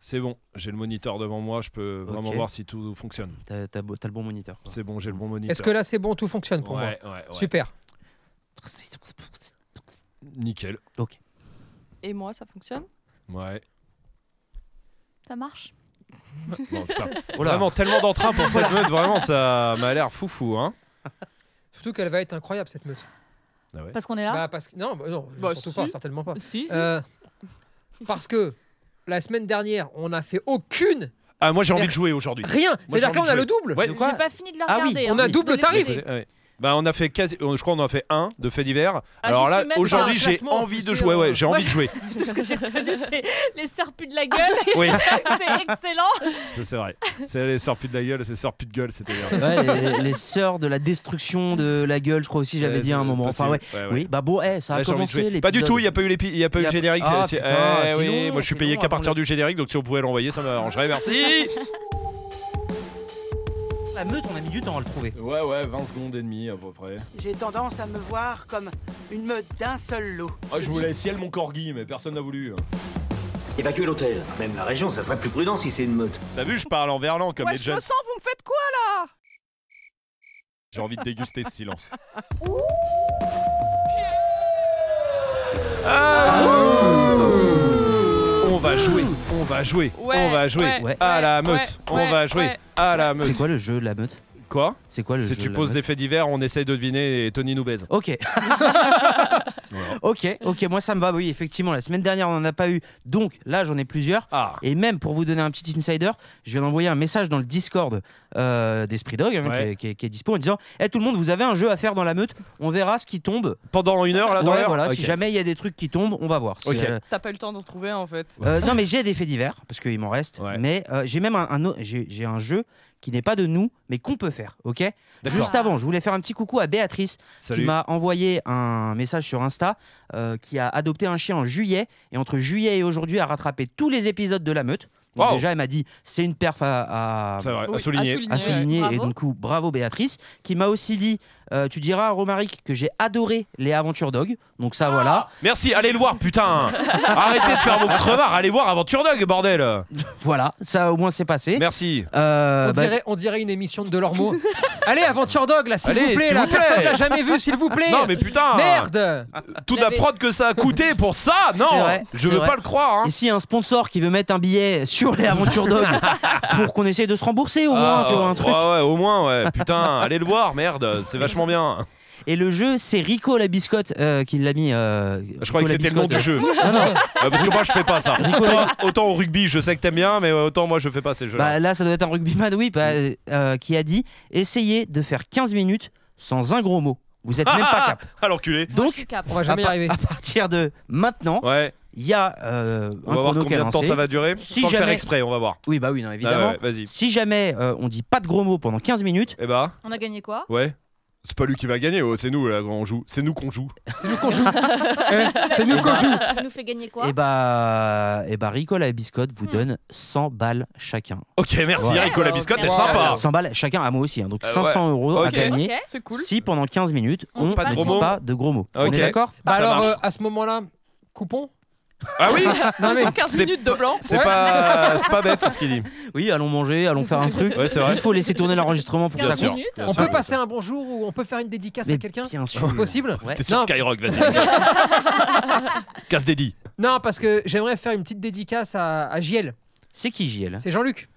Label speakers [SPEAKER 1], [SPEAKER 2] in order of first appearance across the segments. [SPEAKER 1] c'est bon, j'ai le moniteur devant moi, je peux vraiment
[SPEAKER 2] Ok.
[SPEAKER 1] voir si tout fonctionne.
[SPEAKER 2] T'as t'as beau- t'as le bon moniteur. quoi.
[SPEAKER 1] C'est bon, j'ai le bon moniteur.
[SPEAKER 3] Est-ce que là, c'est bon, tout fonctionne pour moi
[SPEAKER 1] Ouais, ouais, ouais.
[SPEAKER 3] Super.
[SPEAKER 1] Nickel.
[SPEAKER 4] Et moi, ça fonctionne
[SPEAKER 1] Ouais.
[SPEAKER 5] Ça marche
[SPEAKER 1] Bon, putain.
[SPEAKER 2] Oh là.
[SPEAKER 1] Vraiment, tellement d'entrain pour cette meute, vraiment, ça m'a l'air foufou, hein.
[SPEAKER 3] Surtout qu'elle va être incroyable cette meute.
[SPEAKER 1] Ah ouais.
[SPEAKER 5] Parce qu'on est là.
[SPEAKER 3] Bah, parce que... Non, bah, non
[SPEAKER 4] Bah,
[SPEAKER 3] surtout
[SPEAKER 4] si.
[SPEAKER 3] pas, certainement pas.
[SPEAKER 4] Si. si.
[SPEAKER 3] Euh, parce que la semaine dernière, on n'a fait aucune,
[SPEAKER 1] Ah, moi j'ai envie de jouer aujourd'hui.
[SPEAKER 3] rien. C'est-à-dire
[SPEAKER 1] j'ai
[SPEAKER 3] qu'on
[SPEAKER 1] envie
[SPEAKER 3] a
[SPEAKER 1] de
[SPEAKER 3] le double.
[SPEAKER 1] Ouais.
[SPEAKER 2] De
[SPEAKER 5] J'ai pas fini de le
[SPEAKER 2] Ah oui,
[SPEAKER 5] regarder.
[SPEAKER 3] on a
[SPEAKER 5] hein.
[SPEAKER 3] double
[SPEAKER 5] Désolée.
[SPEAKER 3] tarif.
[SPEAKER 1] Écoutez, ouais. Bah, on a fait quasi, on- je crois qu'on en a fait un de fait divers.
[SPEAKER 5] Ah,
[SPEAKER 1] Alors
[SPEAKER 5] j'y
[SPEAKER 1] là,
[SPEAKER 5] suis même pas.
[SPEAKER 1] aujourd'hui,
[SPEAKER 3] Classement,
[SPEAKER 1] j'ai envie de
[SPEAKER 3] c'est,
[SPEAKER 1] jouer.
[SPEAKER 3] euh,
[SPEAKER 1] Ouais, j'ai envie
[SPEAKER 5] ouais.
[SPEAKER 1] de jouais.
[SPEAKER 5] Parce que j'ai retenu ces- les serpus de la gueule.
[SPEAKER 1] Oui,
[SPEAKER 5] C'est excellent.
[SPEAKER 1] ça, c'est vrai. C'est les sœurs plus de la gueule, c'est sœurs plus de gueule, c'était bien.
[SPEAKER 2] Ouais, les, les sœurs de la destruction de la gueule, je crois aussi, j'avais
[SPEAKER 1] Ouais,
[SPEAKER 2] dit à un
[SPEAKER 1] c'est
[SPEAKER 2] moment. Enfin,
[SPEAKER 1] possible.
[SPEAKER 2] ouais.
[SPEAKER 1] Ouais, ouais.
[SPEAKER 2] Oui, bah bon, eh, ça a
[SPEAKER 1] Là, j'ai envie de
[SPEAKER 2] commencé
[SPEAKER 1] jouer.
[SPEAKER 2] les
[SPEAKER 1] Pas du tout, il n'y a pas eu, l'épi- il y a pas eu
[SPEAKER 2] Y a-
[SPEAKER 1] le générique.
[SPEAKER 2] Ah,
[SPEAKER 1] c'est-
[SPEAKER 2] putain,
[SPEAKER 1] eh
[SPEAKER 2] c'est
[SPEAKER 1] oui,
[SPEAKER 2] long,
[SPEAKER 1] moi je suis
[SPEAKER 2] c'est
[SPEAKER 1] payé
[SPEAKER 2] long,
[SPEAKER 1] qu'à
[SPEAKER 2] avant
[SPEAKER 1] partir
[SPEAKER 2] le-
[SPEAKER 1] du générique, donc si on pouvait l'envoyer, ça m'arrangerait. Merci.
[SPEAKER 2] La meute, on a mis du temps à le trouver.
[SPEAKER 1] Ouais, ouais, 20 secondes et demie à peu près.
[SPEAKER 6] J'ai tendance à me voir comme une meute d'un seul lot.
[SPEAKER 1] Ah, je voulais ciel mon corgi, mais personne n'a voulu. hein.
[SPEAKER 7] Évacuer l'hôtel, même la région, ça serait plus prudent si c'est une meute.
[SPEAKER 1] T'as vu, je parle en verlan comme
[SPEAKER 4] Ouais,
[SPEAKER 1] les
[SPEAKER 4] je
[SPEAKER 1] jeunes.
[SPEAKER 4] me sens, vous me faites quoi
[SPEAKER 1] J'ai envie de déguster ce silence. Ah, On va jouer, on va jouer,
[SPEAKER 4] Ouais,
[SPEAKER 1] on va jouer
[SPEAKER 4] ouais,
[SPEAKER 1] à la
[SPEAKER 4] ouais,
[SPEAKER 1] meute,
[SPEAKER 4] ouais,
[SPEAKER 1] on
[SPEAKER 4] ouais,
[SPEAKER 1] va jouer
[SPEAKER 4] ouais.
[SPEAKER 1] à la
[SPEAKER 2] C'est
[SPEAKER 1] meute.
[SPEAKER 2] quoi le jeu de la meute
[SPEAKER 1] Quoi
[SPEAKER 2] C'est quoi le jeu
[SPEAKER 1] Si tu
[SPEAKER 2] de la
[SPEAKER 1] poses
[SPEAKER 2] meute
[SPEAKER 1] des faits divers, on essaye de deviner et Tony nous baise.
[SPEAKER 2] Ok. ok, ok, moi ça me va. Oui, effectivement, la semaine dernière, on n'en a pas eu. Donc là, j'en ai plusieurs.
[SPEAKER 1] Ah,
[SPEAKER 2] Et même pour vous donner un petit insider, je viens d'envoyer un message dans le Discord euh, d'Esprit Dog, hein,
[SPEAKER 1] Ouais.
[SPEAKER 2] qui, est- qui est, qui est dispo, en disant Eh, tout le monde, vous avez un jeu à faire dans la meute, on verra ce qui tombe.
[SPEAKER 1] pendant une heure là dans
[SPEAKER 2] Ouais,
[SPEAKER 1] l'heure
[SPEAKER 2] voilà,
[SPEAKER 1] Ok.
[SPEAKER 2] Si jamais il y a des trucs qui tombent, on va voir. Si,
[SPEAKER 1] Ok.
[SPEAKER 2] euh,
[SPEAKER 4] T'as pas eu le temps d'en trouver en fait.
[SPEAKER 2] euh, non, mais j'ai des faits divers, parce qu'il m'en reste.
[SPEAKER 1] Ouais.
[SPEAKER 2] Mais euh, j'ai même un, un au- j'ai j'ai un jeu qui n'est pas de nous, mais qu'on peut faire, ok
[SPEAKER 1] D'accord. Ah,
[SPEAKER 2] Juste avant, je voulais faire un petit coucou à Béatrice, qui
[SPEAKER 1] Salut.
[SPEAKER 2] m'a envoyé un message sur Insta euh, qui a adopté un chien en juillet et entre juillet et aujourd'hui a rattrapé tous les épisodes de la meute. Donc
[SPEAKER 1] Wow.
[SPEAKER 2] Déjà, elle m'a dit c'est une perf à, à-
[SPEAKER 1] Ah, C'est vrai,
[SPEAKER 4] Oui,
[SPEAKER 1] à souligner.
[SPEAKER 2] à souligner
[SPEAKER 5] Bravo.
[SPEAKER 2] et donc coup, bravo Béatrice qui m'a aussi dit euh, tu diras à Romaric que j'ai adoré les aventures dog donc ça voilà
[SPEAKER 1] Merci, allez le voir, putain. Arrêtez de faire vos crevards, allez voir Aventure Dog, bordel.
[SPEAKER 2] voilà ça au moins c'est passé
[SPEAKER 1] Merci.
[SPEAKER 2] Euh,
[SPEAKER 1] Ah,
[SPEAKER 3] On,
[SPEAKER 2] bah,
[SPEAKER 3] dirait, on dirait une émission de Delormeau. Allez, Aventure Dog, là, s'il
[SPEAKER 1] Allez,
[SPEAKER 3] vous plaît,
[SPEAKER 1] s'il
[SPEAKER 3] là,
[SPEAKER 1] vous plaît.
[SPEAKER 3] personne l'a jamais vu, s'il vous plaît.
[SPEAKER 1] Non mais putain.
[SPEAKER 3] Merde
[SPEAKER 1] Toute la
[SPEAKER 5] J'avais-
[SPEAKER 1] prod que ça a coûté pour ça,
[SPEAKER 2] C'est
[SPEAKER 1] non.
[SPEAKER 2] vrai,
[SPEAKER 1] je
[SPEAKER 2] c'est
[SPEAKER 1] veux
[SPEAKER 2] vrai.
[SPEAKER 1] pas le croire. hein.
[SPEAKER 2] et si un sponsor qui veut mettre un billet sur les aventures dog pour qu'on essaye de se rembourser au moins
[SPEAKER 1] Ah,
[SPEAKER 2] tu vois un
[SPEAKER 1] ouais,
[SPEAKER 2] truc
[SPEAKER 1] ouais, au moins, ouais. Putain, allez le voir, merde, c'est vachement bien.
[SPEAKER 2] et le jeu c'est Rico la biscotte euh, qui l'a mis euh,
[SPEAKER 1] Je croyais que
[SPEAKER 2] Rico
[SPEAKER 1] c'était
[SPEAKER 2] la
[SPEAKER 1] le nom
[SPEAKER 2] biscotte,
[SPEAKER 1] du
[SPEAKER 2] euh,
[SPEAKER 1] jeu. Ouais, parce que moi, je fais pas ça. Toi, autant au rugby, je sais que t'aimes bien, mais autant moi, je fais pas ces jeux-là.
[SPEAKER 2] Bah, là, ça doit être un rugbyman, oui, bah,
[SPEAKER 1] Mm.
[SPEAKER 2] euh, qui a dit essayez de faire 15 minutes sans un gros mot. Vous êtes même pas cap.
[SPEAKER 1] Ah, l'enculé.
[SPEAKER 5] Moi, je
[SPEAKER 2] Donc,
[SPEAKER 5] suis cap.
[SPEAKER 3] On va jamais
[SPEAKER 1] Ah,
[SPEAKER 2] à,
[SPEAKER 3] y
[SPEAKER 2] par-
[SPEAKER 3] arriver.
[SPEAKER 2] à partir de maintenant,
[SPEAKER 1] Ouais,
[SPEAKER 2] il y a euh, un
[SPEAKER 1] on va voir
[SPEAKER 2] chrono qui est
[SPEAKER 1] combien de temps
[SPEAKER 2] lancé.
[SPEAKER 1] ça va durer.
[SPEAKER 2] Si
[SPEAKER 1] Sans le faire
[SPEAKER 2] jamais-
[SPEAKER 1] exprès, on va voir.
[SPEAKER 2] Oui, bah oui, non, évidemment.
[SPEAKER 1] Ah ouais, vas-y.
[SPEAKER 2] Si jamais euh, on dit pas de gros mots pendant 15 minutes,
[SPEAKER 1] Eh bah,
[SPEAKER 5] On a gagné quoi
[SPEAKER 1] ouais. C'est pas lui qui va gagner, oh, c'est nous là, on joue. C'est nous qu'on joue.
[SPEAKER 3] C'est nous qu'on joue. Eh, C'est nous
[SPEAKER 1] ben,
[SPEAKER 3] qu'on joue.
[SPEAKER 5] Il nous fait gagner quoi
[SPEAKER 3] Eh
[SPEAKER 2] et Eh
[SPEAKER 3] ben,
[SPEAKER 2] bah, et bah Ricola et Biscotte vous
[SPEAKER 5] Hmm.
[SPEAKER 2] donnent 100 balles chacun.
[SPEAKER 1] Ok, merci
[SPEAKER 2] Ouais.
[SPEAKER 3] Ah,
[SPEAKER 1] Ricola Biscotte, t'es
[SPEAKER 4] Ouais.
[SPEAKER 1] sympa.
[SPEAKER 2] 100 balles chacun à moi aussi, hein, donc
[SPEAKER 1] Euh,
[SPEAKER 2] 500 euros à
[SPEAKER 1] Ah. Ok.
[SPEAKER 2] gagner.
[SPEAKER 5] Ok.
[SPEAKER 4] Eh, C'est cool.
[SPEAKER 2] Si pendant 15 minutes,
[SPEAKER 5] On
[SPEAKER 2] on,
[SPEAKER 5] dit pas de
[SPEAKER 2] ne
[SPEAKER 1] gros
[SPEAKER 2] dit
[SPEAKER 1] mots.
[SPEAKER 2] pas de gros mots. On
[SPEAKER 1] Ok.
[SPEAKER 2] est d'accord
[SPEAKER 3] Bah
[SPEAKER 1] Ça
[SPEAKER 3] alors,
[SPEAKER 1] marche.
[SPEAKER 3] euh, à ce moment-là, coupon
[SPEAKER 1] Ah oui
[SPEAKER 3] Non, mais.
[SPEAKER 4] 15
[SPEAKER 1] c'est-
[SPEAKER 4] minutes de blanc.
[SPEAKER 1] C'est
[SPEAKER 3] Ouais.
[SPEAKER 1] pas, c'est pas bête ce qu'il dit.
[SPEAKER 2] Oui, allons manger, allons faire un truc.
[SPEAKER 1] Ouais, c'est vrai.
[SPEAKER 2] Juste faut laisser tourner l'enregistrement pour que ça
[SPEAKER 5] 15
[SPEAKER 2] compte.
[SPEAKER 5] minutes.
[SPEAKER 1] Bien
[SPEAKER 3] On
[SPEAKER 1] sûr.
[SPEAKER 3] peut passer un bonjour ou on peut faire une dédicace
[SPEAKER 2] Mais
[SPEAKER 3] à quelqu'un
[SPEAKER 2] Bien sûr.
[SPEAKER 3] C'est possible
[SPEAKER 2] Ouais.
[SPEAKER 1] T'es sur
[SPEAKER 3] Non.
[SPEAKER 1] Skyrock, vas-y. vas-y. Casse des dits.
[SPEAKER 3] Non, parce que j'aimerais faire une petite dédicace à, à JL.
[SPEAKER 2] C'est qui JL
[SPEAKER 3] C'est Jean-Luc.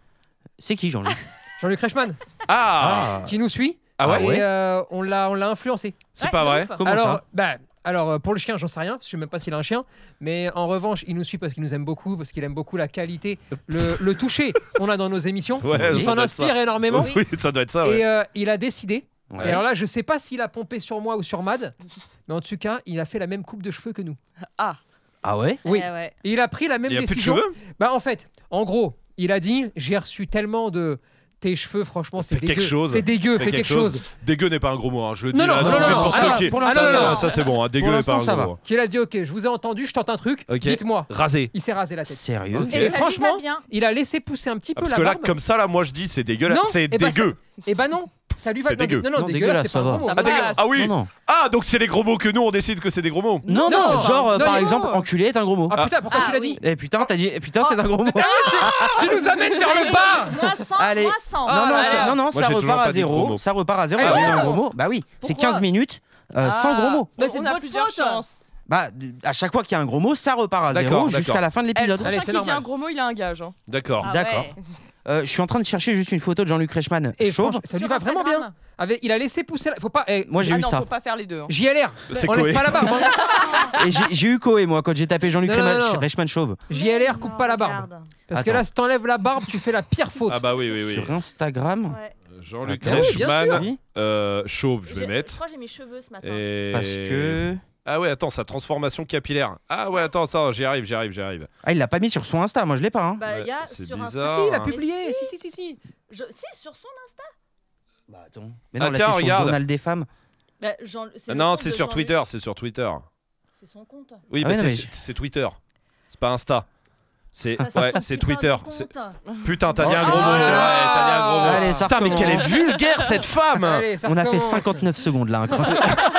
[SPEAKER 2] C'est qui Jean-Luc
[SPEAKER 3] Jean-Luc Reichmann,
[SPEAKER 1] Ah
[SPEAKER 3] qui nous suit.
[SPEAKER 1] Ah ouais,
[SPEAKER 2] Ah ouais
[SPEAKER 3] Et euh, on l'a on l'a influencé.
[SPEAKER 1] C'est pas vrai.
[SPEAKER 2] Comment
[SPEAKER 3] alors,
[SPEAKER 2] ça
[SPEAKER 3] bah, alors, euh, pour le chien, j'en sais rien, parce que je sais même pas s'il a un chien. Mais en revanche, il nous suit parce qu'il nous aime beaucoup, parce qu'il aime beaucoup la qualité, le, le toucher qu'on a dans nos émissions.
[SPEAKER 1] Ouais, ça
[SPEAKER 3] il s'en
[SPEAKER 1] doit être ça.
[SPEAKER 3] inspire énormément.
[SPEAKER 1] Oui, ça doit être Oh, ça, ouais.
[SPEAKER 3] Et euh, il a décidé.
[SPEAKER 2] Ouais.
[SPEAKER 3] Et alors là, je sais pas s'il a pompé sur moi ou sur Mad, mais en tout cas, il a fait la même coupe de cheveux que nous.
[SPEAKER 2] Ah ouais
[SPEAKER 3] Oui.
[SPEAKER 5] Eh ouais.
[SPEAKER 3] Et il a pris la même
[SPEAKER 1] Il y a plus de
[SPEAKER 3] décision.
[SPEAKER 1] cheveux
[SPEAKER 3] Bah en fait, en gros, il a dit j'ai reçu tellement de tes cheveux, franchement, c'est
[SPEAKER 1] Fais
[SPEAKER 3] dégueu.
[SPEAKER 1] quelque chose.
[SPEAKER 3] C'est dégueu,
[SPEAKER 1] Fais
[SPEAKER 3] fais,
[SPEAKER 1] quelque
[SPEAKER 3] quelque chose.
[SPEAKER 1] Dégueu n'est pas un gros mot, hein. je le dis
[SPEAKER 3] Non, non,
[SPEAKER 1] là
[SPEAKER 3] non,
[SPEAKER 1] tout de
[SPEAKER 3] non,
[SPEAKER 1] suite
[SPEAKER 3] non,
[SPEAKER 1] pour
[SPEAKER 3] ah,
[SPEAKER 1] ceux qui.
[SPEAKER 2] pour
[SPEAKER 1] Ah,
[SPEAKER 2] l'instant,
[SPEAKER 1] non,
[SPEAKER 3] ça
[SPEAKER 1] non,
[SPEAKER 3] va.
[SPEAKER 1] ça c'est bon, hein. dégueu n'est
[SPEAKER 2] l'instant,
[SPEAKER 1] pas un
[SPEAKER 2] ça
[SPEAKER 1] gros
[SPEAKER 2] va.
[SPEAKER 1] mot.
[SPEAKER 3] Qu'il a dit ok, je vous ai entendu, je tente un truc,
[SPEAKER 1] Ok.
[SPEAKER 3] dites-moi.
[SPEAKER 1] Rasé.
[SPEAKER 3] Il s'est rasé la tête.
[SPEAKER 2] Sérieux
[SPEAKER 1] Ok.
[SPEAKER 5] Et Eh, ça lui
[SPEAKER 3] franchement,
[SPEAKER 5] va bien.
[SPEAKER 3] Il a laissé pousser un petit
[SPEAKER 1] Ah,
[SPEAKER 3] peu
[SPEAKER 1] parce
[SPEAKER 3] la
[SPEAKER 1] que là,
[SPEAKER 3] barbe.
[SPEAKER 1] comme ça, là, moi je dis c'est dégueulasse.
[SPEAKER 3] Non,
[SPEAKER 1] C'est
[SPEAKER 3] eh ben,
[SPEAKER 1] dégueu.
[SPEAKER 3] Et bah non, Ça lui va
[SPEAKER 1] C'est
[SPEAKER 3] non,
[SPEAKER 1] dégueu.
[SPEAKER 3] Non, non,
[SPEAKER 2] Non,
[SPEAKER 3] dégueulasse, c'est pas un
[SPEAKER 2] dégueulasse,
[SPEAKER 3] gros
[SPEAKER 4] ça
[SPEAKER 3] mot.
[SPEAKER 1] Ah,
[SPEAKER 4] va.
[SPEAKER 1] d'accord.
[SPEAKER 4] Mince.
[SPEAKER 1] Ah oui
[SPEAKER 2] Non, non.
[SPEAKER 1] Ah, donc c'est les gros mots que nous, on décide que c'est des gros mots.
[SPEAKER 2] Non,
[SPEAKER 3] Non,
[SPEAKER 2] non,
[SPEAKER 3] non,
[SPEAKER 2] genre, euh,
[SPEAKER 3] non,
[SPEAKER 2] par
[SPEAKER 3] non.
[SPEAKER 2] exemple, enculé est un gros mot.
[SPEAKER 3] Ah putain, pourquoi
[SPEAKER 5] Ah,
[SPEAKER 3] tu l'as
[SPEAKER 5] oui.
[SPEAKER 3] dit
[SPEAKER 2] Eh putain, t'as dit, eh, putain, c'est un gros mot.
[SPEAKER 3] Putain,
[SPEAKER 1] Ah.
[SPEAKER 3] tu, tu nous amènes vers le bas
[SPEAKER 5] Moins 100,
[SPEAKER 2] Allez.
[SPEAKER 5] moins 100.
[SPEAKER 3] Ah,
[SPEAKER 2] non, non,
[SPEAKER 3] là,
[SPEAKER 2] ça-
[SPEAKER 3] là.
[SPEAKER 2] non, non,
[SPEAKER 1] j'ai
[SPEAKER 2] ça
[SPEAKER 1] toujours
[SPEAKER 2] repart
[SPEAKER 1] pas
[SPEAKER 2] à
[SPEAKER 1] dit gros
[SPEAKER 2] zéro.
[SPEAKER 1] mot.
[SPEAKER 2] Ça repart à zéro.
[SPEAKER 3] Ah,
[SPEAKER 2] Bah oui,
[SPEAKER 3] ouais.
[SPEAKER 2] un gros mot. Bah oui, c'est
[SPEAKER 5] Pourquoi
[SPEAKER 2] 15 minutes, euh, sans gros mots.
[SPEAKER 5] Bah, c'est
[SPEAKER 4] on
[SPEAKER 5] de
[SPEAKER 4] a
[SPEAKER 5] votre
[SPEAKER 4] plusieurs
[SPEAKER 5] faute.
[SPEAKER 4] chances.
[SPEAKER 2] Bah, d- à chaque fois qu'il y a un gros mot, ça repart à zéro
[SPEAKER 1] D'accord,
[SPEAKER 2] jusqu'à
[SPEAKER 1] d'accord.
[SPEAKER 2] la fin de
[SPEAKER 4] Eh, le
[SPEAKER 2] l'épisode.
[SPEAKER 4] prochain
[SPEAKER 3] Allez, c'est
[SPEAKER 4] qui dit
[SPEAKER 3] normal.
[SPEAKER 4] un gros mot, il a un gage. hein.
[SPEAKER 1] D'accord.
[SPEAKER 5] Ah
[SPEAKER 2] D'accord.
[SPEAKER 5] ouais.
[SPEAKER 2] Euh, je suis en train de chercher juste une photo de Jean-Luc Reichmann.
[SPEAKER 3] Et
[SPEAKER 2] Chauve.
[SPEAKER 3] Eh, franchement, ça lui
[SPEAKER 5] Sur
[SPEAKER 3] va vraiment bien.
[SPEAKER 5] Instagram.
[SPEAKER 3] Avec- il a laissé pousser. La... Faut pas. eh,
[SPEAKER 2] Moi, j'ai
[SPEAKER 4] ah
[SPEAKER 2] eu
[SPEAKER 4] non,
[SPEAKER 2] ça.
[SPEAKER 4] faut pas faire les deux. hein.
[SPEAKER 3] JLR,
[SPEAKER 1] C'est
[SPEAKER 3] enlève
[SPEAKER 1] Coé.
[SPEAKER 3] pas la barbe. hein.
[SPEAKER 2] Et j'ai- j'ai eu Coé, moi, quand j'ai tapé Jean-Luc
[SPEAKER 3] Non, non,
[SPEAKER 2] Reichmann
[SPEAKER 3] non.
[SPEAKER 2] Reichmann chauve
[SPEAKER 3] JLR, coupe
[SPEAKER 5] Non,
[SPEAKER 3] pas la barbe.
[SPEAKER 5] regarde.
[SPEAKER 3] Parce que
[SPEAKER 2] Attends.
[SPEAKER 3] là, si t'enlèves la barbe, tu fais la pire faute.
[SPEAKER 1] Ah bah oui, oui, oui.
[SPEAKER 2] sur Instagram.
[SPEAKER 5] Ouais.
[SPEAKER 1] Jean-Luc
[SPEAKER 2] Ah oui,
[SPEAKER 3] bien
[SPEAKER 1] Reichmann,
[SPEAKER 2] Oui,
[SPEAKER 1] euh, chauve, je vais
[SPEAKER 5] J'ai-
[SPEAKER 1] mettre. Eh,
[SPEAKER 5] crois que j'ai mes cheveux ce matin.
[SPEAKER 1] Et-
[SPEAKER 2] parce que
[SPEAKER 1] Ah ouais, attends, sa transformation capillaire. Ah ouais, attends, ça, j'y arrive, j'y arrive, j'y arrive.
[SPEAKER 2] ah, il l'a pas mis sur son Insta. Moi, je l'ai pas. hein.
[SPEAKER 5] Bah, il y a
[SPEAKER 1] Ouais, c'est
[SPEAKER 5] sur
[SPEAKER 1] bizarre,
[SPEAKER 5] un
[SPEAKER 3] Si, il a
[SPEAKER 1] hein.
[SPEAKER 3] publié. Si, si, si, si.
[SPEAKER 5] Je... Si, sur son.
[SPEAKER 2] Bah, attends. Mais non,
[SPEAKER 1] Ah,
[SPEAKER 2] on l'a
[SPEAKER 1] tiens,
[SPEAKER 2] fait sur
[SPEAKER 1] regarde.
[SPEAKER 2] le journal des femmes.
[SPEAKER 5] Bah, Jean- c'est le
[SPEAKER 1] Non,
[SPEAKER 5] compte
[SPEAKER 1] c'est
[SPEAKER 5] de
[SPEAKER 1] sur
[SPEAKER 5] Jean-Luc.
[SPEAKER 1] Twitter, c'est sur Twitter.
[SPEAKER 5] C'est son compte.
[SPEAKER 1] Oui,
[SPEAKER 2] Ah
[SPEAKER 1] mais
[SPEAKER 2] ouais, non,
[SPEAKER 1] c'est-
[SPEAKER 2] mais-
[SPEAKER 1] c'est Twitter. C'est pas Insta. C'est
[SPEAKER 5] Ça,
[SPEAKER 1] ouais,
[SPEAKER 5] son
[SPEAKER 1] c'est
[SPEAKER 5] putain de
[SPEAKER 1] Twitter.
[SPEAKER 5] compte.
[SPEAKER 1] C'est- Putain, t'as dit
[SPEAKER 2] Ah,
[SPEAKER 1] un gros
[SPEAKER 3] Oh
[SPEAKER 1] mot.
[SPEAKER 3] là
[SPEAKER 1] Ouais,
[SPEAKER 3] là.
[SPEAKER 1] t'as dit un gros mot.
[SPEAKER 2] Allez, ça
[SPEAKER 1] Putain, mais
[SPEAKER 2] recommence.
[SPEAKER 1] qu'elle est vulgaire cette femme
[SPEAKER 5] Ah,
[SPEAKER 3] Allez, ça
[SPEAKER 2] On a fait
[SPEAKER 3] recommence.
[SPEAKER 2] 59 secondes là. hein,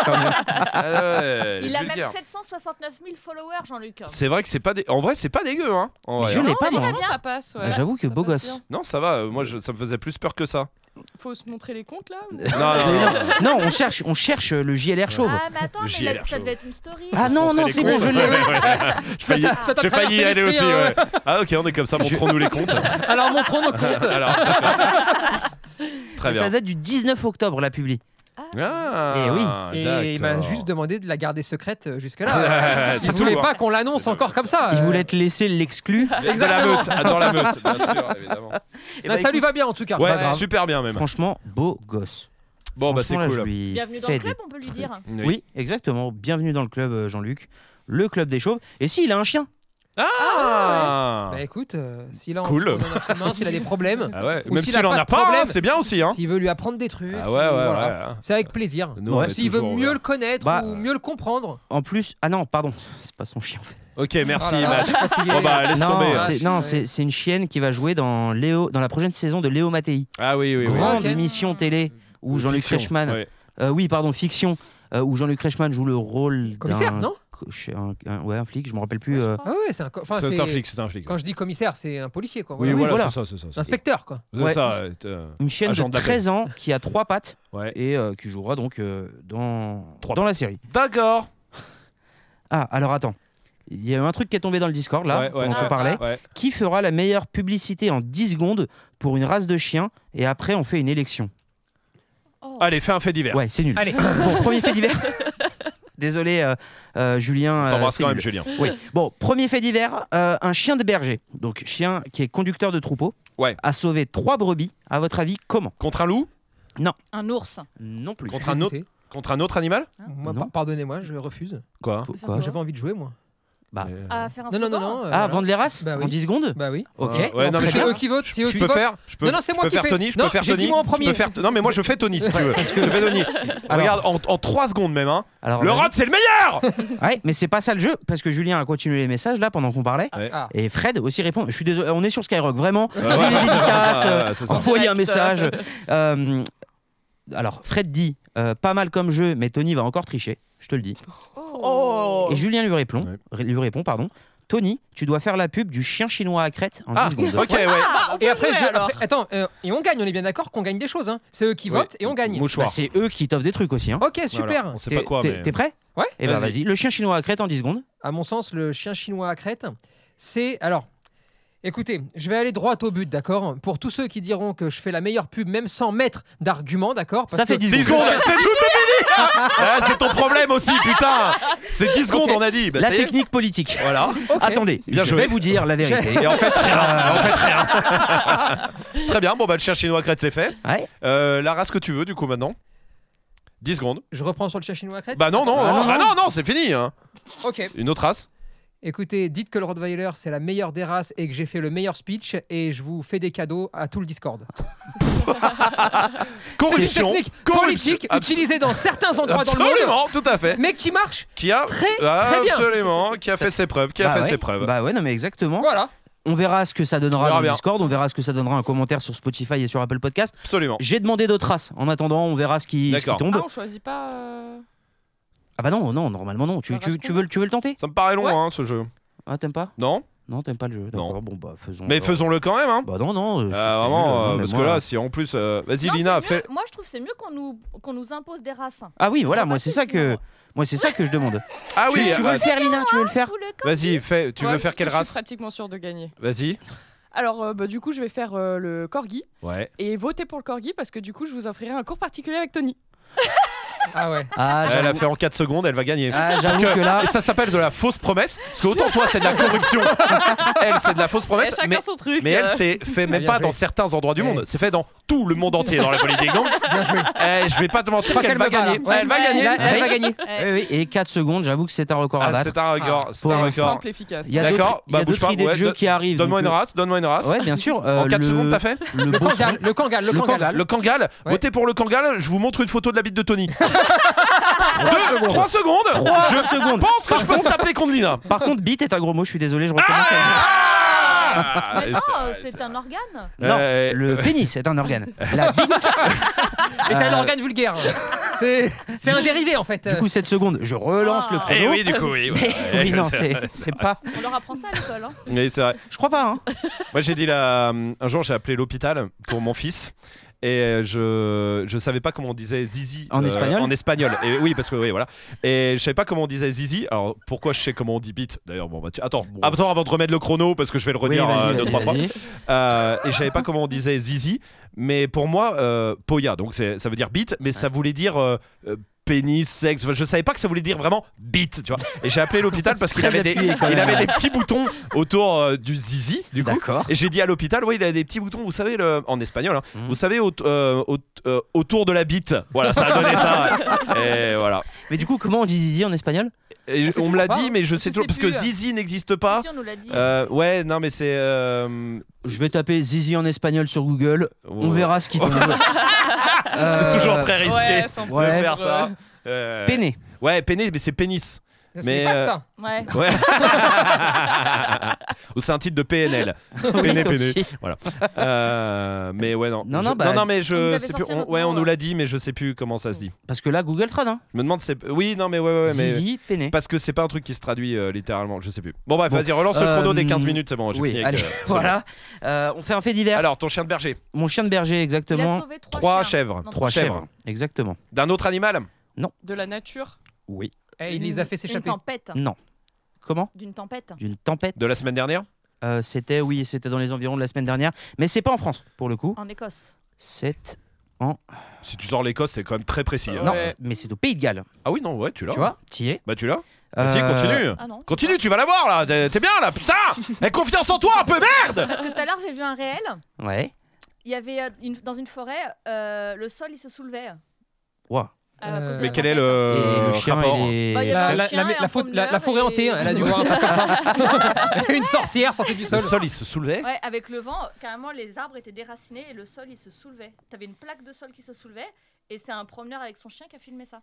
[SPEAKER 2] quand même.
[SPEAKER 1] Ah ouais, elle est
[SPEAKER 5] Il a
[SPEAKER 1] vulgaire.
[SPEAKER 5] même 769 000 followers, Jean-Luc. Ah,
[SPEAKER 1] C'est vrai que c'est pas dé- en vrai c'est pas dégueu hein. en
[SPEAKER 2] Mais
[SPEAKER 1] vrai,
[SPEAKER 2] je
[SPEAKER 1] hein.
[SPEAKER 2] l'ai pas,
[SPEAKER 3] Ah,
[SPEAKER 4] Non,
[SPEAKER 2] moi.
[SPEAKER 4] franchement, Oh, ça passe. ouais.
[SPEAKER 2] Ah, J'avoue que
[SPEAKER 4] Ça
[SPEAKER 2] beau
[SPEAKER 4] passe
[SPEAKER 2] gosse.
[SPEAKER 1] Non ça va euh, moi je- ça me faisait plus peur que ça.
[SPEAKER 4] bien. Faut se montrer les comptes là.
[SPEAKER 1] Non non, non, non.
[SPEAKER 2] Non, on cherche, on cherche euh, le JLR chauve.
[SPEAKER 5] Ah, mais attends, mais
[SPEAKER 1] J'ai
[SPEAKER 5] là,
[SPEAKER 1] l'air
[SPEAKER 5] ça
[SPEAKER 1] chaud.
[SPEAKER 5] devait être une story.
[SPEAKER 2] Ah
[SPEAKER 1] se
[SPEAKER 2] non,
[SPEAKER 1] montrer
[SPEAKER 2] non,
[SPEAKER 1] les
[SPEAKER 2] c'est bon,
[SPEAKER 1] comptes.
[SPEAKER 2] je l'ai.
[SPEAKER 1] Ouais, ouais, ouais. Je
[SPEAKER 3] Ça
[SPEAKER 1] faillis-
[SPEAKER 3] t'a- ça t'a
[SPEAKER 1] J'ai failli y
[SPEAKER 3] traversé
[SPEAKER 1] aller aussi.
[SPEAKER 3] l'esprit, hein.
[SPEAKER 1] ouais. Ah ok on est comme ça montrons-nous les comptes.
[SPEAKER 3] Alors, montrons nos comptes.
[SPEAKER 1] Alors d'accord. très
[SPEAKER 2] Ça
[SPEAKER 1] bien.
[SPEAKER 2] date du 19 octobre la publi. Eh oui.
[SPEAKER 1] Ah,
[SPEAKER 3] Et il m'a
[SPEAKER 1] d'accord.
[SPEAKER 3] juste demandé de la garder secrète euh,
[SPEAKER 1] Ouais,
[SPEAKER 3] jusque-là.
[SPEAKER 1] c'est
[SPEAKER 3] il voulait
[SPEAKER 1] tout, hein.
[SPEAKER 3] pas qu'on l'annonce
[SPEAKER 1] C'est
[SPEAKER 3] encore
[SPEAKER 1] dommage.
[SPEAKER 3] comme ça.
[SPEAKER 2] Il
[SPEAKER 3] Euh,
[SPEAKER 2] voulait te laisser l'exclu.
[SPEAKER 1] Dans la meute, ah, dans la meute, bien sûr, évidemment.
[SPEAKER 2] Eh
[SPEAKER 3] non,
[SPEAKER 2] bah,
[SPEAKER 3] ça lui
[SPEAKER 2] écoute,
[SPEAKER 3] va bien en tout cas.
[SPEAKER 1] Ouais,
[SPEAKER 3] Pas grave.
[SPEAKER 1] super bien même.
[SPEAKER 2] Franchement, beau gosse.
[SPEAKER 1] Bon bah c'est
[SPEAKER 2] Franchement, là, je
[SPEAKER 1] cool.
[SPEAKER 2] lui
[SPEAKER 5] Bienvenue dans le
[SPEAKER 2] fais
[SPEAKER 5] club,
[SPEAKER 2] des
[SPEAKER 5] on peut lui
[SPEAKER 2] trucs.
[SPEAKER 5] dire.
[SPEAKER 2] Oui. exactement. Bienvenue dans le club, euh, Jean-Luc. Le club des chauves. Et si, il a un chien.
[SPEAKER 1] Ah
[SPEAKER 3] Bah écoute, euh, s'il a,
[SPEAKER 1] Cool.
[SPEAKER 3] on en a- non, s'il a des problèmes,
[SPEAKER 1] Ah ouais,
[SPEAKER 3] Ou
[SPEAKER 1] même
[SPEAKER 3] s'il
[SPEAKER 1] s'il
[SPEAKER 3] a
[SPEAKER 1] en
[SPEAKER 3] pas
[SPEAKER 1] a
[SPEAKER 3] de
[SPEAKER 1] pas, hein,
[SPEAKER 3] problème.
[SPEAKER 1] c'est bien aussi hein.
[SPEAKER 3] s'il veut lui apprendre des trucs,
[SPEAKER 1] Ah
[SPEAKER 3] s'il-
[SPEAKER 1] ouais ouais
[SPEAKER 3] voilà.
[SPEAKER 1] ouais. hein.
[SPEAKER 3] c'est avec plaisir.
[SPEAKER 1] Nous, on
[SPEAKER 2] Ouais.
[SPEAKER 1] est
[SPEAKER 3] S'il veut
[SPEAKER 1] toujours
[SPEAKER 3] mieux
[SPEAKER 1] ouverts.
[SPEAKER 3] le connaître
[SPEAKER 2] Bah,
[SPEAKER 3] ou
[SPEAKER 1] euh,
[SPEAKER 3] mieux le comprendre.
[SPEAKER 2] En plus, ah non, pardon, c'est pas son chien. en fait.
[SPEAKER 1] Ok, merci
[SPEAKER 3] Oh là là,
[SPEAKER 1] Matt.
[SPEAKER 3] je suis fatigué.
[SPEAKER 1] Bon Ah, bah laisse
[SPEAKER 2] non,
[SPEAKER 1] tomber.
[SPEAKER 3] hein.
[SPEAKER 2] c'est-
[SPEAKER 3] Vache,
[SPEAKER 2] non,
[SPEAKER 3] ouais.
[SPEAKER 2] c'est c'est une chienne qui va jouer dans Léo, dans la prochaine saison de Léo Mattei,
[SPEAKER 1] Ah oui oui oui.
[SPEAKER 2] grande
[SPEAKER 3] Ok.
[SPEAKER 2] émission télé où Jean-Luc
[SPEAKER 1] Fiction,
[SPEAKER 2] Reichmann,
[SPEAKER 1] ouais.
[SPEAKER 3] Ah,
[SPEAKER 2] euh, oui pardon, fiction, euh, où Jean-Luc Reichmann joue le rôle
[SPEAKER 3] Commissaire,
[SPEAKER 2] d'un
[SPEAKER 3] non
[SPEAKER 2] co- chez un- un- ouais, un flic, je me rappelle plus. euh,
[SPEAKER 3] Ah ouais, c'est un, co- enfin,
[SPEAKER 1] C'est
[SPEAKER 3] c'est-
[SPEAKER 1] un flic, c'est un flic.
[SPEAKER 3] Quand je dis commissaire, c'est un policier quoi.
[SPEAKER 1] Oui
[SPEAKER 3] voilà.
[SPEAKER 1] voilà,
[SPEAKER 2] voilà.
[SPEAKER 1] c'est ça, c'est ça. c'est ça.
[SPEAKER 3] L'inspecteur quoi.
[SPEAKER 1] C'est
[SPEAKER 2] Ouais.
[SPEAKER 1] ça, euh, euh,
[SPEAKER 2] une chienne
[SPEAKER 1] Agent
[SPEAKER 2] de
[SPEAKER 1] de la paix.
[SPEAKER 2] 13 ans qui a trois pattes
[SPEAKER 1] ouais.
[SPEAKER 2] et euh, qui jouera donc euh, dans
[SPEAKER 1] Trois
[SPEAKER 2] dans la série.
[SPEAKER 1] D'accord.
[SPEAKER 2] Ah, alors attends. Il y a eu un truc qui est tombé dans le Discord là,
[SPEAKER 1] Ouais, ouais.
[SPEAKER 2] pendant
[SPEAKER 1] Ah,
[SPEAKER 2] qu'on parlait.
[SPEAKER 1] Ouais.
[SPEAKER 2] Qui fera la meilleure publicité en 10 secondes pour une race de chiens et après on fait une élection
[SPEAKER 1] Allez, fais un fait divers.
[SPEAKER 2] Ouais, c'est nul.
[SPEAKER 3] Allez.
[SPEAKER 2] Bon, premier fait divers. Désolé, euh, euh, Julien. euh,
[SPEAKER 1] T'embrasses
[SPEAKER 2] c'est
[SPEAKER 1] quand même
[SPEAKER 2] nul.
[SPEAKER 1] Julien.
[SPEAKER 2] Oui. Bon, premier fait divers euh, un chien de berger, donc chien qui est conducteur de troupeau,
[SPEAKER 1] Ouais.
[SPEAKER 2] a sauvé trois brebis. À votre avis, comment
[SPEAKER 1] Contre un loup
[SPEAKER 5] Un ours.
[SPEAKER 2] Euh, Non plus.
[SPEAKER 1] Contre un autre
[SPEAKER 3] Écoutez,
[SPEAKER 1] Contre un autre animal
[SPEAKER 3] moi,
[SPEAKER 2] Non.
[SPEAKER 3] par- Pardonnez-moi, je refuse.
[SPEAKER 1] Quoi
[SPEAKER 2] Pourquoi
[SPEAKER 3] J'avais envie de jouer moi.
[SPEAKER 2] Ah.
[SPEAKER 1] Euh,
[SPEAKER 5] À faire un
[SPEAKER 3] Non non non
[SPEAKER 5] slogan
[SPEAKER 3] non. euh,
[SPEAKER 2] Ah,
[SPEAKER 3] voilà.
[SPEAKER 2] vendre les races
[SPEAKER 3] Bah oui.
[SPEAKER 2] en 10 secondes
[SPEAKER 3] Bah oui.
[SPEAKER 2] Ok.
[SPEAKER 1] Euh, Ouais, non, mais
[SPEAKER 2] Très
[SPEAKER 3] C'est
[SPEAKER 1] je-
[SPEAKER 2] bien.
[SPEAKER 3] eux qui votent, c'est eux
[SPEAKER 1] Je
[SPEAKER 3] qui
[SPEAKER 1] peux
[SPEAKER 3] votent.
[SPEAKER 1] faire Je peux
[SPEAKER 3] Non, non, c'est
[SPEAKER 1] je
[SPEAKER 3] moi
[SPEAKER 1] peux
[SPEAKER 3] qui
[SPEAKER 1] faire
[SPEAKER 3] fais.
[SPEAKER 1] Tony, je
[SPEAKER 3] Non,
[SPEAKER 1] peux faire
[SPEAKER 3] j'ai dit
[SPEAKER 1] Tony.
[SPEAKER 3] moi en
[SPEAKER 1] Je peux
[SPEAKER 3] premier.
[SPEAKER 1] faire Non mais moi je fais Tony si tu veux. Je fais Tony. Regarde en, en 3 secondes même hein.
[SPEAKER 2] Alors,
[SPEAKER 1] Le
[SPEAKER 2] vas-y.
[SPEAKER 1] rod c'est le meilleur.
[SPEAKER 2] Ouais, mais c'est pas ça le jeu, parce que Julien a continué les messages là pendant qu'on parlait.
[SPEAKER 1] Ouais.
[SPEAKER 3] Ah.
[SPEAKER 2] Et Fred aussi répond Je suis désolé, on est sur Skyrock, vraiment.
[SPEAKER 1] Euh, Ouais,
[SPEAKER 2] Envoyez des
[SPEAKER 1] ouais, c'est
[SPEAKER 2] dédicaces,
[SPEAKER 1] ça,
[SPEAKER 2] euh,
[SPEAKER 1] ouais, c'est ça.
[SPEAKER 2] envoyez un
[SPEAKER 4] Direct.
[SPEAKER 2] message. Euh, alors, Fred dit euh, Pas mal comme jeu, mais Tony va encore tricher, je te le dis.
[SPEAKER 4] Oh
[SPEAKER 2] Et Julien lui répond,
[SPEAKER 1] Ouais.
[SPEAKER 2] ré- lui répond pardon, Tony, tu dois faire la pub du chien chinois à crête en
[SPEAKER 1] Ah,
[SPEAKER 2] 10 secondes.
[SPEAKER 1] OK, ouais.
[SPEAKER 3] Et après,
[SPEAKER 4] jouer,
[SPEAKER 3] je-
[SPEAKER 4] alors.
[SPEAKER 3] après- attends, euh, et on gagne, on est bien d'accord qu'on gagne des choses. Hein. C'est eux qui
[SPEAKER 1] Ouais.
[SPEAKER 3] votent et on gagne.
[SPEAKER 2] Bah,
[SPEAKER 1] Mouchoir.
[SPEAKER 2] c'est eux qui t'offrent des trucs aussi. Hein.
[SPEAKER 3] Ok,
[SPEAKER 1] Voilà,
[SPEAKER 3] super.
[SPEAKER 1] On sait Oh, pas
[SPEAKER 2] T'es-
[SPEAKER 1] quoi
[SPEAKER 2] T'es
[SPEAKER 1] mais
[SPEAKER 2] t'es prêt
[SPEAKER 3] Ouais.
[SPEAKER 2] Et bah
[SPEAKER 1] Vas-y.
[SPEAKER 2] vas-y, le chien chinois à crête en 10 secondes.
[SPEAKER 3] À mon sens, le chien chinois à crête, c'est. Alors, écoutez, je vais aller droit au but, d'accord Pour tous ceux qui diront que je fais la meilleure pub, même sans mettre d'argument, d'accord Parce
[SPEAKER 2] Ça fait
[SPEAKER 3] que-
[SPEAKER 2] 10
[SPEAKER 1] 10 secondes, c'est tout c'est fini Ah, C'est ton problème aussi, putain C'est 10 secondes,
[SPEAKER 3] Ok.
[SPEAKER 1] on a dit Bah,
[SPEAKER 2] la
[SPEAKER 1] ça y est.
[SPEAKER 2] technique politique.
[SPEAKER 1] Voilà.
[SPEAKER 3] Ok.
[SPEAKER 2] Attendez,
[SPEAKER 1] Bien
[SPEAKER 2] je
[SPEAKER 1] joué.
[SPEAKER 2] vais vous dire la vérité.
[SPEAKER 1] Et en fait, rien. en fait, rien. Très bien, bon, bah, le chien chinois crête, c'est fait.
[SPEAKER 2] Ouais.
[SPEAKER 1] Euh, la race que tu veux, du coup, maintenant 10 secondes.
[SPEAKER 3] Je reprends sur le chien chinois à crête
[SPEAKER 1] Bah non, non,
[SPEAKER 2] Ah,
[SPEAKER 1] non,
[SPEAKER 2] non,
[SPEAKER 1] bah non, non, c'est fini. hein.
[SPEAKER 3] Ok.
[SPEAKER 1] Une autre race
[SPEAKER 3] Écoutez, dites que le Rottweiler, c'est la meilleure des races et que j'ai fait le meilleur speech et je vous fais des cadeaux à tout le Discord. C'est
[SPEAKER 1] Corruption.
[SPEAKER 3] une technique
[SPEAKER 1] Corruption.
[SPEAKER 3] politique
[SPEAKER 1] Abs-
[SPEAKER 3] utilisée dans certains endroits dans le monde,
[SPEAKER 1] Absolument, tout à fait.
[SPEAKER 3] mais qui marche
[SPEAKER 1] Qui a...
[SPEAKER 3] très, très bien.
[SPEAKER 1] Absolument, qui a fait ses preuves, qui a
[SPEAKER 2] Bah
[SPEAKER 1] fait
[SPEAKER 2] ouais.
[SPEAKER 1] ses preuves.
[SPEAKER 2] Bah ouais, non mais exactement.
[SPEAKER 3] Voilà.
[SPEAKER 2] On verra ce que ça
[SPEAKER 1] On
[SPEAKER 2] donnera
[SPEAKER 1] verra
[SPEAKER 2] dans le
[SPEAKER 1] bien.
[SPEAKER 2] Discord, on verra ce que ça donnera un commentaire sur Spotify et sur Apple Podcast.
[SPEAKER 1] Absolument.
[SPEAKER 2] J'ai demandé d'autres races. En attendant, on verra ce qui, ce qui
[SPEAKER 1] D'accord.
[SPEAKER 2] tombe.
[SPEAKER 4] Ah, on choisit pas. euh,
[SPEAKER 2] Ah bah non, non, normalement non. Tu,
[SPEAKER 4] La
[SPEAKER 2] tu,
[SPEAKER 4] race
[SPEAKER 2] tu veux, le- tu veux le tenter
[SPEAKER 1] Ça me paraît long,
[SPEAKER 4] Ouais.
[SPEAKER 1] hein, ce jeu.
[SPEAKER 2] Ah, t'aimes pas
[SPEAKER 1] Non
[SPEAKER 2] Non, t'aimes pas le jeu. D'accord, bon bah faisons.
[SPEAKER 1] Mais
[SPEAKER 2] alors.
[SPEAKER 1] faisons-le quand même, hein.
[SPEAKER 2] Bah non, non. euh,
[SPEAKER 1] Euh,
[SPEAKER 2] c'est-
[SPEAKER 1] vraiment,
[SPEAKER 2] euh, non,
[SPEAKER 1] euh,
[SPEAKER 2] mais
[SPEAKER 1] parce
[SPEAKER 2] moi-
[SPEAKER 1] que là, si en plus. euh, Vas-y,
[SPEAKER 5] Non,
[SPEAKER 1] Lina,
[SPEAKER 5] c'est mieux.
[SPEAKER 1] fais.
[SPEAKER 5] Moi, je trouve c'est mieux qu'on nous, qu'on nous impose des races.
[SPEAKER 2] Ah oui, voilà,
[SPEAKER 5] trop
[SPEAKER 2] moi c'est ça
[SPEAKER 5] facile,
[SPEAKER 2] que.
[SPEAKER 5] sinon.
[SPEAKER 2] Moi c'est ça que je demande.
[SPEAKER 1] Ah oui,
[SPEAKER 2] tu, tu veux
[SPEAKER 1] euh,
[SPEAKER 2] le faire, Lina Tu veux le faire
[SPEAKER 5] Tout le camp.
[SPEAKER 1] vas-y, fais. Tu
[SPEAKER 4] ouais,
[SPEAKER 1] veux faire
[SPEAKER 4] parce que
[SPEAKER 1] quelle
[SPEAKER 4] Je suis
[SPEAKER 1] race
[SPEAKER 4] pratiquement sûr de gagner.
[SPEAKER 1] Vas-y.
[SPEAKER 4] Alors, euh, bah, du coup, je vais faire euh, le corgi
[SPEAKER 2] Ah,
[SPEAKER 1] Ouais.
[SPEAKER 4] et voter pour le corgi parce que du coup, je vous offrirai un cours particulier avec Tony.
[SPEAKER 3] Ah ouais.
[SPEAKER 2] Ah,
[SPEAKER 1] Elle a
[SPEAKER 2] j'avoue
[SPEAKER 1] fait en 4 secondes, elle va gagner.
[SPEAKER 2] ah, j'avoue
[SPEAKER 1] Parce
[SPEAKER 2] que là.
[SPEAKER 1] Et ça s'appelle de la fausse promesse. Parce que autant toi, c'est de la corruption. elle, c'est de la fausse
[SPEAKER 4] Et
[SPEAKER 1] promesse.
[SPEAKER 4] chacun
[SPEAKER 1] Mais,
[SPEAKER 4] son truc.
[SPEAKER 1] mais
[SPEAKER 4] euh.
[SPEAKER 1] elle, c'est fait même
[SPEAKER 3] bien
[SPEAKER 1] pas
[SPEAKER 3] joué.
[SPEAKER 1] dans certains endroits du
[SPEAKER 3] Ouais.
[SPEAKER 1] monde. C'est fait dans tout le monde entier dans la politique. Donc,
[SPEAKER 3] Bien joué.
[SPEAKER 1] eh, je vais pas te mentir
[SPEAKER 3] crois
[SPEAKER 1] qu'elle
[SPEAKER 3] qu'elle
[SPEAKER 1] va
[SPEAKER 3] me bat,
[SPEAKER 1] gagner.
[SPEAKER 3] là. hein. Ouais.
[SPEAKER 1] Elle va gagner.
[SPEAKER 3] Là, elle
[SPEAKER 2] Ouais.
[SPEAKER 3] va gagner.
[SPEAKER 5] Ouais.
[SPEAKER 2] Oui, oui, et 4 secondes, j'avoue que c'est un record à
[SPEAKER 1] Ah,
[SPEAKER 2] battre.
[SPEAKER 1] c'est un record. C'est
[SPEAKER 2] Pour
[SPEAKER 1] un
[SPEAKER 2] un
[SPEAKER 1] record.
[SPEAKER 4] simple, efficace.
[SPEAKER 2] Il y a d'autres-
[SPEAKER 1] D'accord,
[SPEAKER 2] il y a
[SPEAKER 1] bah, bouge
[SPEAKER 2] d'autres
[SPEAKER 1] pas,
[SPEAKER 2] idées de
[SPEAKER 1] ouais,
[SPEAKER 2] jeux
[SPEAKER 1] don-
[SPEAKER 2] qui arrivent.
[SPEAKER 1] Donne-moi
[SPEAKER 2] donc euh,
[SPEAKER 1] une
[SPEAKER 2] le-
[SPEAKER 1] race. Donne-moi une race.
[SPEAKER 2] Ouais, bien sûr.
[SPEAKER 1] Ah, En
[SPEAKER 2] euh,
[SPEAKER 1] 4
[SPEAKER 2] le-
[SPEAKER 1] secondes, t'as fait
[SPEAKER 2] Le
[SPEAKER 3] Le
[SPEAKER 2] beau-
[SPEAKER 3] Kangal, le Kangal, le
[SPEAKER 2] Le
[SPEAKER 3] Kangal.
[SPEAKER 2] Kangal.
[SPEAKER 1] Le Kangal.
[SPEAKER 3] Ouais.
[SPEAKER 1] Votez pour le Kangal. Je vous montre une photo de la bite de Tony. 3 secondes.
[SPEAKER 2] Trois
[SPEAKER 1] Je
[SPEAKER 2] secondes.
[SPEAKER 1] pense que je peux me taper contre Lina.
[SPEAKER 2] Par contre, bite est un gros mot, je suis désolé, je recommence à
[SPEAKER 1] Ah
[SPEAKER 5] Mais
[SPEAKER 4] oh,
[SPEAKER 5] non, c'est un organe.
[SPEAKER 2] Non,
[SPEAKER 1] Euh,
[SPEAKER 2] le pénis est un organe. La bite.
[SPEAKER 3] Et t'as
[SPEAKER 2] Euh,
[SPEAKER 3] l'organe vulgaire. C'est c'est un dérivé en fait.
[SPEAKER 2] Du coup, 7 secondes, je relance le
[SPEAKER 5] Ah.
[SPEAKER 1] Eh
[SPEAKER 2] chrono.
[SPEAKER 1] oui, du coup, oui.
[SPEAKER 2] Mais
[SPEAKER 1] voilà.
[SPEAKER 2] oui, non,
[SPEAKER 1] C'est-
[SPEAKER 2] c'est c'est pas.
[SPEAKER 5] On leur apprend ça à l'école. hein.
[SPEAKER 1] Oui, c'est vrai.
[SPEAKER 2] Je crois pas, hein.
[SPEAKER 1] Moi, j'ai dit là. Un jour, j'ai appelé l'hôpital pour mon fils. Et je je savais pas comment on disait zizi euh,
[SPEAKER 2] En espagnol
[SPEAKER 1] En espagnol. Et oui parce que oui voilà. Et je savais pas comment on disait zizi. Alors pourquoi je sais comment on dit bit D'ailleurs bon bah tu- attends attends avant de remettre le chrono parce que je vais le
[SPEAKER 2] Oui,
[SPEAKER 1] redire
[SPEAKER 2] vas-y,
[SPEAKER 1] euh, deux
[SPEAKER 2] vas-y,
[SPEAKER 1] trois fois.
[SPEAKER 2] vas-y.
[SPEAKER 1] Euh, et je savais pas comment on disait zizi, mais pour moi, euh, poya, donc c'est- ça veut dire bite, mais ça voulait dire euh, euh, pénis, sexe. Enfin, je savais pas que ça voulait dire vraiment bite, tu vois. Et j'ai appelé l'hôpital parce qu'il
[SPEAKER 2] Très
[SPEAKER 1] avait, des,
[SPEAKER 2] appuyé, quand
[SPEAKER 1] il
[SPEAKER 2] même.
[SPEAKER 1] avait des petits boutons autour euh, du zizi, du coup.
[SPEAKER 2] D'accord.
[SPEAKER 1] Et j'ai dit à l'hôpital, oui, il a des petits boutons, vous savez, le, en espagnol, hein,
[SPEAKER 2] Mhm.
[SPEAKER 1] vous savez, au- euh, au- euh, autour de la bite. Voilà, ça a donné ça. Et voilà.
[SPEAKER 2] Mais du coup, comment on dit zizi en espagnol
[SPEAKER 1] Et
[SPEAKER 2] Ah,
[SPEAKER 3] sait
[SPEAKER 1] on me l'a
[SPEAKER 3] toujours
[SPEAKER 1] dit,
[SPEAKER 3] pas.
[SPEAKER 1] mais je sais
[SPEAKER 3] Je
[SPEAKER 1] toujours,
[SPEAKER 3] sais
[SPEAKER 1] parce que
[SPEAKER 3] plus.
[SPEAKER 2] euh.
[SPEAKER 1] zizi n'existe pas.
[SPEAKER 5] Si on nous l'a dit.
[SPEAKER 1] Euh, ouais, non, mais c'est. euh,
[SPEAKER 2] Je vais taper zizi en espagnol sur Google. On
[SPEAKER 1] ouais.
[SPEAKER 2] verra ce qui tombe.
[SPEAKER 1] C'est
[SPEAKER 2] Euh,
[SPEAKER 1] toujours très risqué.
[SPEAKER 4] Ouais, sans
[SPEAKER 1] de
[SPEAKER 2] Ouais.
[SPEAKER 1] faire ça.
[SPEAKER 4] Ouais.
[SPEAKER 1] Euh,
[SPEAKER 2] Peiné.
[SPEAKER 1] Ouais, pénis, mais c'est pénis. mais,
[SPEAKER 3] Mais pas de
[SPEAKER 1] euh,
[SPEAKER 3] ça.
[SPEAKER 5] Ouais.
[SPEAKER 1] Ouais. Ou c'est un titre de PNL. Péné, péné.
[SPEAKER 2] aussi.
[SPEAKER 1] Voilà. Euh, mais ouais, non.
[SPEAKER 2] Non,
[SPEAKER 1] Je-
[SPEAKER 2] non, bah,
[SPEAKER 1] non, mais
[SPEAKER 5] vous
[SPEAKER 1] je
[SPEAKER 5] avez
[SPEAKER 1] sais
[SPEAKER 5] sorti
[SPEAKER 1] plus.
[SPEAKER 5] un
[SPEAKER 1] on-
[SPEAKER 5] autre
[SPEAKER 1] ouais,
[SPEAKER 5] mot,
[SPEAKER 1] on nous
[SPEAKER 5] là.
[SPEAKER 1] l'a dit, mais je sais plus comment ça se dit.
[SPEAKER 2] Parce que là, Google Trad, hein.
[SPEAKER 1] Je me demande, si c'est. Oui, non, mais ouais, ouais, ouais, mais.
[SPEAKER 2] Zizi, peiné.
[SPEAKER 1] Parce que c'est pas un truc qui se traduit euh, littéralement, je sais plus. Bon, bref,
[SPEAKER 2] Bon.
[SPEAKER 1] vas-y, relance le chrono des 15
[SPEAKER 2] Euh,
[SPEAKER 1] minutes, c'est bon, j'ai
[SPEAKER 2] Oui,
[SPEAKER 1] fini avec,
[SPEAKER 2] allez,
[SPEAKER 1] euh, c'est bon.
[SPEAKER 2] voilà. Euh, on fait un fait divers.
[SPEAKER 1] Alors, ton chien de berger,
[SPEAKER 2] Mon chien de berger,
[SPEAKER 5] Il a
[SPEAKER 2] exactement.
[SPEAKER 5] sauvé trois,
[SPEAKER 1] trois
[SPEAKER 5] chiens.
[SPEAKER 1] chèvres.
[SPEAKER 5] Non,
[SPEAKER 2] Trois
[SPEAKER 1] chèvres.
[SPEAKER 2] chèvres. Exactement.
[SPEAKER 1] D'un autre animal
[SPEAKER 4] De la nature.
[SPEAKER 2] Oui.
[SPEAKER 5] euh,
[SPEAKER 3] Eh, il les a fait s'échapper.
[SPEAKER 5] D'une tempête.
[SPEAKER 2] Non. Comment
[SPEAKER 5] D'une tempête.
[SPEAKER 2] D'une tempête.
[SPEAKER 1] De la semaine dernière
[SPEAKER 2] Euh, c'était, oui, c'était dans les environs de la semaine dernière. Mais c'est pas en France, pour le coup.
[SPEAKER 5] En Écosse.
[SPEAKER 2] C'est.
[SPEAKER 1] Si tu sors l'Écosse, c'est quand même très précis. hein.
[SPEAKER 2] Non,
[SPEAKER 4] Ouais.
[SPEAKER 2] mais c'est au Pays de Galles.
[SPEAKER 1] Ah oui, non, ouais, tu l'as.
[SPEAKER 2] Tu vois T'y es.
[SPEAKER 1] Bah, tu l'as. Vas-y,
[SPEAKER 2] Euh,
[SPEAKER 1] continue.
[SPEAKER 5] Ah non.
[SPEAKER 1] Continue, tu vas la voir là, t'es t'es bien là, putain Aie confiance en toi un peu, merde
[SPEAKER 5] Parce que tout à l'heure, j'ai vu un réel.
[SPEAKER 2] Ouais.
[SPEAKER 5] Il y avait euh, une- dans une forêt, euh, le sol il se soulevait. euh,
[SPEAKER 2] Ouah.
[SPEAKER 5] à
[SPEAKER 3] Euh,
[SPEAKER 5] cause de la
[SPEAKER 1] Mais quel est
[SPEAKER 5] tempête.
[SPEAKER 2] Et
[SPEAKER 1] le,
[SPEAKER 2] le chien,
[SPEAKER 1] Euh, rapport
[SPEAKER 2] il est-
[SPEAKER 5] Bah, il y a-
[SPEAKER 3] La,
[SPEAKER 5] Un
[SPEAKER 3] la-
[SPEAKER 5] chien
[SPEAKER 3] la-
[SPEAKER 5] et un
[SPEAKER 3] la faute- la- la forêt
[SPEAKER 5] promeneur
[SPEAKER 3] hantée,
[SPEAKER 5] et-
[SPEAKER 3] elle a dû voir un truc comme ça. Une sorcière sortie du
[SPEAKER 1] Le
[SPEAKER 3] sol.
[SPEAKER 1] sol, il se soulevait
[SPEAKER 5] Ouais, avec le vent, carrément, les arbres étaient déracinés et le sol il se soulevait. T'avais une plaque de sol qui se soulevait et c'est un promeneur avec son chien qui a filmé ça.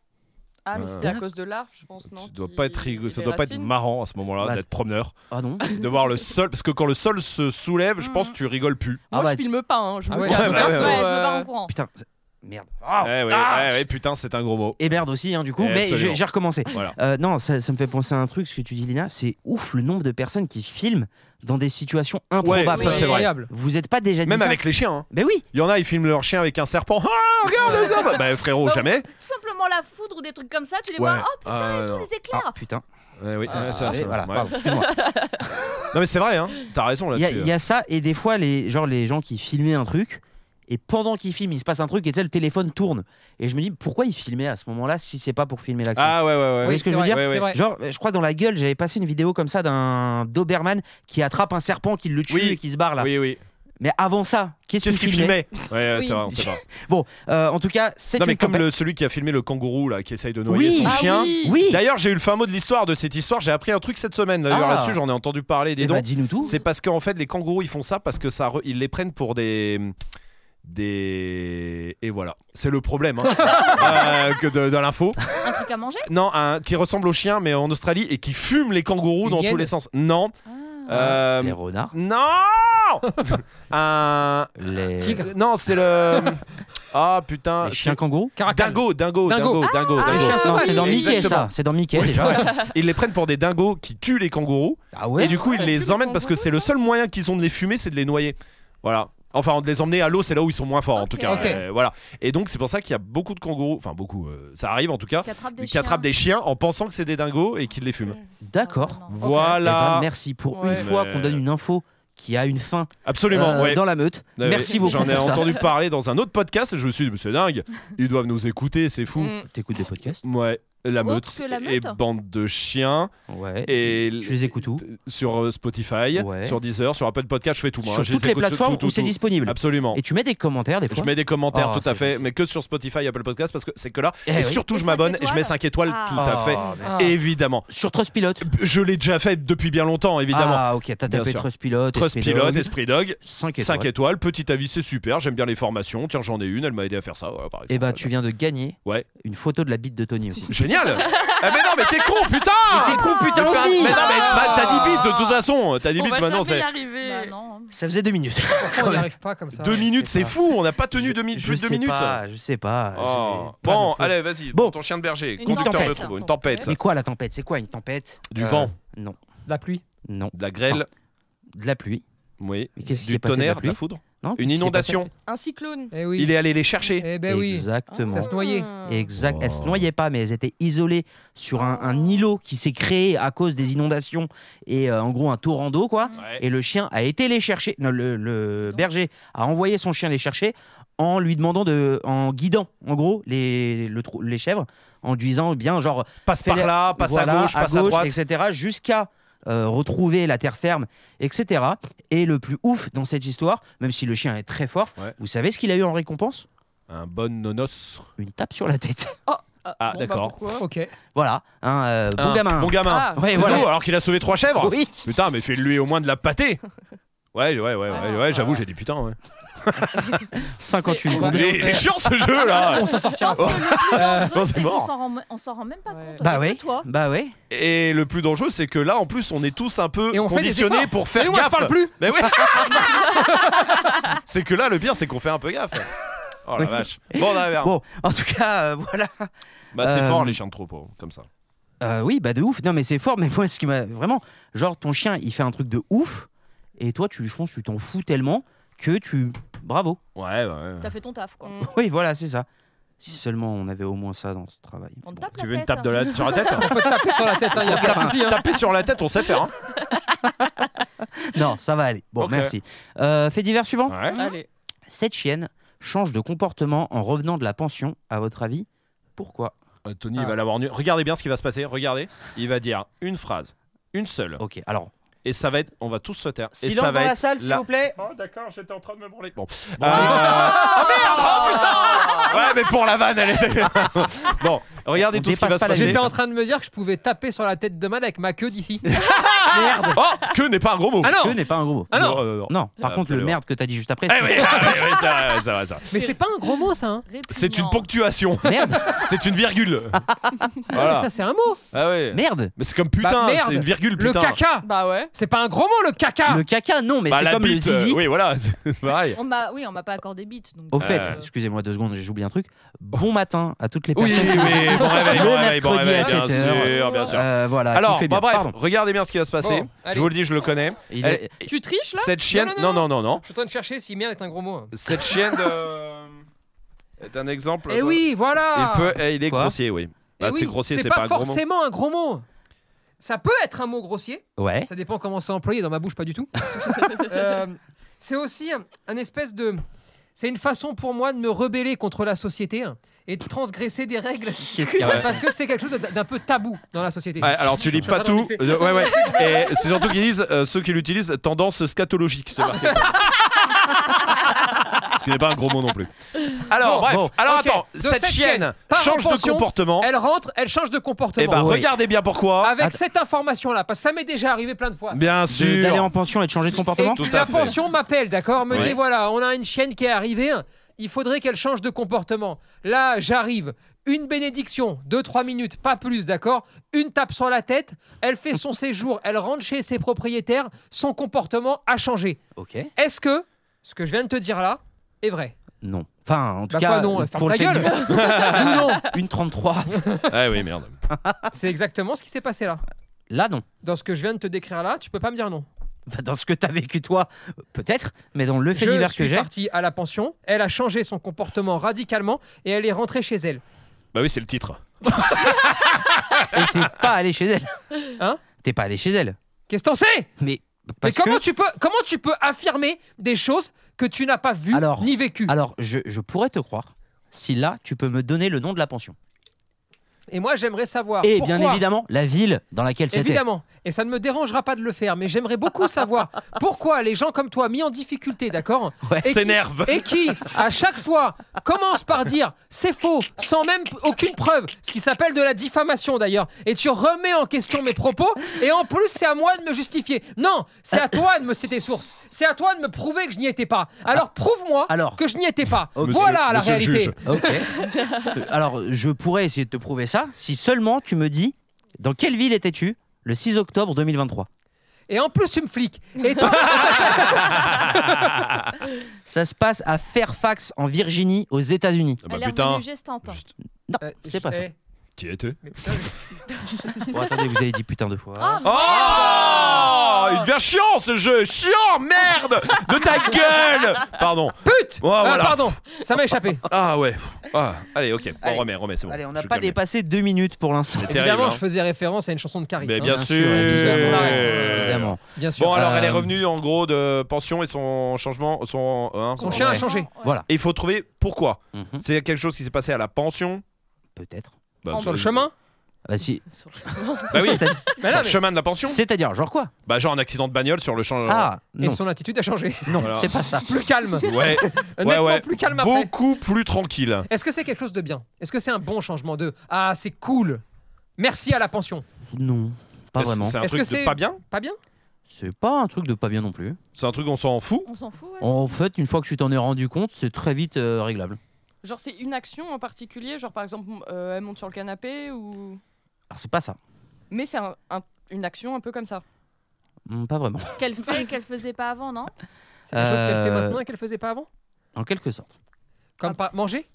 [SPEAKER 4] Ah, mais
[SPEAKER 1] Ouais.
[SPEAKER 4] c'était à cause de l'arbre, je pense, non
[SPEAKER 1] Ça doit
[SPEAKER 4] qui-
[SPEAKER 1] pas être, rigolo- ça
[SPEAKER 4] des
[SPEAKER 1] doit pas être
[SPEAKER 4] racines
[SPEAKER 1] marrant à ce moment-là
[SPEAKER 2] Bah,
[SPEAKER 1] d'être promeneur,
[SPEAKER 2] Ah non.
[SPEAKER 1] de voir le sol, parce que quand le sol se soulève, je pense que tu rigoles plus.
[SPEAKER 2] Ah
[SPEAKER 4] Moi,
[SPEAKER 2] bah-
[SPEAKER 4] je filme pas, hein, je
[SPEAKER 3] Ah
[SPEAKER 4] me
[SPEAKER 3] ouais,
[SPEAKER 4] casse.
[SPEAKER 1] ouais,
[SPEAKER 4] perso,
[SPEAKER 1] ouais,
[SPEAKER 5] ouais, je me
[SPEAKER 4] euh,
[SPEAKER 5] barre en courant.
[SPEAKER 2] Putain. c'est- Merde. Ah,
[SPEAKER 1] Eh ouais,
[SPEAKER 2] ah.
[SPEAKER 1] eh ouais, putain, c'est un gros mot.
[SPEAKER 2] Et merde aussi, hein, du coup.
[SPEAKER 1] Eh,
[SPEAKER 2] mais
[SPEAKER 1] absolument.
[SPEAKER 2] j'ai j'ai recommencé.
[SPEAKER 1] Voilà.
[SPEAKER 2] Euh, non, ça, ça me fait penser à un truc, ce que tu dis, Lina. C'est ouf le nombre de personnes qui filment dans des situations improbables.
[SPEAKER 1] ça, c'est vrai.
[SPEAKER 3] Incroyable.
[SPEAKER 2] Vous n'êtes pas déjà dit
[SPEAKER 1] Même
[SPEAKER 2] ça
[SPEAKER 1] avec les chiens, hein.
[SPEAKER 2] Mais oui.
[SPEAKER 1] il y en a, ils filment leur chien avec un serpent. Ah, regarde les hommes Bah frérot, jamais
[SPEAKER 5] Tout simplement la foudre ou des trucs comme ça, tu les
[SPEAKER 1] Ouais.
[SPEAKER 5] vois, oh
[SPEAKER 1] Ah, non.
[SPEAKER 5] putain, les éclairs
[SPEAKER 2] Ah, putain.
[SPEAKER 1] Ouais, oui, ouais, ça,
[SPEAKER 2] Ah,
[SPEAKER 1] ça,
[SPEAKER 2] voilà,
[SPEAKER 1] ouais.
[SPEAKER 2] pardon, excuse-moi.
[SPEAKER 1] Non mais c'est vrai, hein. t'as raison
[SPEAKER 2] Il y, a-
[SPEAKER 1] là-dessus.
[SPEAKER 2] il y a ça et des fois les genre les gens qui filmaient un truc et pendant qu'ils filment il se passe un truc et tu sais le téléphone tourne et je me dis pourquoi ils filmaient à ce moment-là si c'est pas pour filmer l'action.
[SPEAKER 1] Ah ouais, ouais, ouais.
[SPEAKER 2] voyez ce que je veux
[SPEAKER 3] c'est vrai,
[SPEAKER 1] dire
[SPEAKER 3] c'est vrai.
[SPEAKER 2] Genre, je crois dans la gueule, j'avais passé une vidéo comme ça d'un Doberman qui attrape un serpent, qui le tue
[SPEAKER 1] Oui.
[SPEAKER 2] et qui se barre là.
[SPEAKER 1] Oui, oui.
[SPEAKER 2] Mais avant ça, qu'est-ce
[SPEAKER 1] Qu'est-ce
[SPEAKER 2] qu'ils
[SPEAKER 1] qu'il
[SPEAKER 2] filmaient
[SPEAKER 1] filmait Ouais, ouais, c'est vrai, on sait pas.
[SPEAKER 2] Bon, euh, en tout cas, c'est
[SPEAKER 1] Non mais
[SPEAKER 2] une
[SPEAKER 1] comme
[SPEAKER 2] tempête.
[SPEAKER 1] le, celui qui a filmé le kangourou là, qui essaye de noyer
[SPEAKER 2] Oui.
[SPEAKER 1] son
[SPEAKER 4] Ah
[SPEAKER 1] chien.
[SPEAKER 4] oui
[SPEAKER 2] Oui.
[SPEAKER 1] D'ailleurs, j'ai eu le fin mot de l'histoire de cette histoire. J'ai appris un truc cette semaine. D'ailleurs,
[SPEAKER 2] Ah.
[SPEAKER 1] là-dessus, j'en ai entendu parler. Dis
[SPEAKER 2] Eh ben,
[SPEAKER 1] donc,
[SPEAKER 2] dis-nous tout.
[SPEAKER 1] c'est parce qu'en fait, les kangourous, ils font ça parce que ça, re- ils les prennent pour des des et voilà c'est le problème hein, euh, que de, de l'info
[SPEAKER 5] Un truc à manger
[SPEAKER 1] non un qui ressemble au chien mais en Australie et qui fume les kangourous
[SPEAKER 3] Une
[SPEAKER 1] dans tous
[SPEAKER 3] hyène
[SPEAKER 1] les sens non Euh,
[SPEAKER 2] Ah. Les renards.
[SPEAKER 1] Non Un.
[SPEAKER 2] Les,
[SPEAKER 3] Tigre.
[SPEAKER 1] Non, c'est le. Ah putain.
[SPEAKER 2] les chiens
[SPEAKER 1] c'est-
[SPEAKER 2] kangourous.
[SPEAKER 3] Caracal.
[SPEAKER 1] Dingo, dingo, dingo,
[SPEAKER 3] Dingo.
[SPEAKER 1] dingo,
[SPEAKER 3] les
[SPEAKER 1] dingo.
[SPEAKER 3] chiens
[SPEAKER 2] Non,
[SPEAKER 3] sauvages.
[SPEAKER 2] c'est dans
[SPEAKER 3] Oui,
[SPEAKER 2] Mickey
[SPEAKER 1] exactement.
[SPEAKER 2] ça. C'est dans Mickey.
[SPEAKER 1] Oui,
[SPEAKER 2] c'est
[SPEAKER 1] c'est
[SPEAKER 2] vrai.
[SPEAKER 1] Ils les prennent pour des dingos qui tuent les kangourous.
[SPEAKER 2] Ah ouais.
[SPEAKER 1] et du coup,
[SPEAKER 4] ça
[SPEAKER 1] ils
[SPEAKER 4] tue
[SPEAKER 1] les
[SPEAKER 4] les
[SPEAKER 1] emmènent parce que
[SPEAKER 4] kangourous,
[SPEAKER 1] c'est le
[SPEAKER 4] ça
[SPEAKER 1] seul moyen qu'ils ont de les fumer, c'est de les noyer. Voilà. Enfin, de les emmener à l'eau, c'est là où ils sont moins forts en
[SPEAKER 5] Ok.
[SPEAKER 1] tout cas.
[SPEAKER 3] Ok.
[SPEAKER 1] Euh, voilà. Et donc, c'est pour ça qu'il y a beaucoup de kangourous, enfin beaucoup, euh, ça arrive en tout cas,
[SPEAKER 5] Qui attrape des
[SPEAKER 1] qui attrapent des chiens en pensant que c'est des dingos et qu'ils les fument.
[SPEAKER 2] D'accord.
[SPEAKER 5] Ah, non.
[SPEAKER 1] Voilà.
[SPEAKER 2] Eh ben, merci pour une
[SPEAKER 4] Ouais.
[SPEAKER 2] fois
[SPEAKER 1] Mais-
[SPEAKER 2] qu'on donne une info qui a une fin
[SPEAKER 1] Absolument.
[SPEAKER 2] euh,
[SPEAKER 1] ouais.
[SPEAKER 2] dans la meute.
[SPEAKER 1] Euh,
[SPEAKER 2] merci
[SPEAKER 1] oui.
[SPEAKER 2] beaucoup.
[SPEAKER 1] J'en ai
[SPEAKER 2] pour ça.
[SPEAKER 1] entendu parler dans un autre podcast et je me suis dit, mais c'est dingue, ils doivent nous écouter, c'est fou.
[SPEAKER 4] Mm.
[SPEAKER 2] T'écoutes des podcasts
[SPEAKER 1] Ouais, la
[SPEAKER 5] Autre
[SPEAKER 1] meute,
[SPEAKER 5] que la
[SPEAKER 1] et
[SPEAKER 5] meute
[SPEAKER 1] bande de chiens
[SPEAKER 2] Ouais.
[SPEAKER 1] et
[SPEAKER 2] Je les écoute où
[SPEAKER 1] sur euh, Spotify,
[SPEAKER 2] Ouais.
[SPEAKER 1] sur Deezer, sur Apple Podcast, je fais tout moi.
[SPEAKER 2] Sur
[SPEAKER 1] Je
[SPEAKER 2] toutes les
[SPEAKER 1] écoute,
[SPEAKER 2] plateformes
[SPEAKER 1] tout, tout,
[SPEAKER 2] où c'est
[SPEAKER 1] tout.
[SPEAKER 2] disponible.
[SPEAKER 1] Absolument.
[SPEAKER 2] Et tu mets des commentaires des
[SPEAKER 1] Je
[SPEAKER 2] fois.
[SPEAKER 1] mets des commentaires
[SPEAKER 2] Ah,
[SPEAKER 1] tout à
[SPEAKER 2] c'est
[SPEAKER 1] fait,
[SPEAKER 2] gentil.
[SPEAKER 1] mais que sur Spotify, Apple Podcast parce que c'est que là.
[SPEAKER 2] Eh
[SPEAKER 1] et
[SPEAKER 2] oui.
[SPEAKER 1] surtout, je
[SPEAKER 5] Et
[SPEAKER 1] m'abonne
[SPEAKER 5] cinq
[SPEAKER 1] et je mets
[SPEAKER 5] étoiles.
[SPEAKER 1] 5 étoiles
[SPEAKER 5] Ah.
[SPEAKER 1] tout à fait.
[SPEAKER 2] Ah, merci.
[SPEAKER 3] Ah.
[SPEAKER 1] Évidemment.
[SPEAKER 2] Sur Trustpilot.
[SPEAKER 1] Je l'ai déjà fait depuis bien longtemps, évidemment.
[SPEAKER 2] Ah ok, t'as
[SPEAKER 1] Bien
[SPEAKER 2] tapé
[SPEAKER 1] sûr.
[SPEAKER 2] Trustpilot.
[SPEAKER 1] Trust Pilot, Esprit Dog,
[SPEAKER 2] 5
[SPEAKER 1] 5
[SPEAKER 2] étoiles.
[SPEAKER 1] étoiles, petit avis, c'est super, j'aime bien les formations. Tiens, j'en ai une, elle m'a aidé à faire ça. voilà, par
[SPEAKER 2] Et bah
[SPEAKER 1] exemple.
[SPEAKER 2] tu viens de gagner
[SPEAKER 1] Ouais.
[SPEAKER 2] une photo de la bite de Tony aussi.
[SPEAKER 1] Génial Ah mais non, mais t'es con, putain
[SPEAKER 2] Mais t'es con,
[SPEAKER 1] Mais
[SPEAKER 2] putain,
[SPEAKER 1] fais un-
[SPEAKER 2] aussi Ah.
[SPEAKER 1] Mais non, mais bah, t'as 10 bits de toute façon T'as 10
[SPEAKER 4] On
[SPEAKER 1] bits
[SPEAKER 4] va
[SPEAKER 1] maintenant,
[SPEAKER 4] jamais
[SPEAKER 1] c'est.
[SPEAKER 4] y
[SPEAKER 5] Bah
[SPEAKER 4] arriver.
[SPEAKER 5] non.
[SPEAKER 2] Ça faisait deux minutes.
[SPEAKER 3] Pourquoi on n'y arrive pas comme ça
[SPEAKER 1] Deux
[SPEAKER 3] ouais.
[SPEAKER 1] minutes,
[SPEAKER 2] sais
[SPEAKER 1] c'est
[SPEAKER 2] pas.
[SPEAKER 1] fou, on n'a pas tenu
[SPEAKER 2] Je-
[SPEAKER 1] deux minutes,
[SPEAKER 2] je
[SPEAKER 1] plus de
[SPEAKER 2] sais
[SPEAKER 1] deux minutes.
[SPEAKER 2] pas, je sais pas.
[SPEAKER 1] Oh.
[SPEAKER 2] C'est pas
[SPEAKER 1] Bon,
[SPEAKER 2] non plus-
[SPEAKER 1] allez, vas-y,
[SPEAKER 2] Bon.
[SPEAKER 1] ton chien de berger,
[SPEAKER 5] Une
[SPEAKER 1] conducteur de
[SPEAKER 5] tempête.
[SPEAKER 1] troupeau, une tempête.
[SPEAKER 2] Mais quoi la tempête C'est quoi une tempête
[SPEAKER 1] Du
[SPEAKER 2] Euh,
[SPEAKER 1] vent,
[SPEAKER 2] Non,
[SPEAKER 3] La pluie.
[SPEAKER 2] non.
[SPEAKER 1] de la grêle,
[SPEAKER 2] De la pluie.
[SPEAKER 1] oui,
[SPEAKER 2] Mais qu'est-ce qui
[SPEAKER 1] du
[SPEAKER 2] s'est passé de la
[SPEAKER 1] tonnerre, de la
[SPEAKER 2] pluie
[SPEAKER 1] foudre,
[SPEAKER 2] Non, qu'est-ce
[SPEAKER 1] une
[SPEAKER 2] qui s'est
[SPEAKER 1] inondation.
[SPEAKER 4] Un cyclone. Ah.
[SPEAKER 3] Eh oui.
[SPEAKER 1] Il est allé les chercher.
[SPEAKER 3] Eh ben oui.
[SPEAKER 2] Exactement.
[SPEAKER 1] Ah,
[SPEAKER 3] Ça se noyait.
[SPEAKER 2] Exact. Elles se
[SPEAKER 1] Wow.
[SPEAKER 2] noyaient pas, mais elles étaient isolées sur un, un îlot qui s'est créé à cause des inondations et euh, en gros un torrent d'eau, quoi.
[SPEAKER 1] Ouais.
[SPEAKER 2] Et le chien a été les chercher. Non, le, le
[SPEAKER 5] donc.
[SPEAKER 2] berger a envoyé son chien les chercher en lui demandant de, en guidant, en gros, les, le trou- les chèvres, en lui disant bien genre
[SPEAKER 1] Passe par
[SPEAKER 2] Fais-le-
[SPEAKER 1] là, Ah, passe à
[SPEAKER 2] voilà,
[SPEAKER 1] gauche, passe à droite.
[SPEAKER 2] etc., jusqu'à euh, retrouver la terre ferme, etc. Et le plus ouf dans cette histoire, même si le chien est très fort,
[SPEAKER 1] Ouais.
[SPEAKER 2] vous savez ce qu'il a eu en récompense
[SPEAKER 1] Un bon nonos.
[SPEAKER 2] Une tape sur la tête.
[SPEAKER 1] Ah,
[SPEAKER 4] Bon, bah,
[SPEAKER 1] d'accord.
[SPEAKER 4] pourquoi
[SPEAKER 3] Ok.
[SPEAKER 2] Voilà, un euh, bon
[SPEAKER 1] Un
[SPEAKER 2] gamin.
[SPEAKER 1] Bon gamin.
[SPEAKER 4] Ah,
[SPEAKER 2] Ouais,
[SPEAKER 1] C'est
[SPEAKER 2] voilà.
[SPEAKER 1] tout, alors qu'il a sauvé trois chèvres.
[SPEAKER 2] Oui.
[SPEAKER 1] Putain, mais fais-lui au moins de la pâtée. Ouais, ouais, ouais, ouais, ouais, j'avoue, j'ai dit putain. Ouais.
[SPEAKER 5] C'est-
[SPEAKER 2] 58 secondes.
[SPEAKER 1] Il est, il est chiant ce jeu là
[SPEAKER 3] On s'en sortira.
[SPEAKER 5] Parce que le plus
[SPEAKER 3] Euh,
[SPEAKER 1] Oh.
[SPEAKER 5] dangereux,
[SPEAKER 1] non, c'est
[SPEAKER 5] c'est
[SPEAKER 1] mort.
[SPEAKER 5] qu'on s'en rend- On s'en rend même pas
[SPEAKER 4] Ouais.
[SPEAKER 5] compte.
[SPEAKER 2] Bah
[SPEAKER 5] Pas
[SPEAKER 2] ouais.
[SPEAKER 5] Toi.
[SPEAKER 2] Bah ouais.
[SPEAKER 1] Et le plus dangereux, c'est que là, en plus, on est tous un peu
[SPEAKER 3] Et on fait des
[SPEAKER 1] conditionnés
[SPEAKER 3] efforts.
[SPEAKER 1] pour faire
[SPEAKER 3] Mais Eh moi, je
[SPEAKER 1] gaffe.
[SPEAKER 3] parle plus.
[SPEAKER 1] Mais oui. c'est que là, le pire, c'est qu'on fait un peu gaffe. Oh la
[SPEAKER 2] Oui.
[SPEAKER 1] vache. Bon, là, merde.
[SPEAKER 2] Bon, en tout cas, euh, voilà.
[SPEAKER 1] bah, c'est
[SPEAKER 2] euh,
[SPEAKER 1] fort les chiens de troupeau, comme ça.
[SPEAKER 2] Euh, oui, bah de ouf. Non, mais c'est fort. Mais moi, ce qui m'a vraiment, genre, ton chien, il fait un truc de ouf, et toi, tu, je pense, tu t'en fous tellement que tu, bravo.
[SPEAKER 1] Ouais, bah, ouais.
[SPEAKER 5] T'as fait ton taf quoi.
[SPEAKER 4] Mm.
[SPEAKER 2] Oui, voilà, c'est ça. Si seulement on avait au moins ça dans ce travail.
[SPEAKER 5] On te
[SPEAKER 2] Bon.
[SPEAKER 5] tape la
[SPEAKER 1] Tu veux une
[SPEAKER 5] tête,
[SPEAKER 1] tape de
[SPEAKER 5] hein.
[SPEAKER 1] la... sur la tête
[SPEAKER 3] On peut taper sur la tête, il n'y a pas de souci. hein.
[SPEAKER 1] Taper sur la tête, on sait faire. Hein.
[SPEAKER 2] Non, ça va aller. Bon,
[SPEAKER 1] Ok.
[SPEAKER 2] merci. Euh, fait divers suivant.
[SPEAKER 1] Ouais.
[SPEAKER 4] Allez.
[SPEAKER 2] Cette chienne change de comportement en revenant de la pension. À votre avis, pourquoi
[SPEAKER 1] Euh, Tony, il
[SPEAKER 3] Ah.
[SPEAKER 1] va l'avoir nu. Regardez bien ce qui va se passer. Regardez. Il va dire une phrase, une seule.
[SPEAKER 2] Ok, alors.
[SPEAKER 1] Et ça va être, on va tous se taire. et
[SPEAKER 2] Silence
[SPEAKER 1] ça va
[SPEAKER 2] dans la
[SPEAKER 1] être
[SPEAKER 2] salle, s'il
[SPEAKER 1] la-
[SPEAKER 2] vous plaît.
[SPEAKER 1] Oh d'accord, j'étais en train de me branler. Bon. Euh, Ah merde, oh, putain Ouais, mais pour la vanne, elle était. bon, regardez
[SPEAKER 2] On
[SPEAKER 1] tout ce qui va
[SPEAKER 2] dépasse
[SPEAKER 1] se
[SPEAKER 2] pas la
[SPEAKER 1] passer.
[SPEAKER 3] J'étais en train de me dire que je pouvais taper sur la tête de Man avec ma queue d'ici.
[SPEAKER 2] Merde.
[SPEAKER 1] Oh, que n'est pas un gros mot.
[SPEAKER 3] Ah
[SPEAKER 2] Que
[SPEAKER 3] non
[SPEAKER 2] n'est pas un gros mot.
[SPEAKER 3] Ah non
[SPEAKER 1] non, non.
[SPEAKER 2] Non, par
[SPEAKER 1] Ah,
[SPEAKER 2] contre,
[SPEAKER 1] vous allez
[SPEAKER 2] le
[SPEAKER 1] voir.
[SPEAKER 2] merde que t'as dit juste après.
[SPEAKER 1] Eh
[SPEAKER 2] c'est-
[SPEAKER 1] oui, ah, oui, oui, ça va, ça va, ça va.
[SPEAKER 3] Mais c'est pas un gros mot ça. hein.
[SPEAKER 1] C'est une
[SPEAKER 5] Répugnant.
[SPEAKER 1] ponctuation.
[SPEAKER 2] Merde,
[SPEAKER 1] C'est une virgule.
[SPEAKER 3] Ah,
[SPEAKER 1] voilà.
[SPEAKER 3] Ça c'est un mot.
[SPEAKER 1] Ah oui.
[SPEAKER 2] merde.
[SPEAKER 1] Mais c'est comme putain,
[SPEAKER 3] Bah, merde.
[SPEAKER 1] c'est une virgule
[SPEAKER 3] Le
[SPEAKER 1] putain.
[SPEAKER 3] caca.
[SPEAKER 4] Bah ouais.
[SPEAKER 3] C'est pas un gros mot le caca.
[SPEAKER 2] Le caca, non, mais
[SPEAKER 1] Bah,
[SPEAKER 2] c'est
[SPEAKER 1] la
[SPEAKER 2] comme
[SPEAKER 1] bite,
[SPEAKER 2] le
[SPEAKER 1] euh,
[SPEAKER 2] zizi.
[SPEAKER 1] oui, voilà, c'est pareil.
[SPEAKER 5] On m'a, oui, on m'a pas accordé bite. Donc,
[SPEAKER 2] Au fait,
[SPEAKER 1] Euh.
[SPEAKER 2] excusez-moi deux secondes, j'ai oublié un truc. Bon matin à toutes les
[SPEAKER 1] Oui,
[SPEAKER 2] personnes.
[SPEAKER 1] oui, oui, bon réveil,
[SPEAKER 2] Le
[SPEAKER 1] bon réveil, bon
[SPEAKER 2] mercredi
[SPEAKER 1] réveil,
[SPEAKER 2] à
[SPEAKER 1] bien
[SPEAKER 2] 7 heures.
[SPEAKER 1] sûr, bien sûr.
[SPEAKER 2] Euh, voilà,
[SPEAKER 1] Alors,
[SPEAKER 2] kiffez
[SPEAKER 1] bah,
[SPEAKER 2] bien.
[SPEAKER 1] bref,
[SPEAKER 2] Pardon.
[SPEAKER 1] regardez bien ce qui va se passer.
[SPEAKER 3] Bon,
[SPEAKER 1] je
[SPEAKER 3] allez.
[SPEAKER 1] vous le dis, je le connais.
[SPEAKER 2] Il
[SPEAKER 1] Elle-
[SPEAKER 2] est-
[SPEAKER 4] Tu triches là
[SPEAKER 1] Cette chienne,
[SPEAKER 3] non,
[SPEAKER 1] non, non, non. non.
[SPEAKER 3] Je suis en train de chercher si merde est un gros mot. hein.
[SPEAKER 1] Cette chienne de- est un exemple.
[SPEAKER 3] Eh
[SPEAKER 1] de-
[SPEAKER 3] oui, voilà.
[SPEAKER 1] Il, peut, eh, il est
[SPEAKER 2] Quoi
[SPEAKER 1] grossier, oui.
[SPEAKER 3] Eh
[SPEAKER 1] Bah,
[SPEAKER 3] oui,
[SPEAKER 1] c'est grossier, c'est
[SPEAKER 3] c'est
[SPEAKER 1] pas, un gros mot.
[SPEAKER 3] forcément un gros mot. Ça peut être un mot grossier.
[SPEAKER 2] Ouais.
[SPEAKER 3] Ça dépend comment c'est employé. Dans ma bouche, pas du tout. Euh, c'est aussi un, un espèce de. C'est une façon pour moi de me rebeller contre la société hein, et de transgresser des règles
[SPEAKER 2] Qu'est-ce qu'il y a
[SPEAKER 3] parce que c'est quelque chose d'un peu tabou dans la société.
[SPEAKER 1] Ouais, alors tu lis
[SPEAKER 3] Je
[SPEAKER 1] pas
[SPEAKER 3] vais pas
[SPEAKER 1] tout.
[SPEAKER 3] mixer.
[SPEAKER 1] Euh, ouais, ouais. Et c'est surtout qu'ils disent euh, ceux qui l'utilisent tendance scatologique. C'est marqué. Ce qui n'est pas un gros mot non plus. Alors
[SPEAKER 3] Bon,
[SPEAKER 1] bref.
[SPEAKER 2] bon,
[SPEAKER 1] alors
[SPEAKER 3] ok.
[SPEAKER 1] attends,
[SPEAKER 3] Donc,
[SPEAKER 1] cette,
[SPEAKER 3] cette chienne,
[SPEAKER 1] chienne
[SPEAKER 3] part en
[SPEAKER 1] change de
[SPEAKER 3] pension,
[SPEAKER 1] comportement.
[SPEAKER 3] Elle rentre, elle change de comportement.
[SPEAKER 1] Et ben
[SPEAKER 2] Ouais.
[SPEAKER 1] regardez bien pourquoi. Ah,
[SPEAKER 3] Avec
[SPEAKER 2] Attends.
[SPEAKER 3] cette information-là, parce que ça m'est déjà arrivé plein de fois.
[SPEAKER 1] Bien
[SPEAKER 2] De- D'aller en
[SPEAKER 1] sûr.
[SPEAKER 2] pension et de changer de
[SPEAKER 3] Et
[SPEAKER 2] comportement
[SPEAKER 1] Tout à
[SPEAKER 3] la
[SPEAKER 1] fait.
[SPEAKER 3] pension m'appelle, d'accord Me
[SPEAKER 1] Ouais.
[SPEAKER 3] dit voilà, on a une chienne qui est arrivée. il faudrait qu'elle change de comportement. Là, j'arrive, une bénédiction, 2-3 minutes, pas plus, d'accord Une tape sur la tête, elle fait son séjour, elle rentre chez ses propriétaires, son comportement a changé.
[SPEAKER 2] Ok.
[SPEAKER 3] Est-ce que ce que je viens de te dire là est vrai
[SPEAKER 2] Non. Enfin, en tout
[SPEAKER 3] Bah
[SPEAKER 2] cas,
[SPEAKER 3] quoi, non,
[SPEAKER 2] euh,
[SPEAKER 3] ferme
[SPEAKER 2] pour
[SPEAKER 3] ta
[SPEAKER 2] le fait
[SPEAKER 3] gueule
[SPEAKER 2] que-
[SPEAKER 3] Nous, non
[SPEAKER 2] Une 33.
[SPEAKER 1] Ah oui, merde.
[SPEAKER 3] C'est exactement ce qui s'est passé là.
[SPEAKER 2] Là, non.
[SPEAKER 3] Dans ce que je viens de te décrire là, tu peux pas me dire non.
[SPEAKER 2] Bah, Dans ce que t'as vécu toi, peut-être, mais dans le fait
[SPEAKER 3] Je
[SPEAKER 2] divers que
[SPEAKER 3] suis
[SPEAKER 2] j'ai,
[SPEAKER 3] partie à la pension, elle a changé son comportement radicalement et elle est rentrée chez elle.
[SPEAKER 1] Bah oui, c'est le titre.
[SPEAKER 2] et t'es pas allé chez elle.
[SPEAKER 3] Hein
[SPEAKER 2] T'es pas allé chez elle.
[SPEAKER 3] Qu'est-ce que t'en sais
[SPEAKER 2] Mais
[SPEAKER 3] Mais
[SPEAKER 2] parce
[SPEAKER 3] comment,
[SPEAKER 2] que...
[SPEAKER 3] tu peux, comment tu peux affirmer des choses que tu n'as pas vues
[SPEAKER 2] Alors-
[SPEAKER 3] ni vécues
[SPEAKER 2] Alors, je, je pourrais te croire si là, tu peux me donner le nom de la pension.
[SPEAKER 3] Et moi, j'aimerais savoir.
[SPEAKER 2] et
[SPEAKER 3] Ah, pourquoi,
[SPEAKER 2] bien évidemment, la ville dans laquelle c'était.
[SPEAKER 3] Évidemment. Et ça ne me dérangera pas de le faire, mais j'aimerais beaucoup savoir pourquoi les gens comme toi mis en difficulté, d'accord
[SPEAKER 2] Ouais.
[SPEAKER 3] Et qui-
[SPEAKER 1] S'énerve.
[SPEAKER 3] Et qui, à chaque fois, commence par dire c'est faux, sans même p- aucune preuve, ce qui s'appelle de la diffamation d'ailleurs. Et tu remets en question mes propos, et en plus, c'est à moi de me justifier. Non, c'est à toi de me citer source. C'est à toi de me prouver que je n'y étais pas. Alors prouve-moi
[SPEAKER 2] Alors.
[SPEAKER 3] que je n'y étais pas.
[SPEAKER 2] Ok.
[SPEAKER 3] Voilà la
[SPEAKER 1] Oh, Monsieur le
[SPEAKER 3] réalité.
[SPEAKER 1] juge.
[SPEAKER 2] Ok. Euh, Alors, je pourrais essayer de te prouver ça si seulement tu me dis dans quelle ville étais-tu le 6 octobre 2023.
[SPEAKER 3] Et en plus, tu me fliques. Et toi,
[SPEAKER 2] Ça se passe à Fairfax, en Virginie, aux États-Unis.
[SPEAKER 1] Ah bah
[SPEAKER 5] elle est
[SPEAKER 1] putain.
[SPEAKER 5] revenue gestante. hein.
[SPEAKER 1] Juste,
[SPEAKER 2] Non,
[SPEAKER 3] Euh,
[SPEAKER 2] c'est pas ça.
[SPEAKER 3] eh,
[SPEAKER 1] qui était
[SPEAKER 3] mais putain,
[SPEAKER 2] Bon, attendez, vous avez dit putain deux fois.
[SPEAKER 5] Ah,
[SPEAKER 1] Oh
[SPEAKER 3] Ah
[SPEAKER 1] Il devient chiant ce jeu Chiant, merde De ta gueule Pardon.
[SPEAKER 3] Pute
[SPEAKER 1] Oh,
[SPEAKER 3] Euh,
[SPEAKER 1] voilà.
[SPEAKER 3] Pardon, ça m'a échappé.
[SPEAKER 1] Ah ouais. Ah, allez, ok. Bon,
[SPEAKER 2] Allez.
[SPEAKER 1] remets, remets, c'est bon.
[SPEAKER 2] Allez, on n'a
[SPEAKER 1] Je
[SPEAKER 2] pas
[SPEAKER 1] calme.
[SPEAKER 2] dépassé deux minutes pour l'instant.
[SPEAKER 1] C'est terrible.
[SPEAKER 3] Évidemment,
[SPEAKER 1] hein.
[SPEAKER 3] je faisais référence à une chanson de Caris.
[SPEAKER 1] Mais
[SPEAKER 3] hein,
[SPEAKER 1] bien sûr.
[SPEAKER 2] évidemment,
[SPEAKER 1] Ouais.
[SPEAKER 2] évidemment.
[SPEAKER 3] bien sûr.
[SPEAKER 1] Bon, alors, elle est
[SPEAKER 2] Euh,
[SPEAKER 1] revenue en gros de pension et son changement. Son, hein,
[SPEAKER 3] Son
[SPEAKER 1] son-
[SPEAKER 3] chien a
[SPEAKER 2] ouais.
[SPEAKER 3] changé.
[SPEAKER 2] Voilà.
[SPEAKER 1] Et il faut trouver pourquoi.
[SPEAKER 2] Mhm.
[SPEAKER 1] C'est quelque chose qui s'est passé à la pension
[SPEAKER 2] Peut-être.
[SPEAKER 1] Bah,
[SPEAKER 5] En-
[SPEAKER 3] Sur le
[SPEAKER 1] euh,
[SPEAKER 3] chemin
[SPEAKER 2] Bah, si.
[SPEAKER 1] Bah oui,
[SPEAKER 2] C'est-à-dire-
[SPEAKER 3] Mais
[SPEAKER 1] sur
[SPEAKER 3] non,
[SPEAKER 1] le chemin de la pension
[SPEAKER 2] C'est-à-dire, genre quoi
[SPEAKER 1] Bah genre un accident de bagnole Oh. sur le champ.
[SPEAKER 2] Ah,
[SPEAKER 3] mais-
[SPEAKER 2] non,
[SPEAKER 3] Et son attitude a changé.
[SPEAKER 2] non,
[SPEAKER 1] Voilà.
[SPEAKER 2] c'est pas ça.
[SPEAKER 3] plus calme. Euh,
[SPEAKER 1] Ouais, ouais,
[SPEAKER 3] Nettement
[SPEAKER 1] ouais.
[SPEAKER 3] plus calme après.
[SPEAKER 1] Beaucoup plus tranquille.
[SPEAKER 3] Est-ce que c'est quelque chose de bien Est-ce que c'est un bon changement de Ah, c'est cool Merci à la pension.
[SPEAKER 2] Non, pas
[SPEAKER 1] Est-ce-
[SPEAKER 2] vraiment.
[SPEAKER 1] C'est un
[SPEAKER 3] Est-ce
[SPEAKER 1] truc
[SPEAKER 3] que c'est-
[SPEAKER 1] de pas bien
[SPEAKER 3] Pas bien
[SPEAKER 2] C'est pas un truc de pas bien non plus.
[SPEAKER 1] C'est un truc on s'en fout
[SPEAKER 5] On s'en
[SPEAKER 1] Ah,
[SPEAKER 5] fout. ouais.
[SPEAKER 2] En fait, une fois que tu t'en es rendu compte, c'est très vite euh, réglable.
[SPEAKER 4] Genre, c'est une action en particulier, genre par exemple, euh, elle monte sur le canapé ou.
[SPEAKER 2] Alors, c'est pas ça.
[SPEAKER 4] Mais c'est un- un- une action un peu comme ça.
[SPEAKER 2] Hmm, Pas vraiment.
[SPEAKER 5] Qu'elle fait, qu'elle faisait pas avant, non
[SPEAKER 3] C'est quelque chose qu'elle fait
[SPEAKER 2] Euh,
[SPEAKER 3] maintenant et qu'elle faisait pas avant
[SPEAKER 2] En quelque sorte.
[SPEAKER 3] Comme pas manger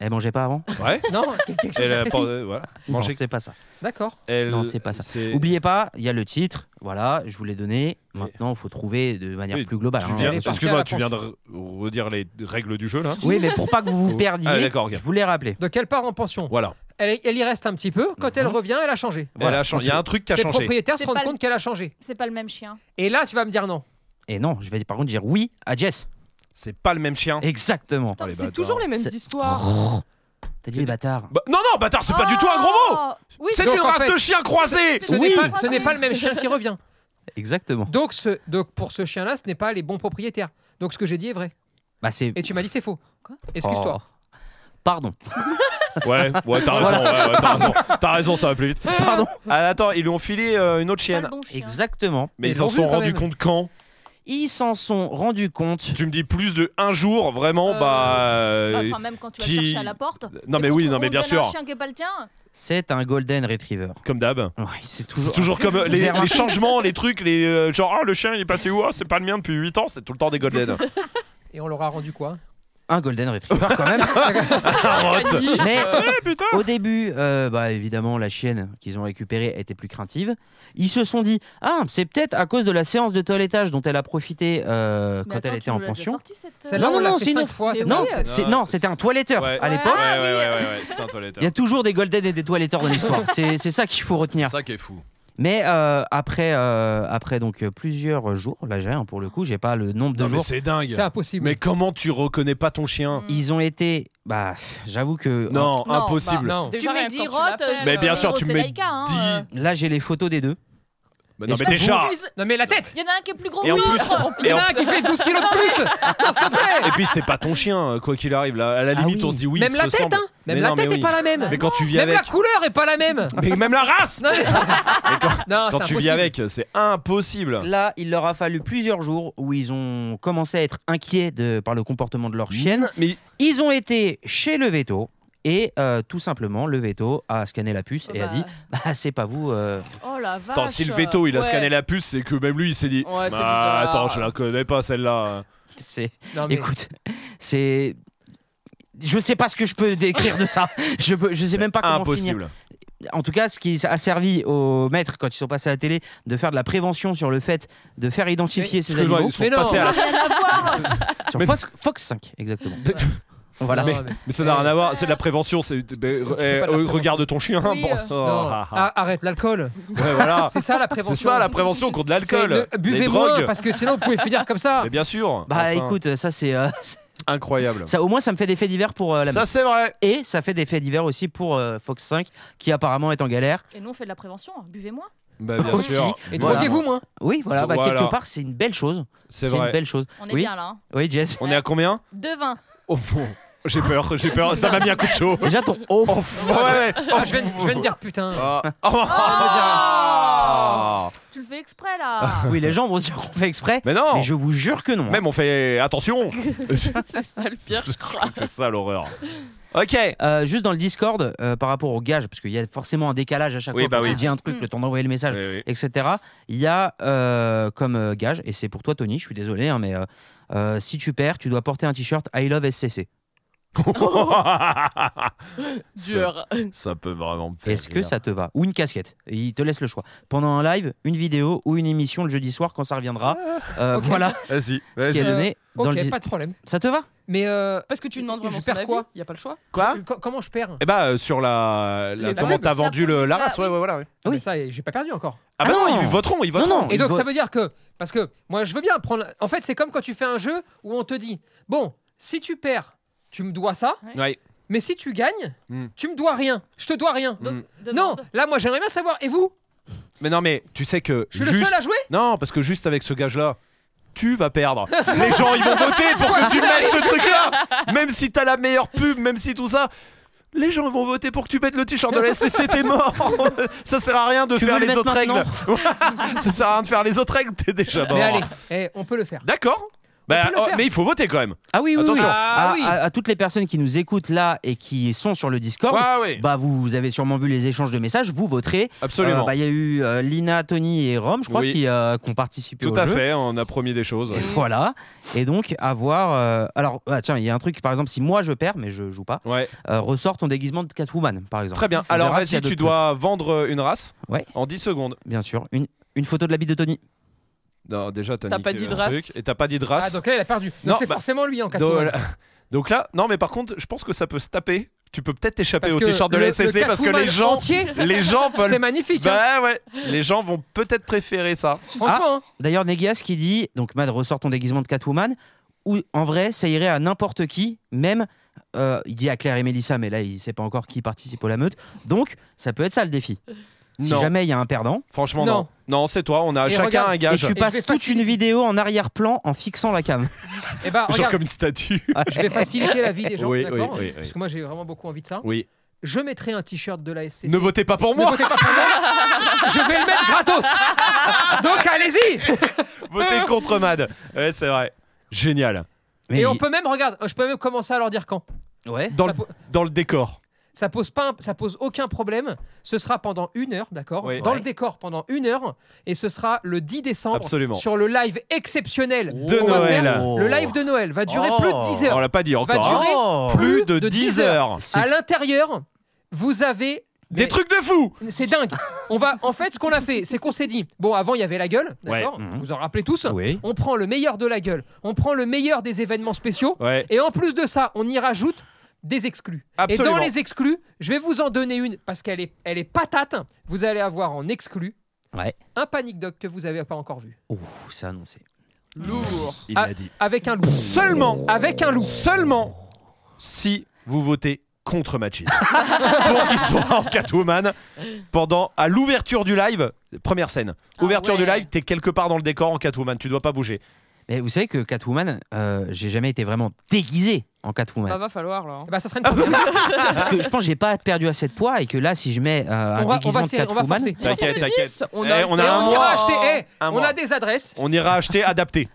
[SPEAKER 2] Elle mangeait pas avant
[SPEAKER 1] Ouais.
[SPEAKER 3] Non, quel- quelque chose
[SPEAKER 1] Elle a
[SPEAKER 3] d'apprécié.
[SPEAKER 1] pas- euh, voilà.
[SPEAKER 2] Non,
[SPEAKER 1] Manger-
[SPEAKER 2] c'est pas ça.
[SPEAKER 3] D'accord.
[SPEAKER 1] elle-
[SPEAKER 2] Non, c'est pas ça.
[SPEAKER 1] c'est-
[SPEAKER 2] Oubliez pas, il y a le titre. Voilà, je vous l'ai donné.
[SPEAKER 1] Oui.
[SPEAKER 2] Maintenant, il faut trouver de manière
[SPEAKER 1] Oui,
[SPEAKER 2] plus globale.
[SPEAKER 1] Tu
[SPEAKER 2] hein.
[SPEAKER 1] viens-
[SPEAKER 3] Elle est partie à
[SPEAKER 1] Excuse-moi,
[SPEAKER 3] la
[SPEAKER 1] tu viens de re- redire les règles du jeu là
[SPEAKER 2] Oui, mais pour pas que vous vous perdiez,
[SPEAKER 1] Ah, d'accord, ok.
[SPEAKER 2] je vous l'ai rappelé.
[SPEAKER 3] Donc elle part en pension.
[SPEAKER 1] Voilà.
[SPEAKER 3] Elle, est- elle y reste un petit peu. Quand elle
[SPEAKER 2] Mhm.
[SPEAKER 3] revient, elle a changé.
[SPEAKER 1] Elle
[SPEAKER 2] Voilà.
[SPEAKER 1] a changé. Il y a un truc qui a
[SPEAKER 3] Ses
[SPEAKER 1] changé.
[SPEAKER 3] propriétaires se
[SPEAKER 5] C'est
[SPEAKER 3] rendent
[SPEAKER 5] pas le-
[SPEAKER 3] compte qu'elle a changé.
[SPEAKER 5] C'est pas le même chien.
[SPEAKER 3] Et là, tu vas me dire non.
[SPEAKER 2] Et non, je vais par contre dire oui à Jess.
[SPEAKER 1] C'est pas le même chien.
[SPEAKER 2] Exactement.
[SPEAKER 4] Putain,
[SPEAKER 1] Oh, les
[SPEAKER 4] c'est
[SPEAKER 1] bâtards.
[SPEAKER 4] toujours les mêmes
[SPEAKER 2] C'est-
[SPEAKER 4] histoires.
[SPEAKER 2] Oh, T'as dit les bâtards.
[SPEAKER 1] Bah- non, non, bâtard, c'est pas du tout un gros mot
[SPEAKER 5] Ah, Oui,
[SPEAKER 1] Oh, C'est
[SPEAKER 3] donc,
[SPEAKER 1] une
[SPEAKER 3] en
[SPEAKER 1] race
[SPEAKER 3] fait,
[SPEAKER 1] de chiens croisés
[SPEAKER 3] Ce
[SPEAKER 2] Oui.
[SPEAKER 3] n'est pas, ce n'est pas le même chien qui revient.
[SPEAKER 2] Exactement.
[SPEAKER 3] Donc, ce- donc pour ce chien-là, ce n'est pas les bons propriétaires. Donc ce que j'ai dit est vrai.
[SPEAKER 2] Bah, c'est.
[SPEAKER 3] Et tu m'as dit c'est faux.
[SPEAKER 5] Quoi
[SPEAKER 3] Excuse-toi.
[SPEAKER 2] Oh. Pardon.
[SPEAKER 1] Ouais, ouais, t'as raison, ouais, ouais, t'as raison. T'as raison, ça va plus vite.
[SPEAKER 2] Pardon.
[SPEAKER 1] Ah, attends, ils lui ont filé euh, une autre
[SPEAKER 5] Pas
[SPEAKER 1] chienne.
[SPEAKER 5] le bon chien.
[SPEAKER 2] Exactement.
[SPEAKER 1] Mais
[SPEAKER 3] Ils
[SPEAKER 1] ils en
[SPEAKER 3] l'ont
[SPEAKER 1] sont
[SPEAKER 3] vu, quand
[SPEAKER 1] rendus
[SPEAKER 3] même.
[SPEAKER 1] compte quand
[SPEAKER 2] Ils s'en sont rendus compte.
[SPEAKER 1] Tu me dis plus de un jour, vraiment,
[SPEAKER 5] Euh,
[SPEAKER 1] bah. euh,
[SPEAKER 5] Enfin, même quand tu vas
[SPEAKER 1] qui-
[SPEAKER 5] chercher à la porte.
[SPEAKER 1] non, mais
[SPEAKER 5] et
[SPEAKER 1] oui,
[SPEAKER 5] qu'on-
[SPEAKER 1] non,
[SPEAKER 5] on
[SPEAKER 1] mais bien
[SPEAKER 5] donne un
[SPEAKER 1] sûr.
[SPEAKER 5] chien qui est pas le tien.
[SPEAKER 2] C'est un golden retriever.
[SPEAKER 1] Comme d'hab.
[SPEAKER 2] Ouais, c'est
[SPEAKER 1] C'est
[SPEAKER 2] toujours.
[SPEAKER 1] toujours comme euh, les,
[SPEAKER 2] Zéro.
[SPEAKER 1] les changements, les trucs, les euh, genre ah le chien il est passé où ah c'est pas le mien depuis 8 ans, c'est tout le temps des godelettes.
[SPEAKER 3] Et on leur a rendu quoi hein
[SPEAKER 2] Un golden retriever quand même.
[SPEAKER 1] Ah. Carotte.
[SPEAKER 2] Mais au début, euh, bah, évidemment, la chienne qu'ils ont récupérée était plus craintive. Ils se sont dit Ah, c'est peut-être à cause de la séance de toiletage dont elle a profité euh,
[SPEAKER 5] Mais
[SPEAKER 2] quand
[SPEAKER 5] attends,
[SPEAKER 2] elle
[SPEAKER 5] tu
[SPEAKER 2] était
[SPEAKER 5] nous
[SPEAKER 2] en
[SPEAKER 5] l'as déjà
[SPEAKER 2] pension.
[SPEAKER 5] sorti, cette- euh,
[SPEAKER 3] Celle-là,
[SPEAKER 2] Non,
[SPEAKER 3] on
[SPEAKER 2] non,
[SPEAKER 3] l'a
[SPEAKER 2] non,
[SPEAKER 3] fait
[SPEAKER 2] c'est une
[SPEAKER 3] cinq
[SPEAKER 2] autre.
[SPEAKER 3] fois. Ah,
[SPEAKER 5] Mais
[SPEAKER 3] c'est
[SPEAKER 5] oui.
[SPEAKER 2] Non,
[SPEAKER 3] bon.
[SPEAKER 5] euh,
[SPEAKER 2] c'est-
[SPEAKER 1] Non,
[SPEAKER 2] non, c'était un toiletteur
[SPEAKER 1] Ouais.
[SPEAKER 2] à l'époque.
[SPEAKER 5] Ah
[SPEAKER 1] ouais,
[SPEAKER 5] oui.
[SPEAKER 1] ouais, ouais, ouais, ouais, c'était un
[SPEAKER 2] Il y
[SPEAKER 1] toiletteur.
[SPEAKER 2] a toujours des golden et des toiletteurs dans l'histoire. C'est c'est ça qu'il faut
[SPEAKER 1] C'est
[SPEAKER 2] retenir.
[SPEAKER 1] ça qui est fou.
[SPEAKER 2] Mais euh, après, euh, après donc euh, plusieurs jours, là j'ai un pour le coup, j'ai pas le nombre de
[SPEAKER 1] Non, mais
[SPEAKER 2] jours.
[SPEAKER 1] c'est
[SPEAKER 3] C'est
[SPEAKER 1] dingue.
[SPEAKER 3] impossible.
[SPEAKER 1] Mais comment tu reconnais pas ton chien Mm.
[SPEAKER 2] Ils ont été, bah, j'avoue que
[SPEAKER 1] Non, bah,
[SPEAKER 5] Non,
[SPEAKER 1] impossible.
[SPEAKER 3] non.
[SPEAKER 5] Tu
[SPEAKER 4] Déjà,
[SPEAKER 5] mets
[SPEAKER 4] rien que quand
[SPEAKER 5] 10
[SPEAKER 4] tu
[SPEAKER 5] rottes.
[SPEAKER 4] l'appelles,
[SPEAKER 1] Mais bien
[SPEAKER 4] euh,
[SPEAKER 1] sûr, tu
[SPEAKER 5] c'est
[SPEAKER 1] mets
[SPEAKER 5] Laïka, hein,
[SPEAKER 1] dix-
[SPEAKER 5] euh,
[SPEAKER 2] là j'ai les photos des deux.
[SPEAKER 1] Bah non,
[SPEAKER 2] Est-ce
[SPEAKER 1] mais
[SPEAKER 2] que
[SPEAKER 1] déjà
[SPEAKER 5] Ils-
[SPEAKER 3] Non, mais la tête
[SPEAKER 5] Il y en a un qui est plus gros
[SPEAKER 1] Et en
[SPEAKER 5] que
[SPEAKER 1] plus-
[SPEAKER 5] l'autre.
[SPEAKER 3] Il y en
[SPEAKER 1] Et
[SPEAKER 3] a un qui fait 12 kilos de plus Non, s'il te plaît
[SPEAKER 1] Et puis, c'est pas ton chien, euh, quoi qu'il arrive. Là, à la
[SPEAKER 2] Ah
[SPEAKER 1] limite,
[SPEAKER 2] oui.
[SPEAKER 1] on se dit oui.
[SPEAKER 3] Même
[SPEAKER 1] il se
[SPEAKER 3] la tête,
[SPEAKER 1] ressemble.
[SPEAKER 3] hein Même
[SPEAKER 1] Mais
[SPEAKER 3] la
[SPEAKER 1] non, mais
[SPEAKER 3] tête est
[SPEAKER 1] oui. Ah,
[SPEAKER 3] pas la même
[SPEAKER 1] Mais quand tu vis
[SPEAKER 3] Même la
[SPEAKER 1] avec.
[SPEAKER 3] couleur est pas la même
[SPEAKER 1] Mais même la race
[SPEAKER 3] Non, mais- Non,
[SPEAKER 1] Quand
[SPEAKER 3] c'est
[SPEAKER 1] tu vis
[SPEAKER 3] impossible.
[SPEAKER 1] avec, c'est impossible.
[SPEAKER 2] Là, il leur a fallu plusieurs jours où ils ont commencé à être inquiets de, par le comportement de
[SPEAKER 1] Mm.
[SPEAKER 2] leur chienne.
[SPEAKER 1] Mais
[SPEAKER 2] Ils ont été chez le veto et euh, tout simplement, le veto a scanné la puce et a
[SPEAKER 5] Bah.
[SPEAKER 2] dit Bah, c'est pas vous. euh.
[SPEAKER 5] Oh la vache.
[SPEAKER 1] attends, si le veto il a
[SPEAKER 5] Ouais.
[SPEAKER 1] scanné la puce, c'est que même lui il s'est dit
[SPEAKER 4] Ouais, c'est
[SPEAKER 1] Bah,
[SPEAKER 4] bizarre.
[SPEAKER 1] Attends, je la connais pas celle-là.
[SPEAKER 2] C'est-
[SPEAKER 3] Non, Ah, mais-
[SPEAKER 2] Écoute, c'est. Je sais pas ce que je peux décrire de ça. Je, peux, je sais même pas comment finir.
[SPEAKER 1] Impossible.
[SPEAKER 2] En tout cas, ce qui a servi aux maîtres quand ils sont passés à la télé de faire de la prévention sur le fait de faire identifier ces
[SPEAKER 1] Excuse-moi,
[SPEAKER 2] animaux
[SPEAKER 1] ils sont
[SPEAKER 3] Mais non.
[SPEAKER 1] passés à la-
[SPEAKER 2] sur
[SPEAKER 1] Mais-
[SPEAKER 2] Fox, Fox 5 exactement. voilà.
[SPEAKER 3] Non, mais-
[SPEAKER 1] Mais ça n'a rien à voir, c'est de la prévention. c'est- ben,
[SPEAKER 3] tu fais pas de
[SPEAKER 1] eh,
[SPEAKER 3] la
[SPEAKER 1] euh,
[SPEAKER 3] prévention.
[SPEAKER 1] regarde ton chien.
[SPEAKER 5] Oui,
[SPEAKER 1] bon.
[SPEAKER 5] euh,
[SPEAKER 1] Oh,
[SPEAKER 3] non,
[SPEAKER 1] ah, ah.
[SPEAKER 3] ah, arrête l'alcool.
[SPEAKER 1] Ouais, voilà.
[SPEAKER 3] C'est ça la prévention.
[SPEAKER 1] C'est ça la prévention contre l'alcool.
[SPEAKER 3] C'est ne-
[SPEAKER 1] les
[SPEAKER 3] Buvez moins
[SPEAKER 1] drogues.
[SPEAKER 3] parce que sinon vous pouvez finir comme ça.
[SPEAKER 1] Mais bien sûr.
[SPEAKER 2] Bah
[SPEAKER 1] Enfin,
[SPEAKER 2] écoute, ça c'est euh, c'est-
[SPEAKER 1] Incroyable.
[SPEAKER 2] ça au moins ça me fait des faits divers pour euh, la
[SPEAKER 1] Ça, c'est vrai.
[SPEAKER 2] et ça fait des faits divers aussi pour euh, Fox 5 qui apparemment est en galère.
[SPEAKER 5] Et nous on fait de la prévention, hein. buvez moins.
[SPEAKER 1] Bah, bien
[SPEAKER 2] Aussi.
[SPEAKER 1] sûr.
[SPEAKER 3] Et
[SPEAKER 1] Voilà.
[SPEAKER 3] droguez-vous moins.
[SPEAKER 2] Oui, voilà, bah,
[SPEAKER 1] Voilà.
[SPEAKER 2] quelque part c'est une belle chose.
[SPEAKER 1] C'est
[SPEAKER 2] C'est
[SPEAKER 1] vrai.
[SPEAKER 2] une belle chose.
[SPEAKER 5] On est
[SPEAKER 2] Oui.
[SPEAKER 5] bien là. hein.
[SPEAKER 2] Oui, Jess.
[SPEAKER 1] On est à combien
[SPEAKER 5] De vin.
[SPEAKER 1] Oh, bon. J'ai peur, j'ai peur. Ça m'a mis un coup de chaud.
[SPEAKER 2] Déjà ton oh.
[SPEAKER 1] Ouais, ouais.
[SPEAKER 3] Ah, je, viens, je viens de dire putain.
[SPEAKER 1] Ah. Oh, on va dire-
[SPEAKER 5] Ah. Tu le fais exprès
[SPEAKER 1] Ah.
[SPEAKER 5] là.
[SPEAKER 2] Oui, les gens vont se dire qu'on fait exprès.
[SPEAKER 1] Mais non
[SPEAKER 2] Mais je vous jure que non. hein.
[SPEAKER 1] Même on fait attention
[SPEAKER 4] c'est ça le pire, je crois.
[SPEAKER 1] C'est ça l'horreur. Ok
[SPEAKER 2] Euh, juste dans le Discord, euh, par rapport au gage, parce qu'il y a forcément un décalage à chaque
[SPEAKER 1] Oui,
[SPEAKER 2] fois
[SPEAKER 1] bah
[SPEAKER 2] qu'on
[SPEAKER 1] oui.
[SPEAKER 2] dit un truc,
[SPEAKER 5] Mm.
[SPEAKER 2] le temps d'envoyer le message,
[SPEAKER 1] Oui, oui.
[SPEAKER 2] etc. Il y a euh, comme euh, gage, et c'est pour toi Tony, je suis désolé, hein, mais euh, euh, si tu perds, tu dois porter un t-shirt I love SCC. Oh.
[SPEAKER 4] Dur.
[SPEAKER 1] ça peut vraiment me faire
[SPEAKER 2] Est-ce que
[SPEAKER 1] rire.
[SPEAKER 2] ça te va Ou une casquette. Et il te laisse le choix. Pendant un live, une vidéo ou une émission le jeudi soir quand ça reviendra.
[SPEAKER 1] Ah.
[SPEAKER 2] Euh, Voilà
[SPEAKER 1] Vas-y,
[SPEAKER 2] ce qui est
[SPEAKER 1] vas-y.
[SPEAKER 3] Euh,
[SPEAKER 2] donné. dans
[SPEAKER 3] Ok,
[SPEAKER 2] le dis-
[SPEAKER 3] pas de problème.
[SPEAKER 2] Ça te va
[SPEAKER 3] Mais euh,
[SPEAKER 4] Parce que tu demandes
[SPEAKER 3] Je
[SPEAKER 4] vraiment
[SPEAKER 3] perds
[SPEAKER 4] son avis,
[SPEAKER 3] quoi
[SPEAKER 4] y a pas le choix.
[SPEAKER 1] Quoi
[SPEAKER 3] co- comment je perds
[SPEAKER 1] Eh bah, euh, sur la. la-
[SPEAKER 4] Les
[SPEAKER 1] comment
[SPEAKER 4] vibes.
[SPEAKER 1] t'as vendu le, la race Ouais, ouais, voilà. ouais.
[SPEAKER 2] Ah oui.
[SPEAKER 3] Mais ça, j'ai pas perdu encore.
[SPEAKER 1] Ah, bah
[SPEAKER 2] Ah
[SPEAKER 1] non,
[SPEAKER 2] non.
[SPEAKER 1] ils voteront, ils
[SPEAKER 2] Non,
[SPEAKER 1] voteront.
[SPEAKER 2] non.
[SPEAKER 3] Et
[SPEAKER 2] il
[SPEAKER 3] donc
[SPEAKER 2] va-
[SPEAKER 3] ça veut dire que parce que moi je veux bien prendre. En fait, c'est comme quand tu fais un jeu où on te dit bon, si tu perds, tu me dois ça,
[SPEAKER 1] Ouais.
[SPEAKER 3] mais si tu gagnes,
[SPEAKER 1] Mm.
[SPEAKER 3] tu me dois rien. Je te dois rien.
[SPEAKER 1] Mm.
[SPEAKER 3] Non,
[SPEAKER 5] Demande.
[SPEAKER 3] là moi j'aimerais bien savoir. Et vous
[SPEAKER 1] Mais non, mais tu sais que.
[SPEAKER 3] Je suis le
[SPEAKER 1] juste...
[SPEAKER 3] seul à jouer
[SPEAKER 1] Non, parce que juste avec ce gage-là. Tu vas perdre. Les gens, ils vont voter pour que tu mettes ce truc-là. Même si t'as la meilleure pub, même si tout ça, les gens vont voter pour que tu mettes le t-shirt de la SCC. T'es mort. Ça sert à rien de
[SPEAKER 2] Tu veux
[SPEAKER 1] faire
[SPEAKER 2] le
[SPEAKER 1] les
[SPEAKER 2] mettre
[SPEAKER 1] autres règles. Ça sert à rien de faire les autres règles. T'es déjà mort.
[SPEAKER 3] Mais allez, eh, on peut le faire.
[SPEAKER 1] D'accord. Bah,
[SPEAKER 3] peut le
[SPEAKER 1] oh,
[SPEAKER 3] faire.
[SPEAKER 1] mais il faut voter quand même.
[SPEAKER 2] Ah oui, oui, oui.
[SPEAKER 1] Attention.
[SPEAKER 3] Ah
[SPEAKER 2] À-
[SPEAKER 3] oui.
[SPEAKER 2] à- à toutes les personnes qui nous écoutent là et qui sont sur le Discord,
[SPEAKER 1] ouais.
[SPEAKER 2] Bah vous avez sûrement vu les échanges de messages, vous voterez.
[SPEAKER 1] Absolument.
[SPEAKER 2] Euh, bah, Il y a eu euh, Lina, Tony et Rome, je crois,
[SPEAKER 1] Oui.
[SPEAKER 2] qui, euh, qui ont participé
[SPEAKER 1] tout
[SPEAKER 2] au
[SPEAKER 1] à
[SPEAKER 2] jeu.
[SPEAKER 1] fait. On a promis des choses.
[SPEAKER 2] Et voilà. Et donc, avoir. Alors, ah, tiens, il y a un truc, par exemple, si moi je perds, mais je joue pas,
[SPEAKER 1] Ouais.
[SPEAKER 2] euh, ressort ton déguisement de Catwoman, par exemple.
[SPEAKER 1] Très bien.
[SPEAKER 2] On
[SPEAKER 1] Alors
[SPEAKER 2] verra s'il y a
[SPEAKER 1] vas-y, tu
[SPEAKER 2] d'autres
[SPEAKER 1] dois vendre une race.
[SPEAKER 2] Ouais.
[SPEAKER 1] En 10 secondes.
[SPEAKER 2] trucs. Bien sûr. Une, une photo de la bite de Tony.
[SPEAKER 1] Non, déjà t'as
[SPEAKER 4] T'as
[SPEAKER 1] niqué
[SPEAKER 4] pas dit
[SPEAKER 1] le
[SPEAKER 4] de race.
[SPEAKER 1] truc. Et t'as pas dit de
[SPEAKER 3] Ah
[SPEAKER 1] race.
[SPEAKER 3] donc elle elle a perdu.
[SPEAKER 1] Non,
[SPEAKER 3] Donc c'est
[SPEAKER 1] bah,
[SPEAKER 3] forcément lui en cas
[SPEAKER 1] Donc, donc là, non, mais par contre, je pense que ça peut se taper. Tu peux peut-être échapper au t-shirt de la SCC parce que les gens,
[SPEAKER 3] entiers,
[SPEAKER 1] les gens
[SPEAKER 3] c'est
[SPEAKER 1] veulent.
[SPEAKER 3] magnifique. hein.
[SPEAKER 1] Bah ouais, les gens vont peut-être préférer ça.
[SPEAKER 3] Franchement,
[SPEAKER 1] ah.
[SPEAKER 3] hein.
[SPEAKER 2] D'ailleurs, Negias qui dit donc, Mad, ressort ton déguisement de Catwoman, ou en vrai, ça irait à n'importe qui, même. euh, il dit à Claire et Mélissa, mais là, il sait pas encore qui participe à la meute. Donc, ça peut être ça le défi. Si
[SPEAKER 1] Non.
[SPEAKER 2] jamais il y a un perdant.
[SPEAKER 1] Franchement, non.
[SPEAKER 3] Non.
[SPEAKER 1] Non, c'est toi. On a
[SPEAKER 3] Et
[SPEAKER 1] chacun
[SPEAKER 3] regarde,
[SPEAKER 1] un
[SPEAKER 2] Et
[SPEAKER 1] gage.
[SPEAKER 2] tu
[SPEAKER 3] Ah, je
[SPEAKER 2] passes
[SPEAKER 3] vais
[SPEAKER 2] toute
[SPEAKER 3] faciliter.
[SPEAKER 2] une vidéo en arrière-plan en fixant la cam.
[SPEAKER 3] eh bah,
[SPEAKER 1] Genre
[SPEAKER 3] regarde,
[SPEAKER 1] comme une statue.
[SPEAKER 3] je vais faciliter la vie des gens,
[SPEAKER 1] Oui, oui,
[SPEAKER 3] d'accord
[SPEAKER 1] oui, oui.
[SPEAKER 3] Parce que moi j'ai vraiment beaucoup envie de ça.
[SPEAKER 1] Oui.
[SPEAKER 3] Je mettrai un t-shirt de la SCC.
[SPEAKER 1] Ne votez pas pour
[SPEAKER 3] Ne
[SPEAKER 1] moi.
[SPEAKER 3] votez pas pour moi. Je vais le mettre gratos. Donc allez-y.
[SPEAKER 1] Votez contre Mad. Ouais, c'est vrai. Génial.
[SPEAKER 2] Mais
[SPEAKER 3] Et on
[SPEAKER 2] il-
[SPEAKER 3] peut même, regarde, je peux même commencer à leur dire quand.
[SPEAKER 2] Ouais.
[SPEAKER 1] Dans
[SPEAKER 3] Ça
[SPEAKER 1] le,
[SPEAKER 3] po-
[SPEAKER 1] dans le décor.
[SPEAKER 3] Ça pose pas, un- ça pose aucun problème. Ce sera pendant une heure, d'accord,
[SPEAKER 1] Oui.
[SPEAKER 3] dans
[SPEAKER 1] Ouais.
[SPEAKER 3] le décor pendant une heure, et ce sera le 10 décembre
[SPEAKER 1] Absolument.
[SPEAKER 3] sur le live exceptionnel
[SPEAKER 1] De
[SPEAKER 3] qu'on va
[SPEAKER 1] Noël.
[SPEAKER 3] faire. Le live de Noël va durer
[SPEAKER 2] Oh.
[SPEAKER 3] plus de
[SPEAKER 1] On
[SPEAKER 3] 10 heures.
[SPEAKER 1] l'a pas dit encore.
[SPEAKER 3] Va
[SPEAKER 1] hein.
[SPEAKER 3] durer
[SPEAKER 2] Oh.
[SPEAKER 1] Plus de 10 heures.
[SPEAKER 2] C'est-
[SPEAKER 3] À l'intérieur, vous avez
[SPEAKER 1] Des
[SPEAKER 3] Ah, mais-
[SPEAKER 1] trucs de fou.
[SPEAKER 3] C'est dingue. On va, en fait, ce qu'on a fait, c'est qu'on s'est dit, bon, avant il y avait la gueule, d'accord.
[SPEAKER 2] Ouais. Mhm.
[SPEAKER 3] Vous en rappelez tous.
[SPEAKER 2] Oui.
[SPEAKER 3] On prend le meilleur de la gueule. On prend le meilleur des événements spéciaux.
[SPEAKER 1] Ouais.
[SPEAKER 3] Et en plus de ça, on y rajoute des exclus.
[SPEAKER 1] Absolument.
[SPEAKER 3] Et dans les exclus, je vais vous en donner une parce qu'elle est, elle est patate. Vous allez avoir en exclu
[SPEAKER 2] Ouais.
[SPEAKER 3] un panic doc que vous n'avez pas encore vu.
[SPEAKER 2] Ouh, c'est annoncé.
[SPEAKER 4] Lourd.
[SPEAKER 1] Il
[SPEAKER 3] Ah.
[SPEAKER 1] l'a dit.
[SPEAKER 3] Avec un loup.
[SPEAKER 1] Seulement.
[SPEAKER 3] Avec un loup.
[SPEAKER 1] Seulement si vous votez contre Machine pour qu'il soit en Catwoman pendant à l'ouverture du live première scène
[SPEAKER 4] Ah
[SPEAKER 1] ouverture du
[SPEAKER 4] ouais.
[SPEAKER 1] live t'es quelque part dans le décor en Catwoman tu dois pas bouger
[SPEAKER 2] Mais vous savez que Catwoman, euh, j'ai jamais été vraiment déguisé en Catwoman.
[SPEAKER 4] Bah, va falloir là.
[SPEAKER 3] Eh ben, ça serait une première.
[SPEAKER 2] Parce que je pense que j'ai pas perdu assez de poids et que là, si je mets euh, un
[SPEAKER 3] on, va, on,
[SPEAKER 2] déguisement
[SPEAKER 3] va
[SPEAKER 2] de
[SPEAKER 3] serrer, on va
[SPEAKER 2] Catwoman,
[SPEAKER 3] forcer.
[SPEAKER 4] Dix
[SPEAKER 1] T'inquiète,
[SPEAKER 4] sur
[SPEAKER 1] t'inquiète.
[SPEAKER 4] dix, On
[SPEAKER 1] Eh,
[SPEAKER 4] a,
[SPEAKER 1] on a
[SPEAKER 3] Et
[SPEAKER 1] un
[SPEAKER 3] on
[SPEAKER 1] mois.
[SPEAKER 3] ira acheter. eh,
[SPEAKER 1] Un
[SPEAKER 3] on
[SPEAKER 1] mois.
[SPEAKER 3] a des adresses.
[SPEAKER 1] on ira acheter adapté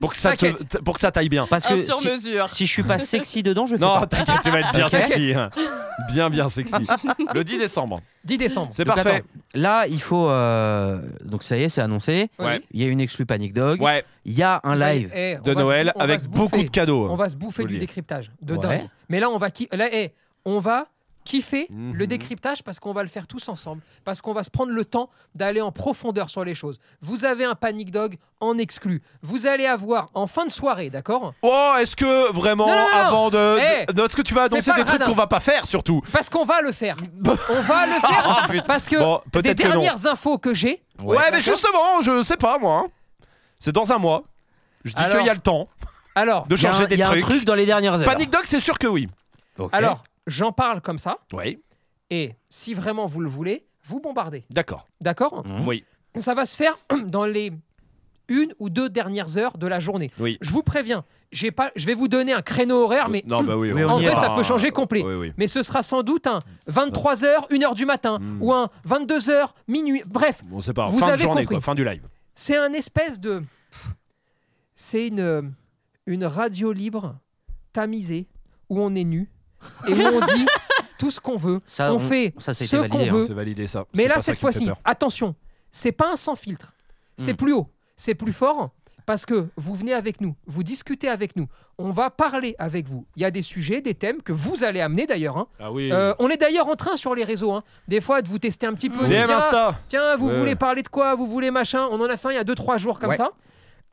[SPEAKER 1] pour que ça te-
[SPEAKER 3] T'inquiète.
[SPEAKER 1] t- pour que ça taille bien
[SPEAKER 2] parce
[SPEAKER 3] Ah,
[SPEAKER 4] Un
[SPEAKER 2] que
[SPEAKER 4] sur
[SPEAKER 2] si,
[SPEAKER 4] mesure.
[SPEAKER 2] si je suis pas sexy dedans, je fais
[SPEAKER 1] non
[SPEAKER 2] pas.
[SPEAKER 1] t'inquiète tu vas être bien
[SPEAKER 2] Ok.
[SPEAKER 1] sexy hein. bien bien sexy le 10 décembre
[SPEAKER 3] 10 décembre.
[SPEAKER 1] c'est
[SPEAKER 2] Donc,
[SPEAKER 1] parfait
[SPEAKER 2] attends. Là, il faut. euh, Donc ça y est, c'est annoncé.
[SPEAKER 1] Ouais.
[SPEAKER 2] Il y a une exclue Panic Dog.
[SPEAKER 1] ouais
[SPEAKER 2] Il y a un live.
[SPEAKER 3] Eh, on
[SPEAKER 1] de
[SPEAKER 3] va se-
[SPEAKER 1] Noël
[SPEAKER 3] on va
[SPEAKER 1] avec
[SPEAKER 3] se
[SPEAKER 1] beaucoup
[SPEAKER 3] bouffer.
[SPEAKER 1] de cadeaux
[SPEAKER 3] On va se bouffer
[SPEAKER 1] Faut le
[SPEAKER 3] du
[SPEAKER 1] dire.
[SPEAKER 3] décryptage de
[SPEAKER 2] Ouais.
[SPEAKER 3] dingue. Mais là, on va, ki- là, eh, on va kiffer
[SPEAKER 1] Mhm.
[SPEAKER 3] le décryptage parce qu'on va le faire tous ensemble, parce qu'on va se prendre le temps d'aller en profondeur sur les choses. Vous avez un panic dog en exclu. Vous allez avoir en fin de soirée, d'accord
[SPEAKER 1] Oh, est-ce que vraiment,
[SPEAKER 3] Non, non, non, non.
[SPEAKER 1] avant de.
[SPEAKER 3] Eh,
[SPEAKER 1] de- de- est-ce que tu vas annoncer
[SPEAKER 3] pas
[SPEAKER 1] des
[SPEAKER 3] le
[SPEAKER 1] trucs
[SPEAKER 3] radin.
[SPEAKER 1] qu'on va pas faire surtout Ah,
[SPEAKER 3] Parce qu'on va le faire. on va le faire parce que
[SPEAKER 1] Bon,
[SPEAKER 3] des
[SPEAKER 1] peut-être que non.
[SPEAKER 3] dernières infos que j'ai,
[SPEAKER 1] Ouais, mais justement, je sais pas moi. hein. C'est dans un mois. Je dis
[SPEAKER 3] Alors,
[SPEAKER 1] qu'il y a le temps
[SPEAKER 3] alors,
[SPEAKER 1] de
[SPEAKER 2] Il y a, un,
[SPEAKER 1] changer
[SPEAKER 2] il
[SPEAKER 1] des
[SPEAKER 2] y a un
[SPEAKER 1] trucs.
[SPEAKER 2] truc dans les dernières heures.
[SPEAKER 1] Panic Dog, c'est sûr que oui.
[SPEAKER 2] Ok.
[SPEAKER 3] alors j'en parle comme ça,
[SPEAKER 1] Oui,
[SPEAKER 3] et si vraiment vous le voulez, vous bombardez,
[SPEAKER 1] d'accord.
[SPEAKER 3] d'accord
[SPEAKER 2] Mhm.
[SPEAKER 1] Oui,
[SPEAKER 3] Ça va se faire dans les une ou deux dernières heures de la journée.
[SPEAKER 1] oui.
[SPEAKER 3] Je vous préviens, j'ai pas, je vais vous donner un créneau horaire, mais,
[SPEAKER 1] Non, bah oui,
[SPEAKER 2] Oui,
[SPEAKER 1] on
[SPEAKER 2] en
[SPEAKER 1] y
[SPEAKER 2] vrai,
[SPEAKER 1] va.
[SPEAKER 3] ça peut changer complet.
[SPEAKER 1] Oui, oui.
[SPEAKER 3] mais ce sera sans doute un 23h, 1h du matin,
[SPEAKER 2] Hmm.
[SPEAKER 1] Mm.
[SPEAKER 3] ou un 22h, minuit. Bref,
[SPEAKER 1] On sait pas.
[SPEAKER 3] Vous
[SPEAKER 1] fin de
[SPEAKER 3] avez
[SPEAKER 1] journée,
[SPEAKER 3] compris.
[SPEAKER 1] quoi. Fin du live.
[SPEAKER 3] c'est un espèce de. Pff, C'est une, une radio libre, tamisée, où on est nu, et où on dit tout ce qu'on veut.
[SPEAKER 2] Ça,
[SPEAKER 3] on,
[SPEAKER 2] on-
[SPEAKER 3] fait
[SPEAKER 2] ça, ça a été
[SPEAKER 3] ce
[SPEAKER 2] validé,
[SPEAKER 3] qu'on
[SPEAKER 2] hein,
[SPEAKER 3] veut.
[SPEAKER 1] C'est validé ça.
[SPEAKER 3] Mais
[SPEAKER 1] C'est
[SPEAKER 3] là,
[SPEAKER 1] pas ça qui me
[SPEAKER 3] cette
[SPEAKER 1] fait
[SPEAKER 3] fois-ci,
[SPEAKER 1] peur. Hmm.
[SPEAKER 3] attention, c'est pas un sans filtre. C'est
[SPEAKER 2] Mm.
[SPEAKER 3] plus haut, c'est plus fort, parce que vous venez avec nous, vous discutez avec nous, on va parler avec vous. Il y a des sujets, des thèmes que vous allez amener d'ailleurs. hein.
[SPEAKER 1] Ah oui.
[SPEAKER 3] Euh, on est d'ailleurs en train sur les réseaux, hein, des fois, de vous tester un petit peu. de
[SPEAKER 1] DM
[SPEAKER 3] dire, ah,
[SPEAKER 1] Insta. Euh.
[SPEAKER 3] Tiens, vous
[SPEAKER 1] Ouais.
[SPEAKER 3] voulez parler de quoi Vous voulez machin On en a fait un il y a 2-3 jours comme
[SPEAKER 2] Ouais.
[SPEAKER 3] ça.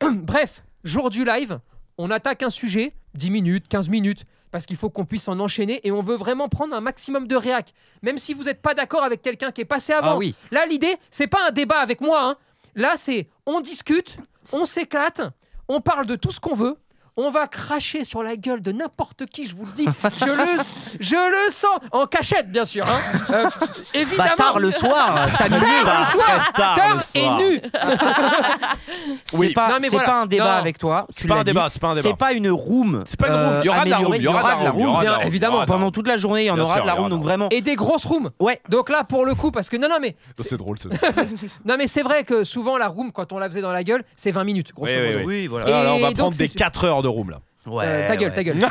[SPEAKER 3] Bref, jour du live, on attaque un sujet, 10 minutes, 15 minutes, parce qu'il faut qu'on puisse en enchaîner et on veut vraiment prendre un maximum de réac. Même si vous n'êtes pas d'accord avec quelqu'un qui est passé avant.
[SPEAKER 2] Ah oui.
[SPEAKER 3] Là, l'idée, c'est pas un débat avec moi. hein. Là, c'est on discute, on s'éclate, on parle de tout ce qu'on veut. On va cracher sur la gueule de n'importe qui, je vous le dis. Je le, je le sens. En cachette, bien sûr. hein. Euh, évidemment.
[SPEAKER 2] Bâtard Bah, le soir, tamisé.
[SPEAKER 3] Tard le soir. Tard
[SPEAKER 1] le soir.
[SPEAKER 3] et nu.
[SPEAKER 1] Oui.
[SPEAKER 2] C'est pas,
[SPEAKER 3] Non, mais
[SPEAKER 2] c'est
[SPEAKER 3] voilà.
[SPEAKER 2] pas un débat
[SPEAKER 3] Non.
[SPEAKER 2] avec toi. tu
[SPEAKER 1] pas un
[SPEAKER 2] l'as dit.
[SPEAKER 1] débat, c'est pas un débat.
[SPEAKER 2] C'est pas une room.
[SPEAKER 1] C'est pas une room.
[SPEAKER 2] euh,
[SPEAKER 1] Il y aura de la room.
[SPEAKER 2] améliorée,
[SPEAKER 1] Il y aura de la room. il y aura de
[SPEAKER 3] Bien
[SPEAKER 1] la Ah, room, il
[SPEAKER 3] évidemment,
[SPEAKER 1] y aura de la
[SPEAKER 2] Pendant
[SPEAKER 1] room.
[SPEAKER 2] toute la journée, il y en
[SPEAKER 1] Bien
[SPEAKER 2] aura
[SPEAKER 1] sûr,
[SPEAKER 2] de la
[SPEAKER 1] il y aura
[SPEAKER 2] room.
[SPEAKER 1] de la
[SPEAKER 2] Donc
[SPEAKER 1] room.
[SPEAKER 2] vraiment.
[SPEAKER 3] et des grosses rooms.
[SPEAKER 2] Ouais.
[SPEAKER 3] Donc là, pour le coup, parce que non, non, mais,
[SPEAKER 1] Oh, C'est drôle. c'est-
[SPEAKER 3] non, mais c'est vrai que souvent, la room, quand on la faisait dans la gueule, c'est 20 minutes, grosso
[SPEAKER 1] Oui, oui,
[SPEAKER 3] modo.
[SPEAKER 1] oui.
[SPEAKER 2] Oui, voilà.
[SPEAKER 1] Alors là, on va
[SPEAKER 3] donc,
[SPEAKER 1] prendre
[SPEAKER 3] c'est-
[SPEAKER 1] des 4 heures de room là.
[SPEAKER 3] Euh,
[SPEAKER 2] Ouais,
[SPEAKER 3] ta gueule,
[SPEAKER 2] ouais.
[SPEAKER 3] ta gueule. et,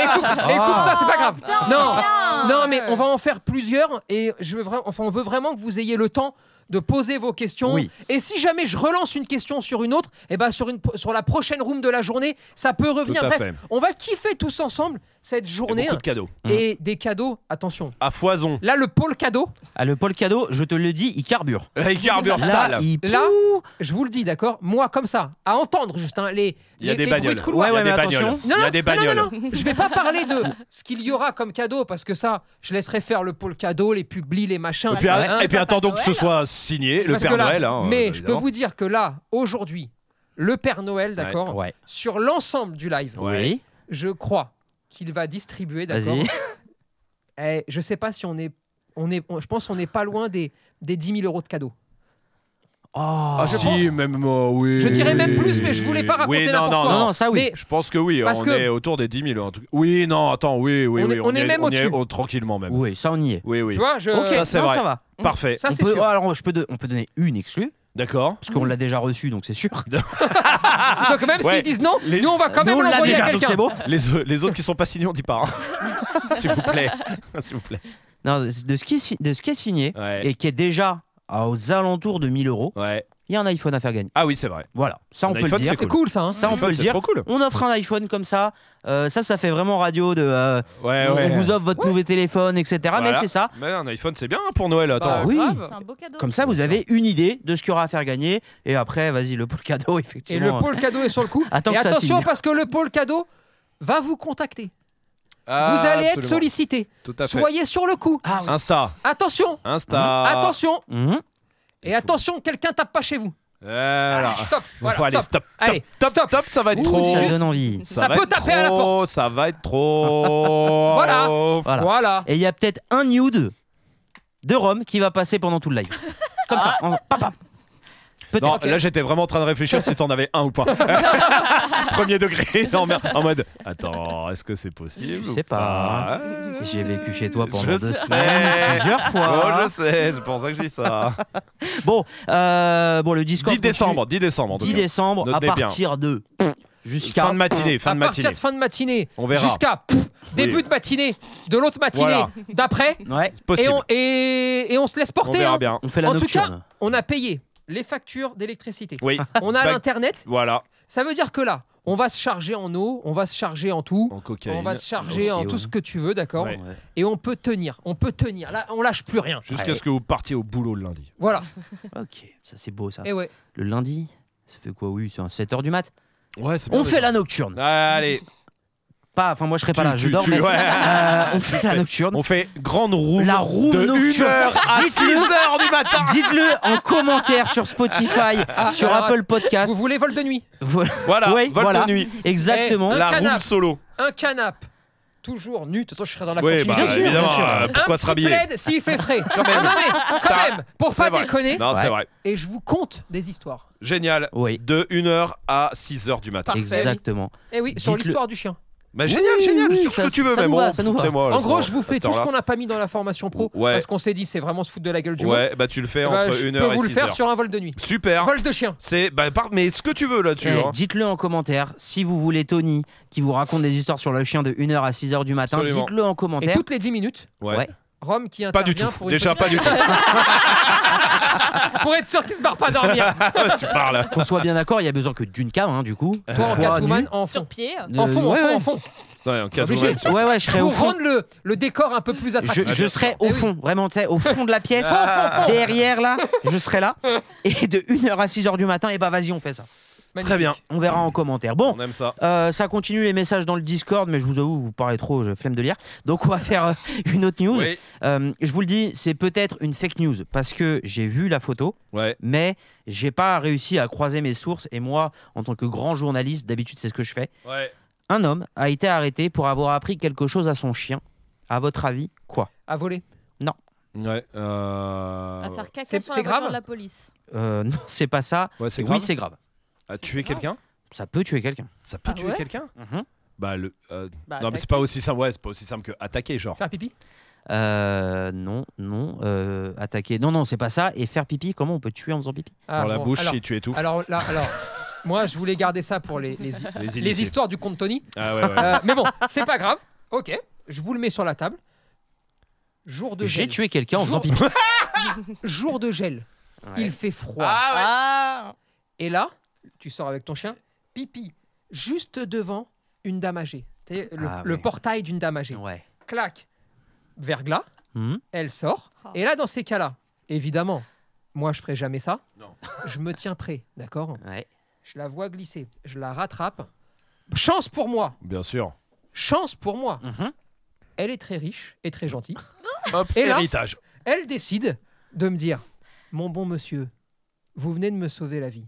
[SPEAKER 3] et coupe, et coupe ça, c'est pas grave.
[SPEAKER 2] Ah.
[SPEAKER 3] non, non, mais on va en faire plusieurs et je veux vra- enfin, on veut vraiment que vous ayez le temps de poser vos questions.
[SPEAKER 2] Oui.
[SPEAKER 3] Et si jamais je relance une question sur une autre, et ben sur, une, sur la prochaine room de la journée, ça peut revenir.
[SPEAKER 1] Tout à
[SPEAKER 3] Bref,
[SPEAKER 1] fait.
[SPEAKER 3] on va kiffer tous ensemble cette
[SPEAKER 1] Et
[SPEAKER 3] journée
[SPEAKER 1] beaucoup de Mmh. cadeaux.
[SPEAKER 3] hein, et des cadeaux. Attention.
[SPEAKER 1] À foison.
[SPEAKER 3] Là, le pôle cadeau,
[SPEAKER 2] Ah, le Paul Cadeau, je te le dis, il carbure.
[SPEAKER 1] Avec carbure
[SPEAKER 2] Là,
[SPEAKER 1] sale.
[SPEAKER 2] il
[SPEAKER 3] Là, je vous le dis, d'accord Moi, comme ça, à entendre juste hein, les,
[SPEAKER 1] Il y a des
[SPEAKER 3] les- les bruits
[SPEAKER 1] bagnoles.
[SPEAKER 3] de couloir.
[SPEAKER 2] Ouais, ouais,
[SPEAKER 1] il y a
[SPEAKER 2] mais
[SPEAKER 1] des bagnoles.
[SPEAKER 2] attention.
[SPEAKER 1] Il y a des bagnoles.
[SPEAKER 3] Non, non, non. je vais pas parler de ce qu'il y aura comme cadeau parce que ça, je laisserai faire le pôle cadeau, les publis, les machins.
[SPEAKER 1] Et puis, ah,
[SPEAKER 3] hein,
[SPEAKER 1] et puis attends donc que ce
[SPEAKER 5] Noël.
[SPEAKER 1] soit signé, le
[SPEAKER 3] parce que
[SPEAKER 1] Père
[SPEAKER 3] là-
[SPEAKER 1] Noël. hein,
[SPEAKER 3] mais
[SPEAKER 1] euh,
[SPEAKER 3] je peux vous dire que là, aujourd'hui, le Père Noël, d'accord,
[SPEAKER 2] Ouais.
[SPEAKER 3] sur l'ensemble du live,
[SPEAKER 1] Ouais.
[SPEAKER 2] Oui,
[SPEAKER 3] je crois qu'il va distribuer, d'accord.
[SPEAKER 2] vas-y.
[SPEAKER 3] Eh, je sais pas si on est, on est, on- je pense qu'on n'est pas loin des des 10 000 euros de cadeaux.
[SPEAKER 2] Oh.
[SPEAKER 1] Ah si, même moi, oui.
[SPEAKER 3] Je dirais même plus, mais je voulais pas raconter
[SPEAKER 1] oui, non,
[SPEAKER 3] n'importe
[SPEAKER 1] non,
[SPEAKER 3] quoi.
[SPEAKER 1] Non,
[SPEAKER 2] Non, non, ça Ah oui.
[SPEAKER 3] Mais
[SPEAKER 1] Je pense que oui,
[SPEAKER 3] Parce
[SPEAKER 1] on
[SPEAKER 3] que-
[SPEAKER 1] est autour des 10 000. en tout cas. Oui, non, attends, oui, oui,
[SPEAKER 3] On est-
[SPEAKER 1] oui.
[SPEAKER 3] on est
[SPEAKER 1] y
[SPEAKER 3] même
[SPEAKER 1] on y est
[SPEAKER 3] au-dessus.
[SPEAKER 1] au- tranquillement même.
[SPEAKER 2] Oui, ça on y est.
[SPEAKER 1] Oui, oui.
[SPEAKER 3] tu vois, je,
[SPEAKER 1] Ok. Ça, c'est
[SPEAKER 2] non,
[SPEAKER 1] vrai.
[SPEAKER 2] ça va.
[SPEAKER 1] Parfait.
[SPEAKER 3] Euh, ça
[SPEAKER 2] On
[SPEAKER 3] c'est
[SPEAKER 2] peut-
[SPEAKER 3] sûr. Mhm.
[SPEAKER 2] Alors, je peux don- on peut donner une exclue,
[SPEAKER 1] D'accord.
[SPEAKER 2] parce qu'on l'a déjà reçue, donc c'est sûr.
[SPEAKER 3] Donc même
[SPEAKER 1] Ouais.
[SPEAKER 3] s'ils disent non,
[SPEAKER 1] Les-
[SPEAKER 3] nous on va quand même
[SPEAKER 2] Ah, Nous, on l'a
[SPEAKER 3] l'envoyer à
[SPEAKER 2] déjà, donc
[SPEAKER 3] quelqu'un.
[SPEAKER 2] c'est bon.
[SPEAKER 1] Les, au- les autres qui sont pas signés, on dit pas. hein. S'il vous plaît. S'il vous plaît.
[SPEAKER 2] Non, de de ce qui, est si- de ce qui est signé
[SPEAKER 1] Ouais.
[SPEAKER 2] et qui est déjà à- aux alentours de 1000 euros,
[SPEAKER 1] Ouais.
[SPEAKER 2] il y a un iPhone à faire gagner.
[SPEAKER 1] Ah oui, c'est vrai.
[SPEAKER 2] Voilà, ça
[SPEAKER 1] Un
[SPEAKER 2] on peut
[SPEAKER 1] iPhone,
[SPEAKER 2] le dire.
[SPEAKER 1] c'est
[SPEAKER 3] C'est cool ça. hein.
[SPEAKER 2] Ça on peut
[SPEAKER 1] Fun,
[SPEAKER 2] le
[SPEAKER 1] c'est
[SPEAKER 2] dire.
[SPEAKER 1] trop cool.
[SPEAKER 2] On offre un iPhone comme ça. Euh, ça, ça fait vraiment radio de. euh,
[SPEAKER 1] Ouais,
[SPEAKER 2] on
[SPEAKER 1] Eh ouais.
[SPEAKER 2] vous offre votre nouveau téléphone, etc. Mais
[SPEAKER 1] Voilà.
[SPEAKER 2] c'est ça.
[SPEAKER 1] Mais un iPhone, c'est bien hein, pour Noël. Attends.
[SPEAKER 2] Bah, oui.
[SPEAKER 5] C'est un beau cadeau.
[SPEAKER 2] Comme ça, vous avez une idée de ce qu'il y aura à faire gagner. Et après, vas-y, le pôle cadeau,
[SPEAKER 3] Et
[SPEAKER 2] effectivement.
[SPEAKER 3] le pôle cadeau est sur le coup.
[SPEAKER 2] Attends
[SPEAKER 3] et
[SPEAKER 2] que ça
[SPEAKER 3] attention
[SPEAKER 2] signe.
[SPEAKER 3] parce que le pôle cadeau va vous contacter.
[SPEAKER 1] Ah,
[SPEAKER 3] vous allez être
[SPEAKER 1] absolument.
[SPEAKER 3] sollicité.
[SPEAKER 1] Tout à fait.
[SPEAKER 3] Soyez sur le coup.
[SPEAKER 2] Ah oui.
[SPEAKER 1] Insta.
[SPEAKER 3] Attention,
[SPEAKER 1] Insta.
[SPEAKER 3] Mmh. attention.
[SPEAKER 2] Mhm.
[SPEAKER 3] Et attention, quelqu'un tape pas chez vous.
[SPEAKER 1] Alors,
[SPEAKER 3] Stop.
[SPEAKER 1] faut
[SPEAKER 3] Voilà,
[SPEAKER 1] aller
[SPEAKER 3] stop.
[SPEAKER 1] stop,
[SPEAKER 3] Allez,
[SPEAKER 1] stop, stop,
[SPEAKER 3] stop.
[SPEAKER 1] stop, ça va être
[SPEAKER 3] Ouh,
[SPEAKER 1] trop.
[SPEAKER 2] Ça
[SPEAKER 3] juste-
[SPEAKER 2] donne envie.
[SPEAKER 1] Ça,
[SPEAKER 3] Ça
[SPEAKER 1] va
[SPEAKER 3] peut
[SPEAKER 1] être
[SPEAKER 3] taper à la
[SPEAKER 1] trop,
[SPEAKER 3] porte.
[SPEAKER 1] Ça va être trop.
[SPEAKER 3] Voilà.
[SPEAKER 2] Voilà.
[SPEAKER 3] Voilà.
[SPEAKER 2] Et il y a peut-être un nude de Rome qui va passer pendant tout le live. Comme
[SPEAKER 3] Ah.
[SPEAKER 2] ça. en- pam, pam. Peut-être.
[SPEAKER 1] Non,
[SPEAKER 3] Ok.
[SPEAKER 1] là j'étais vraiment en train de réfléchir si t'en avais un ou pas. Premier degré. Non, mais en mode, attends, est-ce que c'est possible
[SPEAKER 2] Je
[SPEAKER 1] ou
[SPEAKER 2] sais pas.
[SPEAKER 1] Ouais.
[SPEAKER 2] J'ai vécu chez toi pendant
[SPEAKER 1] Je
[SPEAKER 2] deux
[SPEAKER 1] sais.
[SPEAKER 2] semaines, plusieurs
[SPEAKER 1] Oh,
[SPEAKER 2] fois.
[SPEAKER 1] je sais, c'est pour ça que je dis ça.
[SPEAKER 2] Bon, euh, bon, le Discord.
[SPEAKER 1] 10
[SPEAKER 2] continue.
[SPEAKER 1] décembre, 10 décembre. en tout
[SPEAKER 2] 10
[SPEAKER 1] cas.
[SPEAKER 2] décembre, à
[SPEAKER 1] Notez bien.
[SPEAKER 2] partir de. Jusqu'à.
[SPEAKER 1] Fin de matinée, fin
[SPEAKER 3] à
[SPEAKER 1] de
[SPEAKER 3] partir
[SPEAKER 1] matinée.
[SPEAKER 3] de fin de matinée,
[SPEAKER 1] On verra.
[SPEAKER 3] jusqu'à pff, début de matinée, de l'autre matinée,
[SPEAKER 1] Voilà.
[SPEAKER 3] d'après,
[SPEAKER 2] Ouais,
[SPEAKER 3] et
[SPEAKER 1] Possible.
[SPEAKER 3] on, et, et on se laisse
[SPEAKER 1] On
[SPEAKER 3] porter.
[SPEAKER 1] verra
[SPEAKER 3] hein.
[SPEAKER 1] bien.
[SPEAKER 2] on fait la
[SPEAKER 3] en tout
[SPEAKER 2] nocturne.
[SPEAKER 3] cas, on a payé les factures d'électricité.
[SPEAKER 1] Oui,
[SPEAKER 3] On a
[SPEAKER 1] Bah-
[SPEAKER 3] l'internet.
[SPEAKER 1] voilà.
[SPEAKER 3] Ça veut dire que là, on va se charger en eau, on va se charger en tout.
[SPEAKER 1] En
[SPEAKER 3] On
[SPEAKER 1] cocaïne.
[SPEAKER 3] va se charger en
[SPEAKER 2] Aussi,
[SPEAKER 3] tout
[SPEAKER 2] ouais.
[SPEAKER 3] ce que tu veux, d'accord
[SPEAKER 1] Ouais.
[SPEAKER 3] Et on peut tenir, on peut tenir. Là, on lâche plus rien.
[SPEAKER 1] Jusqu'à ce que vous partiez au boulot le lundi.
[SPEAKER 3] Voilà.
[SPEAKER 2] Ok, ça c'est beau
[SPEAKER 1] Ah.
[SPEAKER 2] ça.
[SPEAKER 3] Et Ah ouais.
[SPEAKER 2] Le lundi, ça fait quoi Oui, c'est un 7h du mat.
[SPEAKER 1] Ouais, c'est
[SPEAKER 2] On fait la nocturne.
[SPEAKER 1] Allez,
[SPEAKER 2] Pas, enfin moi je serai pas
[SPEAKER 1] Tu-
[SPEAKER 2] là, je
[SPEAKER 1] tu-
[SPEAKER 2] dors,
[SPEAKER 1] tu-
[SPEAKER 2] mais
[SPEAKER 1] ouais.
[SPEAKER 2] euh, on fait la
[SPEAKER 1] fait.
[SPEAKER 2] nocturne.
[SPEAKER 1] on fait grande room.
[SPEAKER 2] La room
[SPEAKER 1] de
[SPEAKER 2] nocturne.
[SPEAKER 1] 1h à 6h du matin.
[SPEAKER 2] Dites-le en commentaire sur Spotify,
[SPEAKER 3] Ah,
[SPEAKER 2] sur
[SPEAKER 3] alors,
[SPEAKER 2] Apple Podcast.
[SPEAKER 3] Vous Eh, voulez vol de nuit
[SPEAKER 2] Voilà,
[SPEAKER 1] Voilà,
[SPEAKER 2] Oui,
[SPEAKER 1] vol
[SPEAKER 2] voilà.
[SPEAKER 1] de nuit.
[SPEAKER 2] exactement.
[SPEAKER 3] Un
[SPEAKER 1] La room
[SPEAKER 3] canap'.
[SPEAKER 1] solo.
[SPEAKER 3] Un canap, toujours nu. De toute façon, je serai dans la
[SPEAKER 1] Oui,
[SPEAKER 3] continuité.
[SPEAKER 1] bah,
[SPEAKER 2] bien sûr,
[SPEAKER 1] évidemment,
[SPEAKER 2] bien sûr.
[SPEAKER 1] euh, pourquoi
[SPEAKER 3] un
[SPEAKER 1] se
[SPEAKER 3] petit
[SPEAKER 1] rhabiller
[SPEAKER 3] plaid s'il fait frais. quand même. Non, mais quand
[SPEAKER 1] T'as-
[SPEAKER 3] même, pour
[SPEAKER 1] C'est
[SPEAKER 3] pas
[SPEAKER 1] vrai.
[SPEAKER 3] déconner.
[SPEAKER 1] Non, c'est
[SPEAKER 2] Ouais.
[SPEAKER 1] vrai.
[SPEAKER 3] Et je vous compte des histoires.
[SPEAKER 1] Génial.
[SPEAKER 2] Oui,
[SPEAKER 1] De 1h à 6h du matin.
[SPEAKER 3] Parfait.
[SPEAKER 2] exactement.
[SPEAKER 3] Et oui, sur
[SPEAKER 2] Dites-le.
[SPEAKER 3] l'histoire du chien.
[SPEAKER 1] Bah, génial,
[SPEAKER 2] Oui,
[SPEAKER 1] génial,
[SPEAKER 2] oui,
[SPEAKER 1] sur
[SPEAKER 2] ça-
[SPEAKER 1] ce que tu veux,
[SPEAKER 2] ça
[SPEAKER 1] même.
[SPEAKER 2] nous va,
[SPEAKER 1] on-
[SPEAKER 2] ça nous va.
[SPEAKER 1] foutez-moi,
[SPEAKER 3] En
[SPEAKER 1] là,
[SPEAKER 3] gros,
[SPEAKER 1] ça-
[SPEAKER 3] je vous fais
[SPEAKER 1] Oh, cette
[SPEAKER 3] tout ce
[SPEAKER 1] heure-là.
[SPEAKER 3] qu'on n'a pas mis dans la formation pro
[SPEAKER 1] Ouais.
[SPEAKER 3] parce qu'on s'est dit c'est vraiment se foutre de la gueule du monde.
[SPEAKER 1] Ouais, bah, tu le fais
[SPEAKER 3] Eh ben,
[SPEAKER 1] entre
[SPEAKER 3] je
[SPEAKER 1] 1h
[SPEAKER 3] peux
[SPEAKER 1] et
[SPEAKER 3] vous le faire
[SPEAKER 1] 6h.
[SPEAKER 3] sur un vol de nuit.
[SPEAKER 1] Super.
[SPEAKER 3] Vol de chien.
[SPEAKER 1] C'est bah, par- mais ce que tu veux là-dessus.
[SPEAKER 2] Eh,
[SPEAKER 1] hein.
[SPEAKER 2] dites-le en commentaire si vous voulez Tony qui vous raconte des histoires sur le chien de 1h à 6h du matin.
[SPEAKER 1] Absolument.
[SPEAKER 2] Dites-le en
[SPEAKER 3] Et
[SPEAKER 2] commentaire.
[SPEAKER 3] toutes les 10 minutes,
[SPEAKER 1] Ouais.
[SPEAKER 2] Ouais.
[SPEAKER 3] Rome qui
[SPEAKER 1] Pas
[SPEAKER 3] intervient
[SPEAKER 1] du tout.
[SPEAKER 3] pour une
[SPEAKER 1] Déjà
[SPEAKER 3] petite-
[SPEAKER 1] pas du tout.
[SPEAKER 3] pour être sûr qu'il se barre pas dormir.
[SPEAKER 1] tu parles.
[SPEAKER 2] Qu'on soit bien d'accord, il y a besoin que d'une cam hein, du coup.
[SPEAKER 3] Toi en Catwoman, en
[SPEAKER 5] Sur
[SPEAKER 3] fond.
[SPEAKER 5] pied.
[SPEAKER 2] nu,
[SPEAKER 3] En
[SPEAKER 2] euh,
[SPEAKER 3] fond, en
[SPEAKER 2] ouais,
[SPEAKER 3] fond,
[SPEAKER 2] ouais.
[SPEAKER 3] en fond.
[SPEAKER 1] Ouais, en
[SPEAKER 3] Obligé.
[SPEAKER 1] Catwoman.
[SPEAKER 2] Ouais, ouais, je serai au
[SPEAKER 3] Pour
[SPEAKER 2] fond.
[SPEAKER 3] rendre le, le décor un peu plus attractif.
[SPEAKER 2] Je, je serai
[SPEAKER 3] Eh
[SPEAKER 2] au
[SPEAKER 3] oui.
[SPEAKER 2] fond, vraiment, tu sais, au fond de la pièce.
[SPEAKER 3] Fond, fond, fond.
[SPEAKER 2] Derrière là, je serai là. Et de 1h à 6h du matin, et bah vas-y, on fait ça.
[SPEAKER 3] Magnifique.
[SPEAKER 1] Très bien.
[SPEAKER 2] On verra en commentaire. Bon,
[SPEAKER 1] On aime ça.
[SPEAKER 2] Euh, ça continue les messages dans le Discord, mais je vous avoue, vous parlez trop, j'ai flemme de lire. Donc on va faire euh, une autre news.
[SPEAKER 1] Oui.
[SPEAKER 2] Euh, je vous le dis, c'est peut-être une fake news parce que j'ai vu la photo,
[SPEAKER 1] Ouais.
[SPEAKER 2] mais j'ai pas réussi à croiser mes sources. Et moi, en tant que grand journaliste, d'habitude c'est ce que je fais.
[SPEAKER 1] Ouais.
[SPEAKER 2] Un homme a été arrêté pour avoir appris quelque chose à son chien. À votre avis, quoi
[SPEAKER 3] À voler.
[SPEAKER 1] Ouais. euh,
[SPEAKER 5] À faire caca
[SPEAKER 3] C'est-
[SPEAKER 5] sur
[SPEAKER 3] c'est
[SPEAKER 5] la voiture
[SPEAKER 3] grave
[SPEAKER 5] de la police.
[SPEAKER 2] Euh, Non, c'est pas ça.
[SPEAKER 1] Ouais, c'est
[SPEAKER 2] Oui,
[SPEAKER 1] grave.
[SPEAKER 2] c'est grave.
[SPEAKER 1] Ah, tuer quelqu'un
[SPEAKER 2] Ça peut tuer quelqu'un.
[SPEAKER 1] Ça peut
[SPEAKER 5] Ah
[SPEAKER 1] tuer
[SPEAKER 5] ouais
[SPEAKER 1] quelqu'un
[SPEAKER 2] Mhm.
[SPEAKER 1] Bah le. euh,
[SPEAKER 4] Bah,
[SPEAKER 1] non mais c'est pas aussi simple. Ouais, c'est pas aussi simple que attaquer genre.
[SPEAKER 3] Faire pipi.
[SPEAKER 2] Euh, non, non. euh, attaquer. Non, non, c'est pas ça. Et faire pipi, comment on peut tuer en faisant pipi
[SPEAKER 3] Ah,
[SPEAKER 1] dans la
[SPEAKER 3] bon,
[SPEAKER 1] bouche
[SPEAKER 3] alors-
[SPEAKER 1] si tu étouffes.
[SPEAKER 3] Alors là, alors. Moi, je voulais garder ça pour les, les,
[SPEAKER 1] les,
[SPEAKER 3] les
[SPEAKER 1] illicites.
[SPEAKER 3] histoires du compte Tony.
[SPEAKER 1] Ah ouais. ouais.
[SPEAKER 3] Euh, mais bon, c'est pas grave. Ok, je vous le mets sur la table. Jour de
[SPEAKER 2] J'ai
[SPEAKER 3] gel.
[SPEAKER 2] tué quelqu'un en faisant
[SPEAKER 3] Jour-
[SPEAKER 2] pipi.
[SPEAKER 3] Jour de gel.
[SPEAKER 2] Ouais.
[SPEAKER 3] Il fait froid.
[SPEAKER 4] Ah
[SPEAKER 3] Et là, tu sors avec ton chien, pipi, juste devant une dame âgée. T'as vu, Le,
[SPEAKER 2] Ah
[SPEAKER 3] le
[SPEAKER 2] oui.
[SPEAKER 3] portail d'une dame âgée.
[SPEAKER 2] Ouais.
[SPEAKER 3] Clac, verglas,
[SPEAKER 2] Hmm.
[SPEAKER 3] elle sort.
[SPEAKER 5] Oh.
[SPEAKER 3] Et là, dans ces cas-là, évidemment, moi, je ferai jamais ça.
[SPEAKER 1] Non.
[SPEAKER 3] Je me tiens prêt, d'accord
[SPEAKER 2] Ouais.
[SPEAKER 3] Je la vois glisser, je la rattrape. Chance pour moi,
[SPEAKER 1] Bien sûr.
[SPEAKER 3] chance pour moi.
[SPEAKER 2] Mhm.
[SPEAKER 3] Elle est très riche et très gentille.
[SPEAKER 1] Hop.
[SPEAKER 3] Et là-
[SPEAKER 1] Héritage.
[SPEAKER 3] Elle décide de me dire Mon bon monsieur, vous venez de me sauver la vie.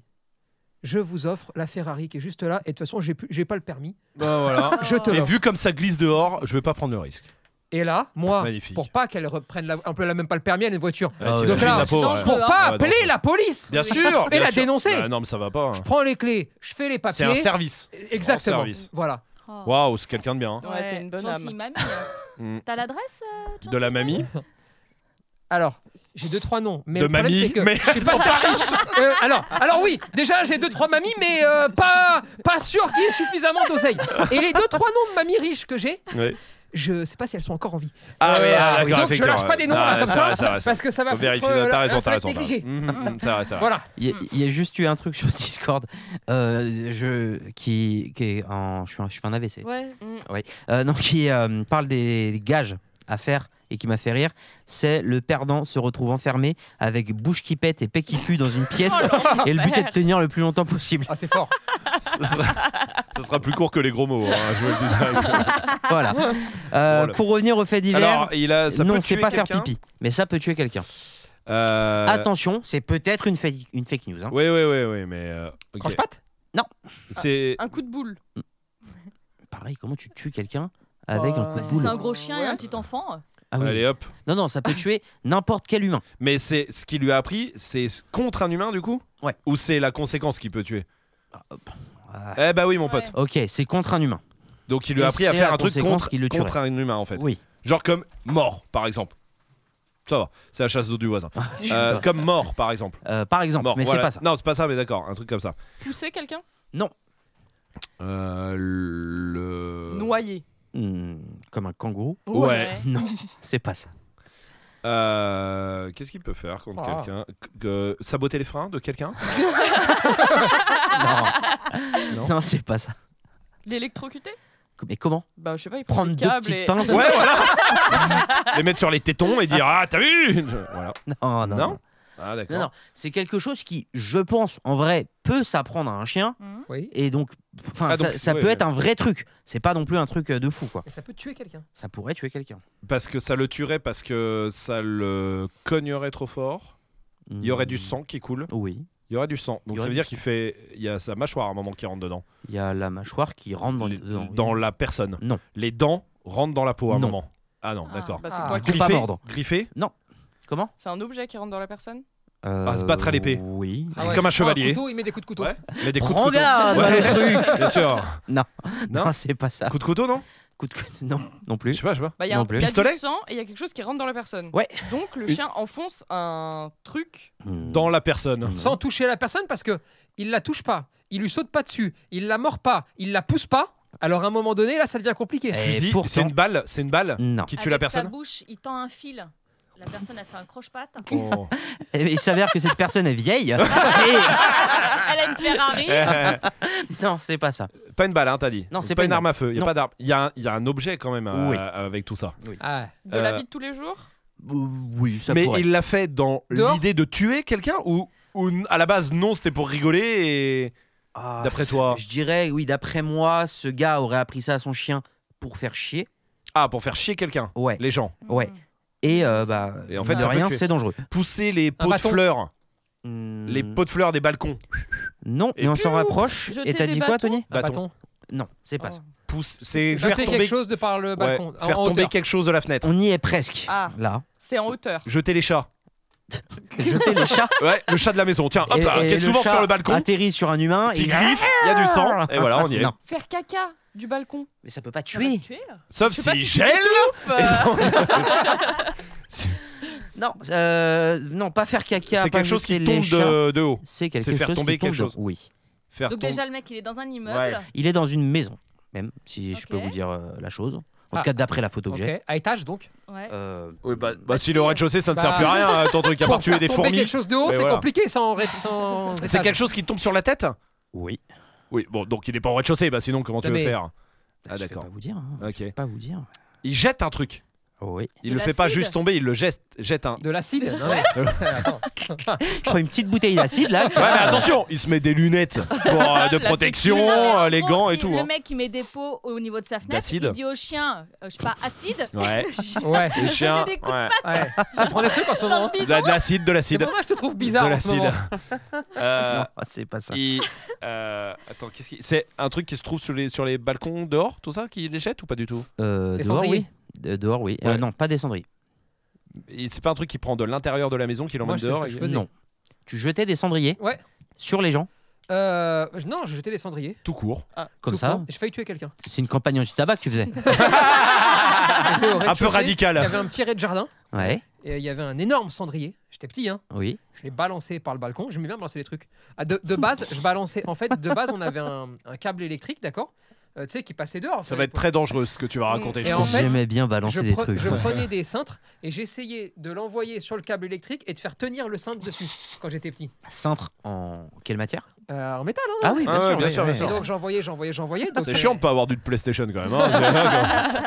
[SPEAKER 3] Je vous offre la Ferrari qui est juste là. Et de toute façon, j'ai plus- j'ai pas le permis.
[SPEAKER 1] Bah voilà.
[SPEAKER 3] Je te
[SPEAKER 1] Et
[SPEAKER 3] l'offre.
[SPEAKER 1] vu comme ça glisse dehors, je vais pas prendre le risque.
[SPEAKER 3] Et là, moi,
[SPEAKER 1] Magnifique.
[SPEAKER 3] pour pas qu'elle reprenne la, un peu, elle a même pas le permis, elle a une voiture.
[SPEAKER 1] Ouais,
[SPEAKER 2] Ah
[SPEAKER 1] t'imagines
[SPEAKER 3] Donc là,
[SPEAKER 1] la peau,
[SPEAKER 5] dangereux,
[SPEAKER 1] ouais.
[SPEAKER 3] Pour pas
[SPEAKER 1] Ouais,
[SPEAKER 3] appeler
[SPEAKER 1] dangereux.
[SPEAKER 3] la police.
[SPEAKER 1] Bien sûr.
[SPEAKER 3] Et
[SPEAKER 1] bien
[SPEAKER 3] la
[SPEAKER 1] sûr.
[SPEAKER 3] dénoncer.
[SPEAKER 1] Bah non mais ça va pas. hein.
[SPEAKER 3] Je prends les clés, je fais les
[SPEAKER 1] C'est un
[SPEAKER 3] papiers.
[SPEAKER 1] service.
[SPEAKER 3] Exactement.
[SPEAKER 1] Grand service.
[SPEAKER 3] Voilà.
[SPEAKER 5] Oh.
[SPEAKER 1] Waouh, c'est quelqu'un de bien. hein.
[SPEAKER 4] Ouais, t'es une bonne
[SPEAKER 5] gentille
[SPEAKER 4] âme.
[SPEAKER 5] Oh. mamie. hein.
[SPEAKER 1] Mm.
[SPEAKER 5] T'as l'adresse euh,
[SPEAKER 1] De la
[SPEAKER 5] gentille
[SPEAKER 1] mamie.
[SPEAKER 3] Alors, j'ai deux trois noms, mais
[SPEAKER 1] De
[SPEAKER 3] le problème
[SPEAKER 1] mamie,
[SPEAKER 3] c'est que
[SPEAKER 1] mais
[SPEAKER 3] je suis pas certain. Euh, alors, alors oui, déjà j'ai deux trois mamies, mais euh, pas pas sûr qu'il y ait suffisamment d'oseille. Et les deux trois noms de mamies riches que j'ai,
[SPEAKER 1] Ouais.
[SPEAKER 3] je sais pas si elles sont encore en vie.
[SPEAKER 1] Ah
[SPEAKER 3] Euh,
[SPEAKER 1] oui, ah, d'accord,
[SPEAKER 3] donc je
[SPEAKER 1] effectivement,
[SPEAKER 3] lâche pas des noms
[SPEAKER 1] ouais.
[SPEAKER 3] là,
[SPEAKER 1] Ah,
[SPEAKER 3] comme
[SPEAKER 1] c'est
[SPEAKER 3] ça,
[SPEAKER 1] vrai, c'est vrai, c'est
[SPEAKER 3] parce que ça va
[SPEAKER 1] Faut
[SPEAKER 3] foutre,
[SPEAKER 1] vérifier.
[SPEAKER 3] euh,
[SPEAKER 1] T'as
[SPEAKER 3] là,
[SPEAKER 1] raison,
[SPEAKER 3] ça
[SPEAKER 1] t'as
[SPEAKER 3] va
[SPEAKER 1] raison.
[SPEAKER 3] être
[SPEAKER 1] t'as
[SPEAKER 3] négligé.
[SPEAKER 1] raison. Mhm, mhm, C'est vrai, c'est vrai.
[SPEAKER 3] Voilà.
[SPEAKER 2] Il y, a- il y a juste eu un truc sur Discord euh, je, qui, qui est en. Je suis, un- je fais un AVC.
[SPEAKER 5] Ouais.
[SPEAKER 4] Mmh.
[SPEAKER 2] Euh, non, qui euh, parle des gages à faire et qui m'a fait rire. C'est le perdant se retrouve enfermé avec bouche qui pète et paix qui pue dans une pièce. et le but est de tenir le plus longtemps possible.
[SPEAKER 3] Ah c'est fort.
[SPEAKER 1] Ce sera, ce sera plus court que les gros mots. hein, je vous le dis direct.
[SPEAKER 2] Voilà. Euh,
[SPEAKER 1] Drôle.
[SPEAKER 2] pour revenir au fait divers.
[SPEAKER 1] Alors, il a, ça
[SPEAKER 2] non,
[SPEAKER 1] peut
[SPEAKER 2] c'est
[SPEAKER 1] tuer
[SPEAKER 2] pas faire
[SPEAKER 1] quelqu'un
[SPEAKER 2] pipi, mais ça peut tuer quelqu'un.
[SPEAKER 1] Euh,
[SPEAKER 2] Attention, c'est peut-être une, fake- une fake news. hein.
[SPEAKER 1] Oui, oui, oui, oui, mais. euh, ok.
[SPEAKER 3] Croche-patte
[SPEAKER 1] C'est.
[SPEAKER 2] Ah,
[SPEAKER 4] Un coup de boule.
[SPEAKER 2] Pareil, comment tu tues quelqu'un avec un coup
[SPEAKER 5] Bah,
[SPEAKER 2] de
[SPEAKER 5] si c'est
[SPEAKER 2] boule
[SPEAKER 5] un gros chien et
[SPEAKER 4] Ouais.
[SPEAKER 5] un petit enfant.
[SPEAKER 2] Ah oui.
[SPEAKER 1] Allez hop.
[SPEAKER 2] Non, non, ça peut tuer n'importe quel humain.
[SPEAKER 1] Mais c'est ce qu'il lui a appris, c'est contre un humain du coup
[SPEAKER 2] Ouais.
[SPEAKER 1] Ou c'est la conséquence qui peut tuer
[SPEAKER 2] Ah.
[SPEAKER 1] Eh bah oui, mon pote.
[SPEAKER 5] Ouais.
[SPEAKER 2] Ok, c'est contre un humain.
[SPEAKER 1] Donc il lui a
[SPEAKER 2] Et
[SPEAKER 1] appris à
[SPEAKER 2] c'est
[SPEAKER 1] faire
[SPEAKER 2] la
[SPEAKER 1] un truc
[SPEAKER 2] conséquence
[SPEAKER 1] contre,
[SPEAKER 2] qui le tuerait.
[SPEAKER 1] contre un humain en fait.
[SPEAKER 2] Oui.
[SPEAKER 1] Genre comme mort par exemple. Ça va, c'est la chasse d'eau du voisin. Euh, comme mort par exemple.
[SPEAKER 2] Euh, par exemple,
[SPEAKER 1] Mort,
[SPEAKER 2] mais
[SPEAKER 1] voilà.
[SPEAKER 2] c'est pas ça.
[SPEAKER 1] Non, c'est pas ça, mais d'accord, un truc comme ça.
[SPEAKER 4] Pousser quelqu'un
[SPEAKER 1] Euh, le.
[SPEAKER 4] Noyer.
[SPEAKER 2] Hmm, comme un kangourou.
[SPEAKER 1] Euh. Ouais.
[SPEAKER 2] Non, c'est pas ça.
[SPEAKER 1] Euh, Qu'est-ce qu'il peut faire contre
[SPEAKER 3] Ah.
[SPEAKER 1] quelqu'un Que- Saboter les freins de quelqu'un
[SPEAKER 2] Non, non c'est pas ça.
[SPEAKER 4] L'électrocuter
[SPEAKER 2] Mais comment
[SPEAKER 4] Bah, je sais pas, il prend
[SPEAKER 2] Prendre
[SPEAKER 4] des
[SPEAKER 2] deux
[SPEAKER 4] câbles
[SPEAKER 2] petites
[SPEAKER 4] et...
[SPEAKER 2] pinces
[SPEAKER 1] Ouais, voilà Les mettre sur les tétons et dire Ah, t'as vu Voilà.
[SPEAKER 2] Non, non.
[SPEAKER 1] Non
[SPEAKER 2] non.
[SPEAKER 1] Ah, d'accord.
[SPEAKER 2] Non, non, c'est quelque chose qui, je pense, en vrai, peut s'apprendre à un chien.
[SPEAKER 3] Oui.
[SPEAKER 2] Et donc, enfin,
[SPEAKER 1] Ah, donc
[SPEAKER 2] ça,
[SPEAKER 1] c'est-
[SPEAKER 2] ça
[SPEAKER 1] ouais,
[SPEAKER 2] peut
[SPEAKER 1] ouais.
[SPEAKER 2] être un vrai truc. C'est pas non plus un truc euh, de fou, quoi.
[SPEAKER 3] Mais ça peut tuer quelqu'un.
[SPEAKER 2] Ça pourrait tuer quelqu'un.
[SPEAKER 1] Parce que ça le tuerait, parce que ça le cognerait trop fort. Il y aurait du sang
[SPEAKER 2] Hmm,
[SPEAKER 1] qui coule.
[SPEAKER 2] Oui.
[SPEAKER 1] Il y aurait du sang. Donc
[SPEAKER 2] Il y
[SPEAKER 1] ça
[SPEAKER 2] aurait
[SPEAKER 1] veut
[SPEAKER 2] du
[SPEAKER 1] dire qu'il
[SPEAKER 2] sang.
[SPEAKER 1] fait. Il y a sa mâchoire à un moment qui rentre dedans.
[SPEAKER 2] Il y a la mâchoire qui rentre dans,
[SPEAKER 1] Les-
[SPEAKER 2] dedans, oui.
[SPEAKER 1] dans la personne.
[SPEAKER 2] Non.
[SPEAKER 1] Les dents rentrent dans la peau à un
[SPEAKER 2] Non.
[SPEAKER 1] moment. Ah non,
[SPEAKER 5] Ah.
[SPEAKER 1] d'accord.
[SPEAKER 4] Bah, c'est
[SPEAKER 3] Ah.
[SPEAKER 4] quoi
[SPEAKER 2] Du coup,
[SPEAKER 4] qui-
[SPEAKER 2] pas mordre.
[SPEAKER 1] Griffé
[SPEAKER 2] Comment
[SPEAKER 4] C'est un objet qui rentre dans la personne
[SPEAKER 1] Ah, se battre à l'épée.
[SPEAKER 2] Euh, Oui.
[SPEAKER 1] C'est comme un chevalier.
[SPEAKER 3] Un Ah Oh, couteau, il met des coups de couteau.
[SPEAKER 1] Ouais. Mais des coups de
[SPEAKER 2] Prends
[SPEAKER 1] couteau.
[SPEAKER 2] garde
[SPEAKER 1] Ouais,
[SPEAKER 2] à le truc.
[SPEAKER 1] Bien sûr.
[SPEAKER 2] Non.
[SPEAKER 1] Non,
[SPEAKER 2] Non, c'est pas ça.
[SPEAKER 1] Coup de couteau, non
[SPEAKER 2] Coup de coude- Non, non
[SPEAKER 1] Je
[SPEAKER 2] plus.
[SPEAKER 1] sais pas, je sais pas.
[SPEAKER 4] Bah, il y a
[SPEAKER 2] Non
[SPEAKER 4] un
[SPEAKER 2] plus.
[SPEAKER 4] il y a
[SPEAKER 1] Pistolet
[SPEAKER 4] du sang et il y a quelque chose qui rentre dans la personne.
[SPEAKER 2] Ouais.
[SPEAKER 4] Donc le
[SPEAKER 1] Une-
[SPEAKER 4] chien enfonce un truc.
[SPEAKER 2] Hmm.
[SPEAKER 1] Dans la personne.
[SPEAKER 3] Sans toucher la personne parce que il la touche pas, il lui saute pas dessus, il la mord pas, il la pousse pas. Alors à un moment donné, là, ça devient compliqué.
[SPEAKER 2] Eh. Et
[SPEAKER 1] Fusil.
[SPEAKER 2] pourtant-
[SPEAKER 1] C'est une balle. C'est une balle
[SPEAKER 2] Non.
[SPEAKER 1] qui tue la
[SPEAKER 5] Sa
[SPEAKER 1] personne.
[SPEAKER 5] bouche, il tend un fil. La personne a fait un croche-patte.
[SPEAKER 1] Oh.
[SPEAKER 2] Et il s'avère que cette personne est vieille. Et-
[SPEAKER 1] Ah.
[SPEAKER 5] Elle a une Ferrari.
[SPEAKER 1] Eh,
[SPEAKER 2] Non, c'est pas ça.
[SPEAKER 1] Pas une balle, hein, t'as dit.
[SPEAKER 2] Non, c'est
[SPEAKER 1] pas
[SPEAKER 2] pas
[SPEAKER 1] une
[SPEAKER 2] une
[SPEAKER 1] arme à feu. Il y a
[SPEAKER 2] Non.
[SPEAKER 1] pas d'arme. Il y a un- il y a un objet quand même euh,
[SPEAKER 2] Oui.
[SPEAKER 1] avec tout ça.
[SPEAKER 3] Ah.
[SPEAKER 4] De la
[SPEAKER 1] Euh,
[SPEAKER 4] vie de tous les jours
[SPEAKER 2] Euh, Oui, ça
[SPEAKER 1] mais
[SPEAKER 2] pourrait.
[SPEAKER 1] il l'a fait dans
[SPEAKER 3] Dehors
[SPEAKER 1] l'idée de tuer quelqu'un ou, ou n- à la base non c'était pour rigoler et
[SPEAKER 2] Ah,
[SPEAKER 1] d'après toi
[SPEAKER 2] Je dirais, oui, d'après moi, ce gars aurait appris ça à son chien pour faire chier.
[SPEAKER 1] ah pour faire chier quelqu'un
[SPEAKER 2] Ouais.
[SPEAKER 1] les gens
[SPEAKER 4] Mmh.
[SPEAKER 2] Ouais. Et, euh, bah,
[SPEAKER 1] Et en fait,
[SPEAKER 2] de
[SPEAKER 1] ça peut
[SPEAKER 2] rien,
[SPEAKER 1] tuer.
[SPEAKER 2] c'est dangereux.
[SPEAKER 1] pousser les pots de
[SPEAKER 3] bâton.
[SPEAKER 1] fleurs
[SPEAKER 2] Hmm,
[SPEAKER 1] les pots de fleurs des balcons
[SPEAKER 2] Non,
[SPEAKER 1] Et
[SPEAKER 2] mais on s'en
[SPEAKER 1] piou
[SPEAKER 2] rapproche.
[SPEAKER 4] Jeter
[SPEAKER 2] Et t'as
[SPEAKER 4] des
[SPEAKER 2] dit quoi,
[SPEAKER 4] bâtons
[SPEAKER 2] Tony
[SPEAKER 3] Un
[SPEAKER 1] bâton
[SPEAKER 3] bâton.
[SPEAKER 2] Non, c'est pas
[SPEAKER 4] Oh.
[SPEAKER 2] ça.
[SPEAKER 1] pousse c'est
[SPEAKER 3] Jeter
[SPEAKER 1] faire tomber
[SPEAKER 3] quelque chose de par le
[SPEAKER 1] Ouais,
[SPEAKER 3] balcon. en-
[SPEAKER 1] faire
[SPEAKER 3] en
[SPEAKER 1] tomber
[SPEAKER 3] hauteur.
[SPEAKER 1] quelque chose de la fenêtre
[SPEAKER 2] On y est presque.
[SPEAKER 4] Ah.
[SPEAKER 2] Là.
[SPEAKER 4] C'est en hauteur.
[SPEAKER 1] jeter les chats
[SPEAKER 2] Jeter les chats.
[SPEAKER 1] ouais le chat de la maison tiens hop
[SPEAKER 2] et-
[SPEAKER 1] là
[SPEAKER 2] et
[SPEAKER 1] qui est souvent
[SPEAKER 2] chat
[SPEAKER 1] sur le balcon
[SPEAKER 2] Atterrit sur un humain.
[SPEAKER 1] qui
[SPEAKER 2] et-
[SPEAKER 1] griffe il y a du sang et voilà on y est
[SPEAKER 2] Non,
[SPEAKER 4] Faire caca du balcon.
[SPEAKER 2] mais ça peut pas
[SPEAKER 5] Ça va
[SPEAKER 2] tuer.
[SPEAKER 5] te tuer, là.
[SPEAKER 1] sauf
[SPEAKER 4] Je sais pas
[SPEAKER 1] si
[SPEAKER 4] si
[SPEAKER 1] gèle
[SPEAKER 4] Euh,
[SPEAKER 2] Non, euh, non, pas faire caca.
[SPEAKER 1] c'est
[SPEAKER 2] pas
[SPEAKER 1] quelque chose qui
[SPEAKER 2] jeter
[SPEAKER 1] tombe
[SPEAKER 2] les chats.
[SPEAKER 1] de, de haut
[SPEAKER 2] C'est quelque
[SPEAKER 1] C'est
[SPEAKER 2] chose
[SPEAKER 1] faire tomber
[SPEAKER 2] qui tombe
[SPEAKER 1] quelque
[SPEAKER 2] de-
[SPEAKER 1] chose.
[SPEAKER 2] Oui.
[SPEAKER 1] faire
[SPEAKER 5] Donc
[SPEAKER 1] tomber
[SPEAKER 5] déjà, le mec, il est dans un
[SPEAKER 1] Ouais.
[SPEAKER 5] immeuble.
[SPEAKER 2] Il est dans une maison, même, si je peux
[SPEAKER 5] Ok.
[SPEAKER 2] vous dire euh, la chose. En
[SPEAKER 3] Ah.
[SPEAKER 2] tout cas, d'après la photo que j'ai.
[SPEAKER 3] Ok. À étage donc.
[SPEAKER 5] Ouais.
[SPEAKER 2] Euh,
[SPEAKER 1] oui, bah, bah,
[SPEAKER 5] Bah,
[SPEAKER 1] s'il
[SPEAKER 5] si.
[SPEAKER 1] est au rez-de-chaussée ça ne
[SPEAKER 3] Bah,
[SPEAKER 1] sert plus à rien euh, ton truc à part
[SPEAKER 3] Pour
[SPEAKER 1] tuer
[SPEAKER 3] faire
[SPEAKER 1] des
[SPEAKER 3] tomber
[SPEAKER 1] fourmis
[SPEAKER 3] quelque chose de haut,
[SPEAKER 1] Mais
[SPEAKER 3] c'est
[SPEAKER 1] voilà.
[SPEAKER 3] compliqué sans, ré- sans
[SPEAKER 1] c'est
[SPEAKER 3] étage.
[SPEAKER 1] quelque chose qui tombe sur la tête
[SPEAKER 2] oui.
[SPEAKER 1] Oui, bon, donc il est pas au rez-de-chaussée, bah sinon comment tu
[SPEAKER 3] Non,
[SPEAKER 1] veux
[SPEAKER 3] mais-
[SPEAKER 1] faire
[SPEAKER 2] Je
[SPEAKER 1] Ah
[SPEAKER 2] vais
[SPEAKER 1] d'accord.
[SPEAKER 2] Pas vous dire. hein.
[SPEAKER 1] Ok.
[SPEAKER 2] Pas vous dire.
[SPEAKER 1] Il jette un truc.
[SPEAKER 2] Oui.
[SPEAKER 1] Il
[SPEAKER 5] De
[SPEAKER 1] le fait pas
[SPEAKER 5] l'acide
[SPEAKER 1] juste tomber, il le jette, jette un. Ouais,
[SPEAKER 3] De l'acide. Non, mais- Attends.
[SPEAKER 2] Je prends une petite bouteille d'acide là.
[SPEAKER 1] mais attention, il se met des lunettes pour, euh, de protection,
[SPEAKER 5] Mais non, mais en
[SPEAKER 1] euh, les
[SPEAKER 5] gros,
[SPEAKER 1] gants et
[SPEAKER 5] il-
[SPEAKER 1] tout.
[SPEAKER 5] Le
[SPEAKER 1] hein.
[SPEAKER 5] mec, il met des pots au niveau de sa fenêtre.
[SPEAKER 1] D'acide.
[SPEAKER 5] Il dit au chien, euh, je sais pas, acide.
[SPEAKER 1] Ouais.
[SPEAKER 3] Ouais.
[SPEAKER 1] Les chiens.
[SPEAKER 5] des coups
[SPEAKER 1] ouais.
[SPEAKER 3] ouais. Tu prends des trucs en ce
[SPEAKER 5] Dans
[SPEAKER 3] moment.
[SPEAKER 5] le bide.
[SPEAKER 1] De la- de l'acide, de
[SPEAKER 3] C'est
[SPEAKER 1] l'acide.
[SPEAKER 3] pour ça que je te trouve
[SPEAKER 1] De
[SPEAKER 3] bizarre en
[SPEAKER 1] l'acide.
[SPEAKER 3] ce moment.
[SPEAKER 1] Euh,
[SPEAKER 2] Non, ah, c'est pas ça.
[SPEAKER 1] il- euh, Attends, qu'est-ce qui. C'est un truc qui se trouve sur les, sur les balcons dehors, tout ça, qui les jette ou pas du tout
[SPEAKER 2] Euh,
[SPEAKER 3] Des
[SPEAKER 2] dehors, oui.
[SPEAKER 3] cendriers.
[SPEAKER 2] De- dehors, oui. Euh,
[SPEAKER 1] Ouais.
[SPEAKER 2] non, pas des cendriers.
[SPEAKER 1] Il- C'est pas un truc qui prend de l'intérieur de la maison, qui l'emmène
[SPEAKER 3] Moi, je sais ce
[SPEAKER 1] dehors.
[SPEAKER 3] que je
[SPEAKER 1] et-
[SPEAKER 3] fais. Faisais.
[SPEAKER 2] Non. Tu jetais des cendriers
[SPEAKER 3] Ouais.
[SPEAKER 2] sur les gens.
[SPEAKER 3] Euh, non, je jetais les cendriers.
[SPEAKER 1] Tout court.
[SPEAKER 2] Comme
[SPEAKER 3] Tout
[SPEAKER 2] ça.
[SPEAKER 3] court. J'ai failli tuer quelqu'un.
[SPEAKER 2] C'est une campagne anti-tabac que tu faisais.
[SPEAKER 1] Ah,
[SPEAKER 3] J'étais au
[SPEAKER 1] Un peu
[SPEAKER 3] rez-de-chaussée, Il y
[SPEAKER 1] radical.
[SPEAKER 3] avait un petit rez-de-jardin
[SPEAKER 2] ouais.
[SPEAKER 3] et il y avait un énorme cendrier. J'étais petit, hein.
[SPEAKER 2] Oui.
[SPEAKER 3] Je l'ai balancé par le balcon. J'aimais bien balancer les trucs. Ah, de, de base, je balançais. En fait, de base, on avait un, un câble électrique, d'accord Euh, Tu sais, qui passait dehors.
[SPEAKER 1] Ça va être très dangereux ce que tu vas raconter.
[SPEAKER 4] Et
[SPEAKER 1] je
[SPEAKER 3] Mm. en
[SPEAKER 1] pense.
[SPEAKER 3] fait,
[SPEAKER 2] J'aimais bien
[SPEAKER 3] je,
[SPEAKER 2] balancer des
[SPEAKER 3] pre-
[SPEAKER 2] trucs.
[SPEAKER 3] je
[SPEAKER 2] ouais.
[SPEAKER 3] prenais des cintres et j'essayais de l'envoyer sur le câble électrique et de faire tenir le cintre dessus quand j'étais petit.
[SPEAKER 2] Cintre en quelle matière
[SPEAKER 3] Euh, en métal, hein
[SPEAKER 2] Ah oui,
[SPEAKER 1] Ah ouais, bien
[SPEAKER 2] oui,
[SPEAKER 1] sûr, bien
[SPEAKER 2] oui.
[SPEAKER 1] sûr. Ah,
[SPEAKER 3] Et donc j'envoyais, j'envoyais, j'envoyais. donc,
[SPEAKER 1] C'est
[SPEAKER 3] euh,
[SPEAKER 1] chiant de pas avoir dû de PlayStation quand même. hein.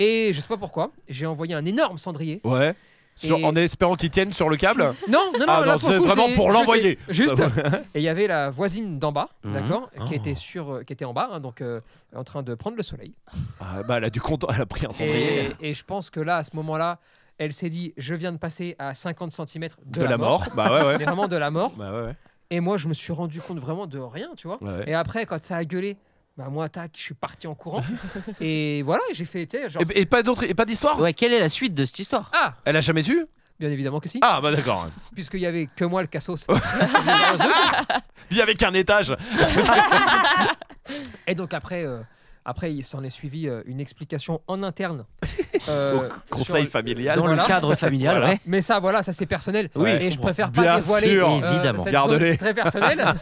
[SPEAKER 3] Et je sais pas pourquoi, j'ai envoyé un énorme cendrier.
[SPEAKER 1] Ouais. Sur-
[SPEAKER 3] Et-
[SPEAKER 1] En espérant qu'il tienne sur le câble
[SPEAKER 3] Non, non, non,
[SPEAKER 1] Ah
[SPEAKER 3] là,
[SPEAKER 1] non,
[SPEAKER 3] pour le
[SPEAKER 1] c'est
[SPEAKER 3] coup, je
[SPEAKER 1] vraiment
[SPEAKER 3] l'ai-
[SPEAKER 1] pour
[SPEAKER 3] je
[SPEAKER 1] l'envoyer.
[SPEAKER 3] l'ai- Juste.
[SPEAKER 1] Ça
[SPEAKER 3] Et il y avait la voisine d'en bas,
[SPEAKER 2] Mhm.
[SPEAKER 3] d'accord,
[SPEAKER 1] Oh.
[SPEAKER 3] qui était sur, euh, qui était en bas, hein, donc euh, en train de prendre le soleil.
[SPEAKER 1] Ah, bah, elle a du compte, elle a pris un cendrier.
[SPEAKER 3] Et, et je pense que là, à ce moment-là, Elle s'est dit Je viens de passer à 50 cm de,
[SPEAKER 1] De la mort. Bah ouais,
[SPEAKER 3] Mais
[SPEAKER 1] ouais.
[SPEAKER 3] vraiment de la mort.
[SPEAKER 1] Bah ouais, ouais.
[SPEAKER 3] Et moi, je me suis rendu compte vraiment de rien, tu vois.
[SPEAKER 1] Ouais, ouais.
[SPEAKER 3] Et après, quand ça a gueulé, bah moi, tac, je suis parti en courant. et voilà, j'ai fait. tu sais, Genre,
[SPEAKER 1] Et, et pas d'autre, et pas d'histoire.
[SPEAKER 2] Ouais, quelle est la suite de cette histoire
[SPEAKER 3] Ah
[SPEAKER 1] Elle a jamais su
[SPEAKER 3] Bien évidemment que si,
[SPEAKER 1] Ah bah d'accord.
[SPEAKER 3] puisqu'il y avait que moi le cassos.
[SPEAKER 1] Vie avec un étage.
[SPEAKER 3] Et donc après, euh, après il s'en est suivi euh, une explication en interne. euh,
[SPEAKER 1] Conseil
[SPEAKER 3] sur-
[SPEAKER 1] familial.
[SPEAKER 2] Dans
[SPEAKER 3] Voilà.
[SPEAKER 2] le cadre familial,
[SPEAKER 1] Voilà.
[SPEAKER 2] ouais.
[SPEAKER 3] Mais ça, voilà, ça c'est personnel.
[SPEAKER 1] Oui,
[SPEAKER 3] et
[SPEAKER 1] je
[SPEAKER 3] je,
[SPEAKER 1] comprends.
[SPEAKER 3] préfère pas
[SPEAKER 1] Bien
[SPEAKER 3] dévoiler
[SPEAKER 1] sûr.
[SPEAKER 3] euh,
[SPEAKER 2] Évidemment.
[SPEAKER 3] cette
[SPEAKER 1] Garde-les.
[SPEAKER 3] zone très personnelle.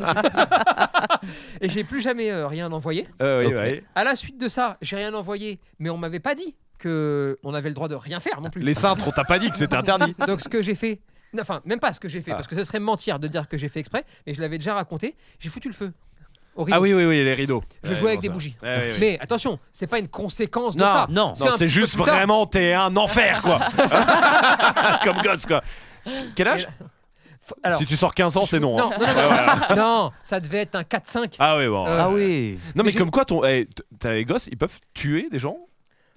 [SPEAKER 3] et j'ai plus jamais euh, rien envoyé.
[SPEAKER 1] Euh, oui,
[SPEAKER 2] Ok.
[SPEAKER 1] ouais.
[SPEAKER 3] À la suite de ça, j'ai rien envoyé, mais on m'avait pas dit que on avait le droit de rien faire non plus.
[SPEAKER 1] Les cintres, on t'a pas dit que c'était interdit.
[SPEAKER 3] Donc ce que j'ai fait, enfin même pas ce que j'ai fait,
[SPEAKER 1] Ah.
[SPEAKER 3] parce que ce serait mentir de dire que j'ai fait exprès, mais je l'avais déjà raconté. J'ai foutu le feu. Au rideau.
[SPEAKER 1] Ah oui, oui, oui, les rideaux.
[SPEAKER 3] Je
[SPEAKER 1] Ouais,
[SPEAKER 3] jouais avec
[SPEAKER 1] bon,
[SPEAKER 3] des
[SPEAKER 1] ça.
[SPEAKER 3] bougies.
[SPEAKER 1] Ouais, ouais, ouais.
[SPEAKER 3] Mais attention, c'est pas une conséquence de
[SPEAKER 2] Non,
[SPEAKER 3] ça.
[SPEAKER 2] non.
[SPEAKER 1] Non,
[SPEAKER 3] un
[SPEAKER 1] c'est
[SPEAKER 3] petit peu
[SPEAKER 1] juste
[SPEAKER 3] plus tard.
[SPEAKER 1] vraiment, t'es un enfer, quoi. Comme gosse, quoi. Quel âge
[SPEAKER 3] F- Alors,
[SPEAKER 1] Si tu sors 15 ans, c'est non. hein.
[SPEAKER 3] non, non, non,
[SPEAKER 1] Ouais, ouais.
[SPEAKER 3] non, non, ça devait être un 4-5.
[SPEAKER 1] Ah oui, bon.
[SPEAKER 3] Euh,
[SPEAKER 2] Ah oui.
[SPEAKER 1] non,
[SPEAKER 3] mais
[SPEAKER 1] mais
[SPEAKER 3] j'ai-
[SPEAKER 1] comme quoi, ton, eh, t- t'as les gosses, ils peuvent tuer des gens.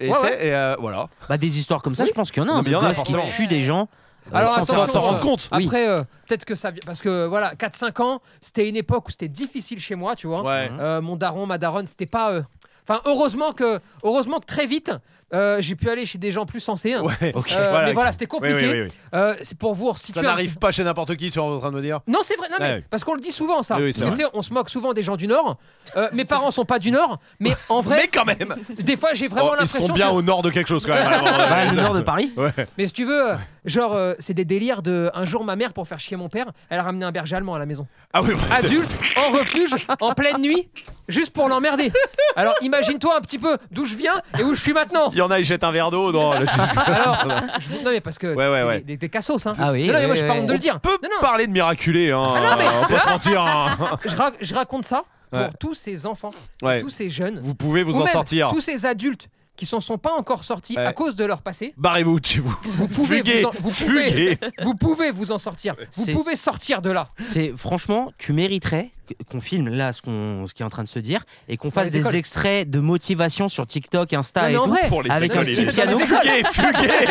[SPEAKER 1] Et,
[SPEAKER 3] Ouais,
[SPEAKER 1] tu sais,
[SPEAKER 3] ouais.
[SPEAKER 1] et, euh, voilà.
[SPEAKER 2] Bah des histoires comme ça,
[SPEAKER 3] Oui.
[SPEAKER 2] je pense qu'il y en a.
[SPEAKER 1] Non,
[SPEAKER 2] un
[SPEAKER 1] mais
[SPEAKER 2] de
[SPEAKER 1] il y en a,
[SPEAKER 2] gosses qui
[SPEAKER 1] forcément.
[SPEAKER 2] tue des gens. euh,
[SPEAKER 3] Alors,
[SPEAKER 2] sans
[SPEAKER 1] Sans
[SPEAKER 3] attention,
[SPEAKER 1] s'en
[SPEAKER 3] euh,
[SPEAKER 1] rendre compte.
[SPEAKER 2] Oui.
[SPEAKER 3] Après, euh, peut-être que ça vient. Parce que voilà, 4-5 ans, c'était une époque où c'était difficile chez moi, tu vois.
[SPEAKER 1] Ouais.
[SPEAKER 3] Euh, mon daron, ma daronne, c'était pas. euh, Enfin, heureusement que, heureusement que très vite, euh, j'ai pu aller chez des gens plus sensés. hein.
[SPEAKER 1] Ouais.
[SPEAKER 2] Ok.
[SPEAKER 3] Euh,
[SPEAKER 1] voilà.
[SPEAKER 3] Mais voilà, c'était
[SPEAKER 1] Oui,
[SPEAKER 3] compliqué.
[SPEAKER 1] oui, oui, oui.
[SPEAKER 3] Euh, c'est pour vous resituer.
[SPEAKER 1] Ça
[SPEAKER 3] un
[SPEAKER 1] n'arrive pas chez n'importe qui, tu es en train de me dire.
[SPEAKER 3] Non, c'est vrai, non, mais-
[SPEAKER 1] Ouais.
[SPEAKER 3] parce qu'on le dit souvent ça.
[SPEAKER 1] Ah Oui, oui, c'est
[SPEAKER 3] Parce que, tu sais, on se moque souvent des gens du Nord. Euh, mes parents sont pas du Nord, mais en vrai,
[SPEAKER 1] Mais quand même
[SPEAKER 3] des fois j'ai vraiment
[SPEAKER 1] Oh, Ils
[SPEAKER 3] l'impression.
[SPEAKER 1] sont bien
[SPEAKER 3] que-
[SPEAKER 1] au nord de quelque chose, quand même. à un moment donné.
[SPEAKER 2] Bah, le nord de Paris.
[SPEAKER 3] Mais si tu veux, euh, genre, euh, c'est des délires de. Un jour, ma mère, pour faire chier mon père, elle a ramené un berger allemand à la maison.
[SPEAKER 1] Ah oui, bah,
[SPEAKER 3] Adulte, en refuge, en pleine nuit, juste pour l'emmerder. Alors imagine-toi un petit peu d'où je viens et où je suis maintenant.
[SPEAKER 1] Il y en a, ils jettent un verre d'eau dans le-
[SPEAKER 3] Alors, je vous- non mais parce que
[SPEAKER 1] Ouais, ouais,
[SPEAKER 3] c'est
[SPEAKER 1] ouais.
[SPEAKER 3] Des, des- des cassos, hein.
[SPEAKER 2] Ah oui,
[SPEAKER 3] Non, non, mais
[SPEAKER 2] ouais,
[SPEAKER 3] moi je suis pas
[SPEAKER 2] ouais.
[SPEAKER 3] honte de le dire.
[SPEAKER 1] peut
[SPEAKER 3] Non, non.
[SPEAKER 1] parler de miraculé, hein.
[SPEAKER 3] Ah non, mais-
[SPEAKER 1] on peut se mentir. hein.
[SPEAKER 3] Je, ra- je raconte ça pour
[SPEAKER 1] Ouais.
[SPEAKER 3] tous ces enfants,
[SPEAKER 1] Ouais.
[SPEAKER 3] tous ces jeunes,
[SPEAKER 1] Vous pouvez vous
[SPEAKER 3] ou
[SPEAKER 1] en
[SPEAKER 3] même
[SPEAKER 1] sortir.
[SPEAKER 3] tous ces adultes qui s'en sont pas encore sortis
[SPEAKER 1] Ouais.
[SPEAKER 3] à cause de leur passé.
[SPEAKER 1] Barrez-vous de chez vous.
[SPEAKER 3] Vous pouvez
[SPEAKER 1] Fuguez,
[SPEAKER 3] vous, en- vous pouvez,
[SPEAKER 1] fuguez.
[SPEAKER 3] vous pouvez vous en sortir. Vous
[SPEAKER 2] C'est-
[SPEAKER 3] pouvez sortir de là.
[SPEAKER 2] C'est franchement, tu mériterais que- qu'on filme là ce qu'on ce qui est en train de se dire et qu'on fasse
[SPEAKER 3] les
[SPEAKER 2] des
[SPEAKER 3] écoles.
[SPEAKER 2] extraits de motivation sur TikTok,
[SPEAKER 3] Non,
[SPEAKER 2] Insta
[SPEAKER 3] mais
[SPEAKER 2] et
[SPEAKER 3] en
[SPEAKER 2] tout.
[SPEAKER 3] vrai,
[SPEAKER 1] Pour les
[SPEAKER 2] Avec
[SPEAKER 1] écoles,
[SPEAKER 2] un
[SPEAKER 1] les
[SPEAKER 2] petit
[SPEAKER 1] gens.
[SPEAKER 2] piano.
[SPEAKER 1] Fuguez, fuguez.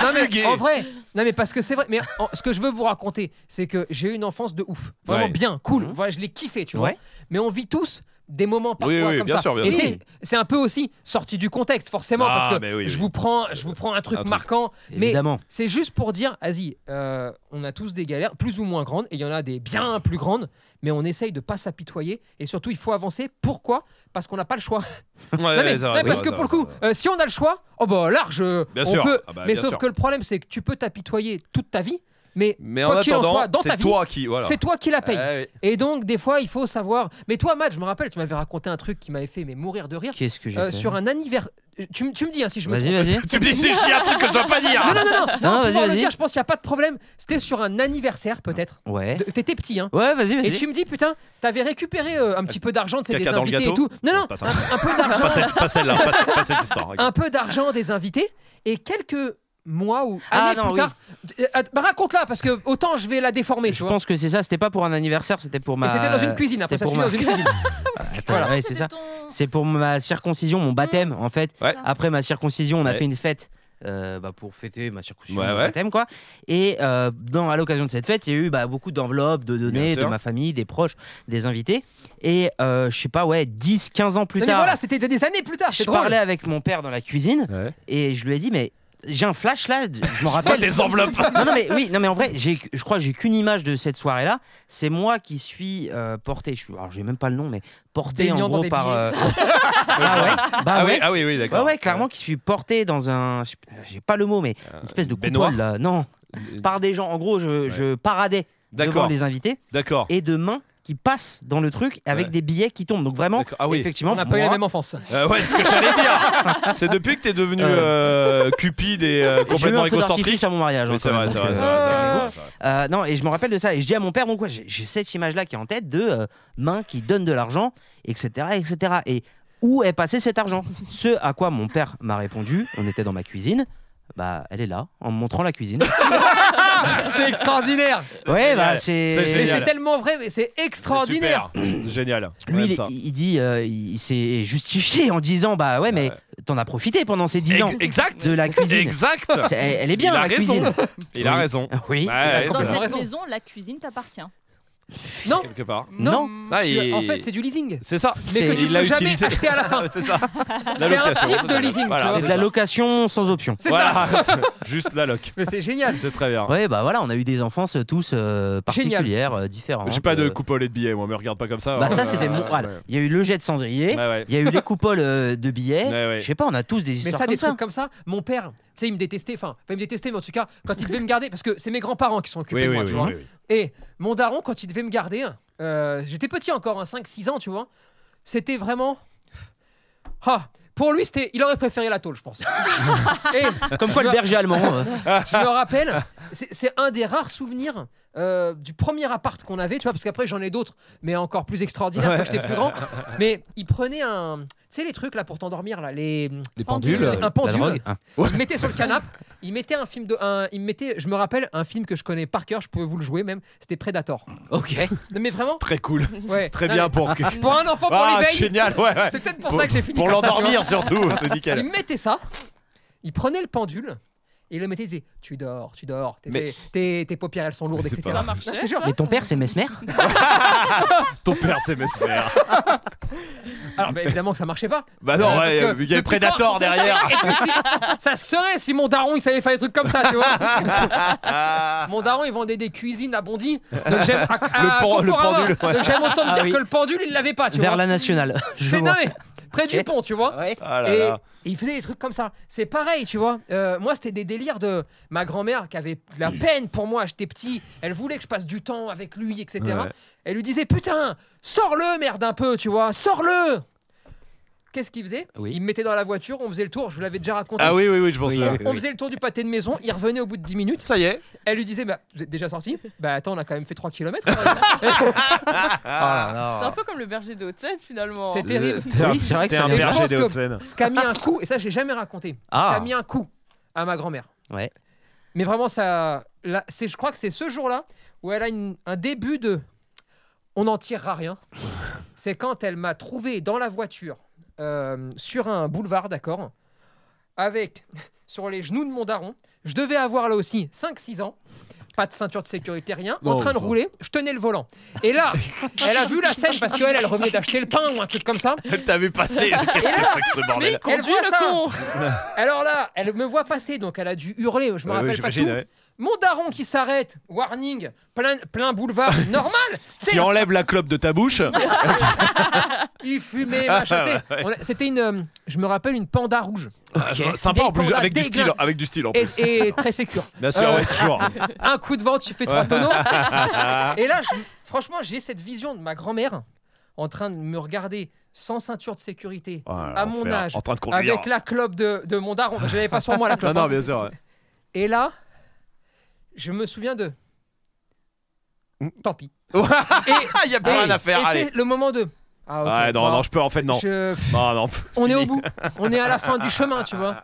[SPEAKER 3] Non mais
[SPEAKER 1] Fuguez.
[SPEAKER 3] en vrai, non mais parce que c'est vrai. Mais en- ce que je veux vous raconter, c'est que j'ai eu une enfance de ouf, vraiment
[SPEAKER 1] Ouais.
[SPEAKER 3] bien, cool.
[SPEAKER 2] Mhm.
[SPEAKER 3] Voilà, je l'ai kiffé, tu
[SPEAKER 2] Ouais.
[SPEAKER 3] vois. Mais on vit tous des moments parfois
[SPEAKER 1] Oui, oui,
[SPEAKER 3] comme
[SPEAKER 1] bien
[SPEAKER 3] ça.
[SPEAKER 1] sûr, bien
[SPEAKER 3] Et
[SPEAKER 1] sûr.
[SPEAKER 3] c'est- c'est un peu aussi sorti du contexte, forcément,
[SPEAKER 1] Ah,
[SPEAKER 3] parce que
[SPEAKER 1] mais oui,
[SPEAKER 3] je
[SPEAKER 1] oui.
[SPEAKER 3] vous prends, je vous prends un truc
[SPEAKER 1] Un truc.
[SPEAKER 3] marquant. Mais euh,
[SPEAKER 2] Évidemment.
[SPEAKER 3] c'est juste pour dire, vas-y, euh, on a tous des galères, plus ou moins grandes, et il y en a des bien plus grandes, mais on essaye de pas s'apitoyer, et surtout il faut avancer. Pourquoi Parce qu'on n'a pas le choix.
[SPEAKER 1] Ouais,
[SPEAKER 3] Non, mais-
[SPEAKER 1] ouais, ça
[SPEAKER 3] non,
[SPEAKER 1] va, ça
[SPEAKER 3] parce
[SPEAKER 1] va,
[SPEAKER 3] que
[SPEAKER 1] ça
[SPEAKER 3] pour
[SPEAKER 1] va,
[SPEAKER 3] le coup,
[SPEAKER 1] ça va.
[SPEAKER 3] euh, si on a le choix, oh bah large, euh,
[SPEAKER 1] Bien
[SPEAKER 3] on
[SPEAKER 1] sûr.
[SPEAKER 3] peut.
[SPEAKER 1] Ah bah,
[SPEAKER 3] mais
[SPEAKER 1] bien
[SPEAKER 3] sauf
[SPEAKER 1] sûr.
[SPEAKER 3] que le problème, c'est que tu peux t'apitoyer toute ta vie, mais,
[SPEAKER 1] Mais en
[SPEAKER 3] quoi qu'il en
[SPEAKER 1] attendant,
[SPEAKER 3] soit, dans ta
[SPEAKER 1] c'est
[SPEAKER 3] vie,
[SPEAKER 1] toi qui. Voilà.
[SPEAKER 3] c'est toi qui la paye.
[SPEAKER 1] Ah oui.
[SPEAKER 3] Et donc, des fois, il faut savoir. Mais toi, Matt, je me rappelle, tu m'avais raconté un truc qui m'avait fait mais mourir de rire
[SPEAKER 2] Qu'est-ce que j'ai
[SPEAKER 3] euh,
[SPEAKER 2] fait
[SPEAKER 3] sur un anniversaire. Tu, me- tu me dis hein, si je me
[SPEAKER 2] Vas-y,
[SPEAKER 3] trompe.
[SPEAKER 2] vas-y.
[SPEAKER 1] Tu me dis si je dis un truc que je dois pas dire.
[SPEAKER 3] Non, non, non, non,
[SPEAKER 2] Non,
[SPEAKER 3] non,
[SPEAKER 2] vas-y,
[SPEAKER 3] pouvoir le
[SPEAKER 2] vas-y.
[SPEAKER 3] dire, je pense qu'il n'y a pas de problème. C'était sur un anniversaire, peut-être.
[SPEAKER 2] Ouais.
[SPEAKER 3] De- T'étais petit, hein.
[SPEAKER 2] Ouais, vas-y, vas-y.
[SPEAKER 3] Et tu me dis, putain, t'avais récupéré euh, un petit peu d'argent de ces
[SPEAKER 1] Caca
[SPEAKER 3] des
[SPEAKER 1] dans le
[SPEAKER 3] invités et
[SPEAKER 1] gâteau
[SPEAKER 3] tout. Non, non,
[SPEAKER 1] Pas ça.
[SPEAKER 3] un, un peu d'argent.
[SPEAKER 1] Pas celle- pas celle-là, pas, ce- pas cette histoire. ok.
[SPEAKER 3] un peu d'argent des invités et quelques mois ou
[SPEAKER 2] Ah,
[SPEAKER 3] années
[SPEAKER 2] non,
[SPEAKER 3] plus tard. Euh, att- bah, raconte-la parce que autant je vais la déformer,
[SPEAKER 2] Je
[SPEAKER 3] tu vois.
[SPEAKER 2] pense que c'est ça, c'était pas pour un anniversaire, c'était pour
[SPEAKER 3] Mais
[SPEAKER 2] ma.
[SPEAKER 3] c'était dans une cuisine, après ça
[SPEAKER 2] C'était
[SPEAKER 3] se
[SPEAKER 2] pour ma-
[SPEAKER 3] finit dans une cuisine.
[SPEAKER 2] Attends,
[SPEAKER 3] Voilà.
[SPEAKER 2] ouais, c'est ça.
[SPEAKER 5] C'était ton-
[SPEAKER 2] C'est pour ma circoncision, mon baptême en fait.
[SPEAKER 1] Mmh. Ouais.
[SPEAKER 2] Après ma circoncision, on a
[SPEAKER 1] Ouais.
[SPEAKER 2] fait une fête euh, bah, pour fêter ma circoncision,
[SPEAKER 1] Ouais,
[SPEAKER 2] mon
[SPEAKER 1] ouais.
[SPEAKER 2] baptême quoi. Et euh, dans, à l'occasion de cette fête, il y a eu bah, beaucoup d'enveloppes, de
[SPEAKER 1] Bien
[SPEAKER 2] données de
[SPEAKER 1] sûr.
[SPEAKER 2] ma famille, des proches, des invités. Et euh, je sais pas, ouais, 10, 15 ans plus
[SPEAKER 3] Non, mais
[SPEAKER 2] tard,
[SPEAKER 3] voilà, c'était des- des années plus tard,
[SPEAKER 2] je
[SPEAKER 3] c'est drôle.
[SPEAKER 2] parlais avec mon père dans la cuisine
[SPEAKER 1] Ouais.
[SPEAKER 2] et je lui ai dit, mais j'ai un flash là, je m'en
[SPEAKER 1] Pas
[SPEAKER 2] rappelle.
[SPEAKER 1] des enveloppes.
[SPEAKER 2] non, non, mais oui, non, mais en vrai, j'ai, je crois que j'ai qu'une image de cette soirée-là. C'est moi qui suis euh, porté. Je suis, alors, j'ai même pas le nom, mais porté
[SPEAKER 3] Baignant
[SPEAKER 2] en
[SPEAKER 3] dans
[SPEAKER 2] gros
[SPEAKER 3] des
[SPEAKER 2] par.
[SPEAKER 3] billets.
[SPEAKER 2] euh, ah ouais, bah
[SPEAKER 1] Ah oui,
[SPEAKER 2] ouais.
[SPEAKER 1] ah oui, oui,
[SPEAKER 2] Ouais,
[SPEAKER 1] d'accord.
[SPEAKER 2] ouais, clairement qui suis porté dans un. je sais pas- J'ai pas le mot, mais une espèce de
[SPEAKER 1] Euh, baignoire
[SPEAKER 2] coupole là. Non, par des gens. En gros, je, je paradais devant
[SPEAKER 1] Euh, D'accord.
[SPEAKER 2] les invités
[SPEAKER 1] D'accord.
[SPEAKER 2] et de mains qui passent dans le truc avec
[SPEAKER 1] Ouais.
[SPEAKER 2] des billets qui tombent. Donc vraiment,
[SPEAKER 1] D'accord. Ah oui.
[SPEAKER 2] effectivement,
[SPEAKER 3] On n'a pas eu la
[SPEAKER 2] moi,
[SPEAKER 3] même enfance.
[SPEAKER 1] Euh, ouais, c'est ce que j'allais dire. C'est depuis que t'es devenu euh, cupide et euh,
[SPEAKER 2] j'ai eu
[SPEAKER 1] complètement
[SPEAKER 2] un feu
[SPEAKER 1] égocentrique.
[SPEAKER 2] d'artifice à mon mariage.
[SPEAKER 1] Oui,
[SPEAKER 2] hein,
[SPEAKER 1] c'est
[SPEAKER 2] quand
[SPEAKER 1] vrai,
[SPEAKER 2] même.
[SPEAKER 1] c'est
[SPEAKER 2] Donc,
[SPEAKER 1] vrai, c'est
[SPEAKER 2] euh,
[SPEAKER 1] vrai, c'est vrai, c'est vrai.
[SPEAKER 2] Euh, non, et je me rappelle de ça. Et je dis à mon père, donc, ouais, j'ai j'ai cette image-là qui est en tête de euh, main qui donne de l'argent, etc., etc. Et où est passé cet argent Ce à quoi mon père m'a répondu, on était dans ma cuisine. Bah, elle est là, en me montrant la cuisine.
[SPEAKER 3] C'est extraordinaire.
[SPEAKER 2] Ouais, bah,
[SPEAKER 1] génial. C'est
[SPEAKER 2] c'est.
[SPEAKER 3] Mais
[SPEAKER 1] génial.
[SPEAKER 3] c'est tellement vrai, mais c'est extraordinaire.
[SPEAKER 1] C'est super. Génial.
[SPEAKER 2] Lui,
[SPEAKER 1] J'aime
[SPEAKER 2] il,
[SPEAKER 1] ça.
[SPEAKER 2] il dit, euh, il, il s'est justifié en disant, bah ouais, mais t'en as profité pendant ces 10 ans
[SPEAKER 1] Ex- Exact.
[SPEAKER 2] de la cuisine.
[SPEAKER 1] Exact.
[SPEAKER 2] C'est- Elle, elle est bien
[SPEAKER 1] Il a
[SPEAKER 2] la
[SPEAKER 1] raison.
[SPEAKER 2] cuisine.
[SPEAKER 1] Il a
[SPEAKER 2] Oui.
[SPEAKER 1] raison. Ouais,
[SPEAKER 2] Oui.
[SPEAKER 3] Dans
[SPEAKER 1] c'est
[SPEAKER 5] Dans
[SPEAKER 1] vrai,
[SPEAKER 5] cette
[SPEAKER 3] raison.
[SPEAKER 5] maison, la cuisine t'appartient.
[SPEAKER 3] Non,
[SPEAKER 1] quelque part.
[SPEAKER 3] Non.
[SPEAKER 4] Mm.
[SPEAKER 1] Ah,
[SPEAKER 3] tu-
[SPEAKER 1] il-
[SPEAKER 3] en fait, c'est du leasing.
[SPEAKER 1] c'est ça.
[SPEAKER 3] Mais que
[SPEAKER 2] C'est-
[SPEAKER 3] tu
[SPEAKER 1] il
[SPEAKER 3] ne
[SPEAKER 1] l'a
[SPEAKER 3] peux jamais
[SPEAKER 1] utilisé.
[SPEAKER 3] acheter à la fin.
[SPEAKER 1] c'est ça. La
[SPEAKER 3] C'est un
[SPEAKER 1] location.
[SPEAKER 3] type de leasing,
[SPEAKER 1] Voilà,
[SPEAKER 3] tu vois.
[SPEAKER 2] C'est de la location sans option.
[SPEAKER 3] C'est ça.
[SPEAKER 1] Voilà, c'est juste la loc.
[SPEAKER 3] Mais c'est génial.
[SPEAKER 1] C'est très bien.
[SPEAKER 2] Ouais, bah voilà, on a eu des enfances euh, tous euh, particulières, euh, différentes.
[SPEAKER 1] J'ai pas de
[SPEAKER 2] euh.
[SPEAKER 1] coupole et de billets, moi, me regarde pas comme ça.
[SPEAKER 2] Bah
[SPEAKER 1] hein.
[SPEAKER 2] ça, c'était mon.
[SPEAKER 1] Ouais,
[SPEAKER 2] voilà.
[SPEAKER 1] ouais.
[SPEAKER 2] Il y a eu le jet de cendrier.
[SPEAKER 1] Ouais, ouais.
[SPEAKER 2] Il y a eu les coupoles euh, de billets.
[SPEAKER 1] Ouais, ouais.
[SPEAKER 2] Je sais pas, on a tous des
[SPEAKER 3] Mais
[SPEAKER 2] histoires
[SPEAKER 3] ça,
[SPEAKER 2] comme
[SPEAKER 3] des
[SPEAKER 2] ça.
[SPEAKER 3] trucs comme ça, mon père, tu sais, il me détestait, enfin, pas il me détestait, mais en tout cas, quand il devait me garder, parce que c'est mes grands-parents qui sont occupés
[SPEAKER 1] Oui,
[SPEAKER 3] de
[SPEAKER 1] oui,
[SPEAKER 3] moi,
[SPEAKER 1] oui,
[SPEAKER 3] tu vois.
[SPEAKER 1] oui, oui.
[SPEAKER 3] Et mon daron, quand il devait me garder, euh, j'étais petit encore, hein, 5-6 ans, tu vois, c'était vraiment. Ah, pour lui, c'était, il aurait préféré la tôle, je pense. Et
[SPEAKER 2] Comme quoi,
[SPEAKER 3] je
[SPEAKER 2] le
[SPEAKER 3] me-
[SPEAKER 2] berger allemand. euh,
[SPEAKER 3] Je me rappelle, c'est c'est un des rares souvenirs euh, du premier appart qu'on avait, tu vois, parce qu'après j'en ai d'autres, mais encore plus extraordinaires quand j'étais plus grand. Mais il prenait un, tu sais, les trucs là pour t'endormir là, les,
[SPEAKER 1] Les
[SPEAKER 5] pendules.
[SPEAKER 1] pendules.
[SPEAKER 3] un
[SPEAKER 2] la
[SPEAKER 3] pendule.
[SPEAKER 2] drogue. Ah.
[SPEAKER 3] Il me mettait sur le canapé, il mettait un film de, un, il me mettait, je me rappelle un film que je connais par cœur, je peux vous le jouer même, c'était Predator.
[SPEAKER 2] Ok.
[SPEAKER 3] Non, mais vraiment,
[SPEAKER 1] Très cool.
[SPEAKER 3] ouais.
[SPEAKER 1] Très
[SPEAKER 3] Non,
[SPEAKER 1] bien
[SPEAKER 3] mais
[SPEAKER 1] pour que.
[SPEAKER 3] Pour un enfant pour
[SPEAKER 1] Ah,
[SPEAKER 3] l'éveil,
[SPEAKER 1] génial, ouais, ouais.
[SPEAKER 3] c'est peut-être pour, ça que j'ai fini
[SPEAKER 1] Pour
[SPEAKER 3] comme ça, tu
[SPEAKER 1] l'endormir surtout, c'est
[SPEAKER 3] vois.
[SPEAKER 1] nickel.
[SPEAKER 3] Il mettait ça, il prenait le pendule. Et il le mettait, il disait Tu dors, tu dors, tes,
[SPEAKER 1] Mais-
[SPEAKER 3] tes, tes paupières elles sont lourdes,
[SPEAKER 1] Mais c'est
[SPEAKER 3] etc.
[SPEAKER 1] pas-
[SPEAKER 3] Non,
[SPEAKER 4] Ça
[SPEAKER 3] je
[SPEAKER 4] marchait.
[SPEAKER 3] te jure.
[SPEAKER 4] ça
[SPEAKER 2] Mais ton père, c'est Mesmer
[SPEAKER 1] Ton père, c'est Mesmer.
[SPEAKER 3] Alors, bah, évidemment que ça marchait pas.
[SPEAKER 1] Bah non,
[SPEAKER 3] Euh,
[SPEAKER 1] ouais,
[SPEAKER 3] parce que
[SPEAKER 1] il y a le
[SPEAKER 3] depuis quand-
[SPEAKER 1] Predator derrière.
[SPEAKER 3] Et puis, si- ça serait si mon daron il savait faire des trucs comme ça, tu vois. mon daron il vendait des cuisines à Bondy. Donc j'aime. à- à
[SPEAKER 1] Le pan- le
[SPEAKER 3] Conforama.
[SPEAKER 1] pendule, ouais.
[SPEAKER 3] Donc j'aime autant te
[SPEAKER 2] Ah
[SPEAKER 3] dire
[SPEAKER 2] oui.
[SPEAKER 3] que le pendule il l'avait pas, tu
[SPEAKER 2] Vers
[SPEAKER 3] vois.
[SPEAKER 2] la nationale. Je
[SPEAKER 3] C'est non,
[SPEAKER 2] vois.
[SPEAKER 3] mais près du
[SPEAKER 2] Ok.
[SPEAKER 3] pont, tu vois.
[SPEAKER 2] Ouais.
[SPEAKER 1] Ah là
[SPEAKER 3] Et,
[SPEAKER 1] là.
[SPEAKER 3] et il faisait des trucs comme ça. C'est pareil, tu vois. Euh, moi, c'était des délires de ma grand-mère qui avait de la peine pour moi. J'étais petit. Elle voulait que je passe du temps avec lui, etc.
[SPEAKER 1] Ouais.
[SPEAKER 3] Elle lui disait Putain, sors-le, merde, un peu, tu vois. Sors-le Qu'est-ce qu'il faisait
[SPEAKER 2] Oui.
[SPEAKER 3] Il me mettait dans la voiture, on faisait le tour. Je vous l'avais déjà raconté.
[SPEAKER 1] Ah oui, oui, oui, je pense
[SPEAKER 2] Oui,
[SPEAKER 1] que.
[SPEAKER 2] oui,
[SPEAKER 3] On faisait le tour du pâté de maison, il revenait au bout de 10 minutes.
[SPEAKER 1] Ça y est.
[SPEAKER 3] Elle lui disait bah, Vous êtes déjà sorti Bah attends, on a quand même fait 3 km.
[SPEAKER 2] Ah, là,
[SPEAKER 4] C'est
[SPEAKER 2] là.
[SPEAKER 4] un peu comme le berger de Haute-Seine finalement.
[SPEAKER 3] C'est terrible.
[SPEAKER 2] Oui, c'est vrai que
[SPEAKER 1] T'es
[SPEAKER 2] ça
[SPEAKER 1] un
[SPEAKER 3] Et je
[SPEAKER 1] berger
[SPEAKER 3] pense
[SPEAKER 1] des
[SPEAKER 3] que-
[SPEAKER 1] Hauts-de-Seine.
[SPEAKER 3] Ce qui a mis un coup, et ça, j'ai jamais raconté. Ce qui
[SPEAKER 2] Ah.
[SPEAKER 3] a mis un coup à ma grand-mère.
[SPEAKER 2] Ouais.
[SPEAKER 3] Mais vraiment, ça. là, c'est, je crois que c'est ce jour-là où elle a une- un début de. On n'en tirera rien. c'est quand elle m'a trouvé dans la voiture, euh, sur un boulevard, d'accord, avec. sur les genoux de mon daron. Je devais avoir là aussi 5-6 ans. Pas de ceinture de sécurité, rien. en
[SPEAKER 1] Non,
[SPEAKER 3] train de
[SPEAKER 2] Oh,
[SPEAKER 1] ça.
[SPEAKER 3] rouler, je tenais le volant. Et là, elle a vu la scène parce qu'elle, elle revenait d'acheter le pain ou un truc comme ça.
[SPEAKER 1] Elle t'a vu passer. Qu'est-ce que c'est que ce
[SPEAKER 4] Mais
[SPEAKER 1] bordel Ah
[SPEAKER 4] il conduit
[SPEAKER 3] voit
[SPEAKER 4] le
[SPEAKER 3] ça.
[SPEAKER 4] con
[SPEAKER 3] Alors là, elle me voit passer, donc elle a dû hurler. Je me rappelle pas tout. Mon daron qui s'arrête, warning, plein, plein boulevard, normal. C'est
[SPEAKER 1] Qui enlève la clope de ta bouche. Ah,
[SPEAKER 3] il fumait, machin. tu sais. On a- C'était une, euh, je me rappelle une panda rouge
[SPEAKER 1] Ah, ça- Sympa
[SPEAKER 3] Des
[SPEAKER 1] en plus,
[SPEAKER 3] pandas
[SPEAKER 1] avec du
[SPEAKER 3] déglingués.
[SPEAKER 1] style, avec du style en
[SPEAKER 3] et,
[SPEAKER 1] plus.
[SPEAKER 3] et très sécure.
[SPEAKER 1] Bien sûr,
[SPEAKER 3] Euh,
[SPEAKER 1] ouais, toujours. Ah,
[SPEAKER 3] Un coup de vent, tu fais trois tonneaux. Et là, je- franchement, j'ai cette vision de ma grand-mère en train de me regarder sans ceinture de sécurité,
[SPEAKER 1] Oh,
[SPEAKER 3] à mon
[SPEAKER 1] l'enfer,
[SPEAKER 3] âge,
[SPEAKER 1] En train de conduire.
[SPEAKER 3] avec la clope de, de mon daron. Je l'avais pas sur moi la
[SPEAKER 1] Non,
[SPEAKER 3] clope.
[SPEAKER 1] non,
[SPEAKER 3] hein.
[SPEAKER 1] bien sûr. ouais.
[SPEAKER 3] Et là, je me souviens de.
[SPEAKER 1] Mmh.
[SPEAKER 3] Tant pis. Et
[SPEAKER 1] Ah, il y a plus
[SPEAKER 3] Et-
[SPEAKER 1] rien à
[SPEAKER 3] et
[SPEAKER 1] faire.
[SPEAKER 3] tu
[SPEAKER 1] Allez.
[SPEAKER 3] sais, le moment de. Ah, ok,
[SPEAKER 1] Ouais, non,
[SPEAKER 3] bon,
[SPEAKER 1] non, je peux en fait, non.
[SPEAKER 3] je-
[SPEAKER 1] Non, non.
[SPEAKER 3] On est au bout. On est à la fin du chemin, tu vois.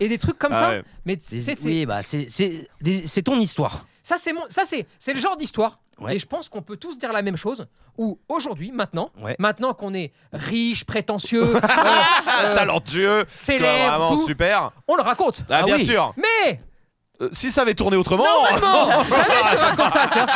[SPEAKER 3] Et des trucs comme
[SPEAKER 1] Ah
[SPEAKER 3] ça.
[SPEAKER 1] ouais.
[SPEAKER 3] Mais tu sais,
[SPEAKER 2] C'est-
[SPEAKER 3] c'est-
[SPEAKER 2] Oui, bah c'est- c'est des- c'est ton histoire.
[SPEAKER 3] ça, c'est mon, ça c'est, c'est le genre d'histoire.
[SPEAKER 2] Ouais.
[SPEAKER 3] Et je pense qu'on peut tous dire la même chose. Ou aujourd'hui, maintenant,
[SPEAKER 2] Ouais.
[SPEAKER 3] maintenant qu'on est riche, prétentieux, euh, euh,
[SPEAKER 1] Talentueux. Toi,
[SPEAKER 3] célèbre,
[SPEAKER 1] vraiment
[SPEAKER 3] tout,
[SPEAKER 1] super.
[SPEAKER 3] on le raconte.
[SPEAKER 1] Ah,
[SPEAKER 2] Ah
[SPEAKER 1] bien
[SPEAKER 2] oui.
[SPEAKER 1] sûr.
[SPEAKER 3] Mais
[SPEAKER 1] Euh, Si ça avait tourné autrement.
[SPEAKER 3] normalement, jamais tu racontes ça, tiens.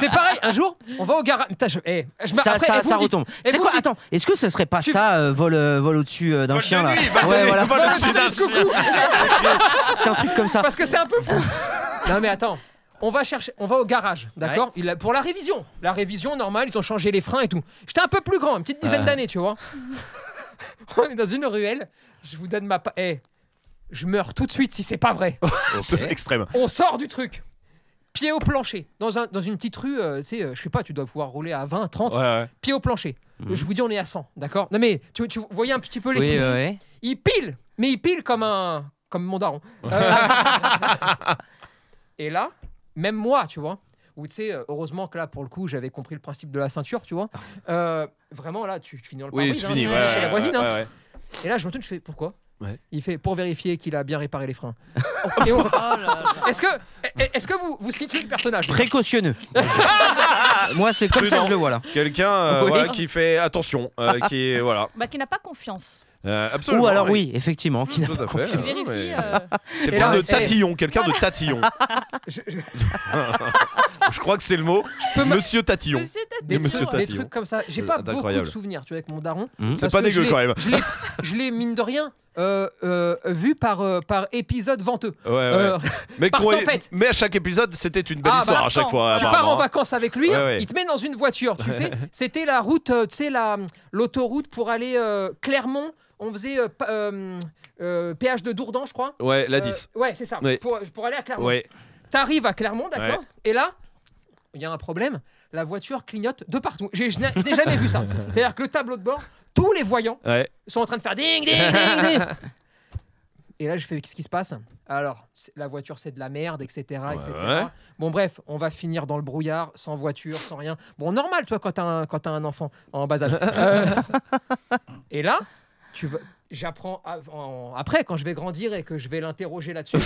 [SPEAKER 3] C'est pareil. Un jour, on va au garage. Putain, je, eh, je me-
[SPEAKER 2] ça,
[SPEAKER 3] après,
[SPEAKER 2] ça,
[SPEAKER 3] eh, vous
[SPEAKER 2] ça
[SPEAKER 3] me dites-
[SPEAKER 2] retombe.
[SPEAKER 3] et
[SPEAKER 2] C'est
[SPEAKER 3] vous
[SPEAKER 2] quoi
[SPEAKER 3] me dites-
[SPEAKER 2] Attends, est-ce que ce serait pas
[SPEAKER 3] Tu-
[SPEAKER 2] ça, euh, vol, euh, vol au-dessus euh, d'un
[SPEAKER 1] Vol
[SPEAKER 2] chien
[SPEAKER 1] de
[SPEAKER 2] là
[SPEAKER 1] nuit, vol de
[SPEAKER 2] Ouais,
[SPEAKER 1] nuit,
[SPEAKER 2] voilà.
[SPEAKER 1] vol
[SPEAKER 3] Voilà,
[SPEAKER 1] au-dessus d'un
[SPEAKER 3] coucou.
[SPEAKER 1] chien.
[SPEAKER 2] C'est un truc comme ça.
[SPEAKER 3] Parce que c'est un peu fou. non mais attends, on va chercher, on va au garage, d'accord Il a- Pour la révision, la révision normale, ils ont changé les freins et tout. J'étais un peu plus grand, une petite dizaine d'années, tu vois. on est dans une ruelle. Je vous donne ma. pa- Eh, je meurs tout de suite si c'est pas vrai.
[SPEAKER 1] Extrême.
[SPEAKER 3] on sort du truc. Pied au plancher, dans, un, dans une petite rue, euh, tu sais, euh, je sais pas, tu dois pouvoir rouler à 20, 30,
[SPEAKER 1] Ouais, ouais.
[SPEAKER 3] pied au plancher. Je vous dis, on est à 100, d'accord Non mais, tu, tu voyais un petit peu
[SPEAKER 2] Oui,
[SPEAKER 3] l'esprit.
[SPEAKER 2] ouais, ouais.
[SPEAKER 3] Il pile, mais il pile comme un comme mon daron. Euh, Et là, même moi, tu vois, ou tu sais, euh, heureusement que là, pour le coup, j'avais compris le principe de la ceinture, tu vois. Euh, vraiment, là, tu, tu finis dans le
[SPEAKER 1] Ah. Oui,
[SPEAKER 3] pare-brise,
[SPEAKER 1] c'est
[SPEAKER 3] hein,
[SPEAKER 1] fini.
[SPEAKER 3] tu
[SPEAKER 1] ouais,
[SPEAKER 3] finis
[SPEAKER 1] ouais,
[SPEAKER 3] chez la voisine.
[SPEAKER 1] ouais,
[SPEAKER 3] hein.
[SPEAKER 1] ouais.
[SPEAKER 3] Et là, je me tourne, je fais pourquoi
[SPEAKER 1] Ouais. Oh
[SPEAKER 3] Il fait pour vérifier qu'il a bien réparé les freins. Et on- Est-ce que, est-ce que vous, vous situez le personnage
[SPEAKER 2] Précautionneux. Moi, c'est comme ça que je le vois là.
[SPEAKER 1] Quelqu'un euh,
[SPEAKER 2] Oui.
[SPEAKER 1] voilà, qui fait attention, euh, qui est- voilà.
[SPEAKER 5] Bah, qui n'a pas confiance.
[SPEAKER 1] Euh, absolument.
[SPEAKER 2] Ou alors,
[SPEAKER 1] oui.
[SPEAKER 2] oui, effectivement, qui n'a
[SPEAKER 1] Tout
[SPEAKER 2] pas
[SPEAKER 1] à fait.
[SPEAKER 2] confiance.
[SPEAKER 1] Ah, non, mais-
[SPEAKER 4] Vérifie. euh,
[SPEAKER 1] Quelqu'un
[SPEAKER 3] Et là,
[SPEAKER 1] de tatillon, quelqu'un de tatillon.
[SPEAKER 3] Je- je-
[SPEAKER 1] Je crois que c'est le mot.
[SPEAKER 3] je peux me-
[SPEAKER 1] Monsieur tatillon.
[SPEAKER 4] Monsieur Tati.
[SPEAKER 3] des,
[SPEAKER 1] Monsieur
[SPEAKER 3] trucs, des
[SPEAKER 1] Tatillon.
[SPEAKER 3] trucs comme ça. J'ai
[SPEAKER 1] Euh,
[SPEAKER 3] pas beaucoup
[SPEAKER 1] d'incroyable.
[SPEAKER 3] de souvenirs, tu vois, avec mon daron.
[SPEAKER 2] Mhm.
[SPEAKER 1] C'est
[SPEAKER 3] Parce
[SPEAKER 1] pas
[SPEAKER 3] que je
[SPEAKER 1] dégueu
[SPEAKER 3] l'ai-
[SPEAKER 1] quand même.
[SPEAKER 3] Je l'ai- Je l'ai, mine de rien, euh, euh, vu par, euh, par épisode venteux.
[SPEAKER 1] Ah Ouais, ouais.
[SPEAKER 3] Euh,
[SPEAKER 1] mais,
[SPEAKER 3] par
[SPEAKER 1] croyez-
[SPEAKER 3] tempête.
[SPEAKER 1] mais à chaque épisode, c'était une belle
[SPEAKER 3] Ah, bah,
[SPEAKER 1] histoire à
[SPEAKER 5] attends,
[SPEAKER 1] chaque fois.
[SPEAKER 3] tu pars
[SPEAKER 1] apparemment.
[SPEAKER 3] en vacances avec lui,
[SPEAKER 1] Ouais, ouais.
[SPEAKER 3] il te met dans une voiture. Tu fais, c'était la route, euh, tu sais, la, l'autoroute pour aller euh, Clermont. On faisait euh, pa- euh, euh, péage de Dourdan, je crois.
[SPEAKER 1] Ouais, la
[SPEAKER 3] Euh,
[SPEAKER 1] 10.
[SPEAKER 3] ouais, c'est ça.
[SPEAKER 1] Ouais.
[SPEAKER 3] Pour, pour aller à Clermont.
[SPEAKER 1] Ouais.
[SPEAKER 3] T'arrives à Clermont, d'accord
[SPEAKER 1] Ouais.
[SPEAKER 3] Et là, il y a un problème. La voiture clignote de partout. J'ai- Je n'ai je n'ai jamais vu ça. C'est-à-dire que le tableau de bord, tous les voyants
[SPEAKER 1] Ouais.
[SPEAKER 3] sont en train de faire ding, ding, ding, ding. Et là, je fais qu'est-ce qui se passe Alors, c'est- la voiture, c'est de la merde, etc., etc.
[SPEAKER 1] ouais.
[SPEAKER 3] Bon, bref, on va finir dans le brouillard, sans voiture, sans rien. Bon, normal, toi, quand t'as un, quand t'as un enfant en bas âge. Euh, et là, tu vas- J'apprends à- en- après, quand je vais grandir et que je vais l'interroger là-dessus,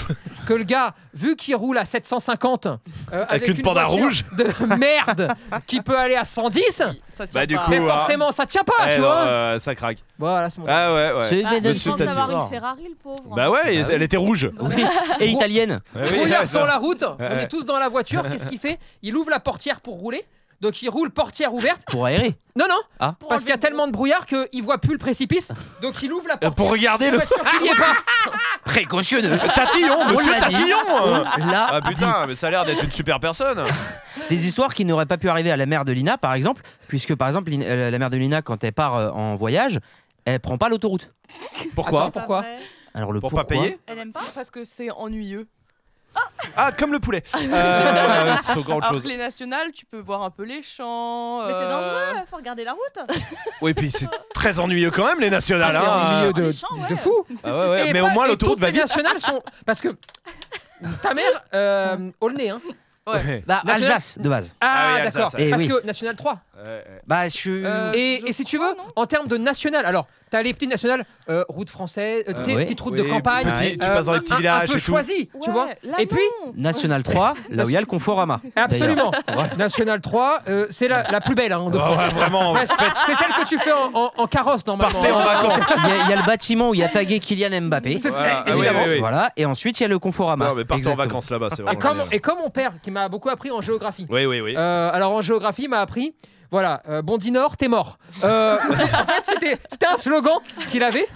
[SPEAKER 3] que le gars, vu qu'il roule à 750 euh,
[SPEAKER 1] une Panda
[SPEAKER 3] voiture
[SPEAKER 1] rouge.
[SPEAKER 3] de merde qui peut aller à 110,
[SPEAKER 4] Ça tient
[SPEAKER 1] Bah, du
[SPEAKER 4] pas.
[SPEAKER 1] coup,
[SPEAKER 3] mais
[SPEAKER 1] Ouais.
[SPEAKER 3] forcément ça tient pas,
[SPEAKER 1] Eh
[SPEAKER 3] tu
[SPEAKER 1] non,
[SPEAKER 3] vois.
[SPEAKER 1] euh, ça craque.
[SPEAKER 3] Voilà, c'est mon.
[SPEAKER 1] Ah ouais, ouais.
[SPEAKER 2] C'est
[SPEAKER 5] Ah,
[SPEAKER 2] des-
[SPEAKER 5] il
[SPEAKER 1] Monsieur
[SPEAKER 5] pense
[SPEAKER 1] Tati.
[SPEAKER 5] avoir une Ferrari, le pauvre.
[SPEAKER 1] Bah ouais, elle était rouge.
[SPEAKER 2] Oui, et italienne.
[SPEAKER 1] Ouais, Ah oui,
[SPEAKER 3] Brouillard
[SPEAKER 1] ouais,
[SPEAKER 3] sur
[SPEAKER 1] ça.
[SPEAKER 3] la route, on
[SPEAKER 1] Ouais.
[SPEAKER 3] est tous dans la voiture, qu'est-ce qu'il fait Il ouvre la portière pour rouler, donc il roule portière ouverte.
[SPEAKER 2] Pour aérer.
[SPEAKER 3] Non, non,
[SPEAKER 2] Ah.
[SPEAKER 3] parce qu'il y a tellement de brouillard qu'il voit plus le précipice, donc il ouvre la
[SPEAKER 1] Euh,
[SPEAKER 3] portière.
[SPEAKER 1] Pour regarder le
[SPEAKER 3] pour être sûr qu'il y est pas.
[SPEAKER 2] Précautionneux.
[SPEAKER 1] tatillon,
[SPEAKER 2] On
[SPEAKER 1] monsieur
[SPEAKER 2] l'a dit.
[SPEAKER 1] tatillon.
[SPEAKER 2] Là,
[SPEAKER 1] Ah putain, mais ça a l'air d'être une super personne.
[SPEAKER 2] Des histoires qui n'auraient pas pu arriver à la mère de Lina, par exemple, puisque par exemple, Lin- euh, la mère de Lina, quand elle part euh, en voyage, elle prend pas l'autoroute.
[SPEAKER 3] Attends,
[SPEAKER 1] Pourquoi
[SPEAKER 5] Pas
[SPEAKER 3] pourquoi
[SPEAKER 5] vrai.
[SPEAKER 2] Alors le
[SPEAKER 1] Pour
[SPEAKER 2] pourquoi
[SPEAKER 1] pas payer
[SPEAKER 5] Elle aime pas
[SPEAKER 4] Parce que c'est ennuyeux.
[SPEAKER 1] Ah, comme le poulet. Euh, c'est encore autre
[SPEAKER 4] Alors
[SPEAKER 1] chose.
[SPEAKER 4] que les nationales, tu peux voir un peu les champs.
[SPEAKER 5] Mais c'est
[SPEAKER 4] euh,
[SPEAKER 5] dangereux, faut regarder la route.
[SPEAKER 1] Oui, puis c'est très ennuyeux quand même, les nationales.
[SPEAKER 3] C'est
[SPEAKER 1] hein.
[SPEAKER 3] en milieu de,
[SPEAKER 5] les champs, ouais.
[SPEAKER 3] de fou.
[SPEAKER 1] Ah ouais, ouais,
[SPEAKER 3] Et
[SPEAKER 1] mais
[SPEAKER 3] pas-
[SPEAKER 1] au moins
[SPEAKER 3] et
[SPEAKER 1] l'autoroute
[SPEAKER 3] toutes
[SPEAKER 1] va
[SPEAKER 3] les
[SPEAKER 1] bien.
[SPEAKER 3] nationales sont. Parce que ta mère, euh, au le nez, hein.
[SPEAKER 1] Ouais.
[SPEAKER 2] Bah,
[SPEAKER 3] National-
[SPEAKER 2] Alsace, de base.
[SPEAKER 1] Ah
[SPEAKER 3] Ah,
[SPEAKER 1] oui, Alsace,
[SPEAKER 3] d'accord.
[SPEAKER 1] ouais.
[SPEAKER 2] Eh
[SPEAKER 3] Parce
[SPEAKER 2] oui.
[SPEAKER 3] que National 3.
[SPEAKER 1] Ouais,
[SPEAKER 2] Bah, je suis.
[SPEAKER 4] Euh,
[SPEAKER 3] Et,
[SPEAKER 4] je
[SPEAKER 3] et si tu
[SPEAKER 4] crois,
[SPEAKER 3] veux,
[SPEAKER 4] non
[SPEAKER 3] en termes de national, alors, t'as les petites nationales, euh, route française, euh, tu sais,
[SPEAKER 2] Euh, ouais.
[SPEAKER 3] petite route
[SPEAKER 1] oui,
[SPEAKER 3] de campagne.
[SPEAKER 1] petit- tu
[SPEAKER 3] euh,
[SPEAKER 1] passes dans les
[SPEAKER 3] un-
[SPEAKER 1] petits
[SPEAKER 3] un-
[SPEAKER 1] villages
[SPEAKER 3] Un peu
[SPEAKER 1] et tout.
[SPEAKER 3] choisi, tu
[SPEAKER 4] Ouais,
[SPEAKER 3] vois.
[SPEAKER 4] là,
[SPEAKER 3] Et puis,
[SPEAKER 4] non.
[SPEAKER 2] National 3, là où il y a le Conforama.
[SPEAKER 3] Absolument. National 3, euh, c'est la, la plus belle hein, de
[SPEAKER 1] Ah
[SPEAKER 3] France.
[SPEAKER 1] ouais, vraiment.
[SPEAKER 3] Ouais, c'est- c'est celle que tu fais en, en- en carrosse normalement. hein.
[SPEAKER 1] Partez en vacances.
[SPEAKER 2] Il y, a, il y a le bâtiment où il y a tagué Kylian Mbappé.
[SPEAKER 3] C'est ça,
[SPEAKER 1] Voilà. Ah oui,
[SPEAKER 2] Évidemment.
[SPEAKER 1] oui, oui.
[SPEAKER 2] Voilà. Et ensuite, il y a le Conforama.
[SPEAKER 1] Non, mais partez en
[SPEAKER 2] Exactement. Ah,
[SPEAKER 1] vacances là-bas, c'est
[SPEAKER 3] Et
[SPEAKER 1] vraiment
[SPEAKER 3] comme,
[SPEAKER 1] génial.
[SPEAKER 3] et comme mon père, qui m'a beaucoup appris en géographie,
[SPEAKER 1] Oui, oui, oui.
[SPEAKER 3] Euh, alors en géographie, il m'a appris. Voilà, euh, Bondy Nord, t'es mort. Euh, en fait, c'était, c'était un slogan qu'il avait.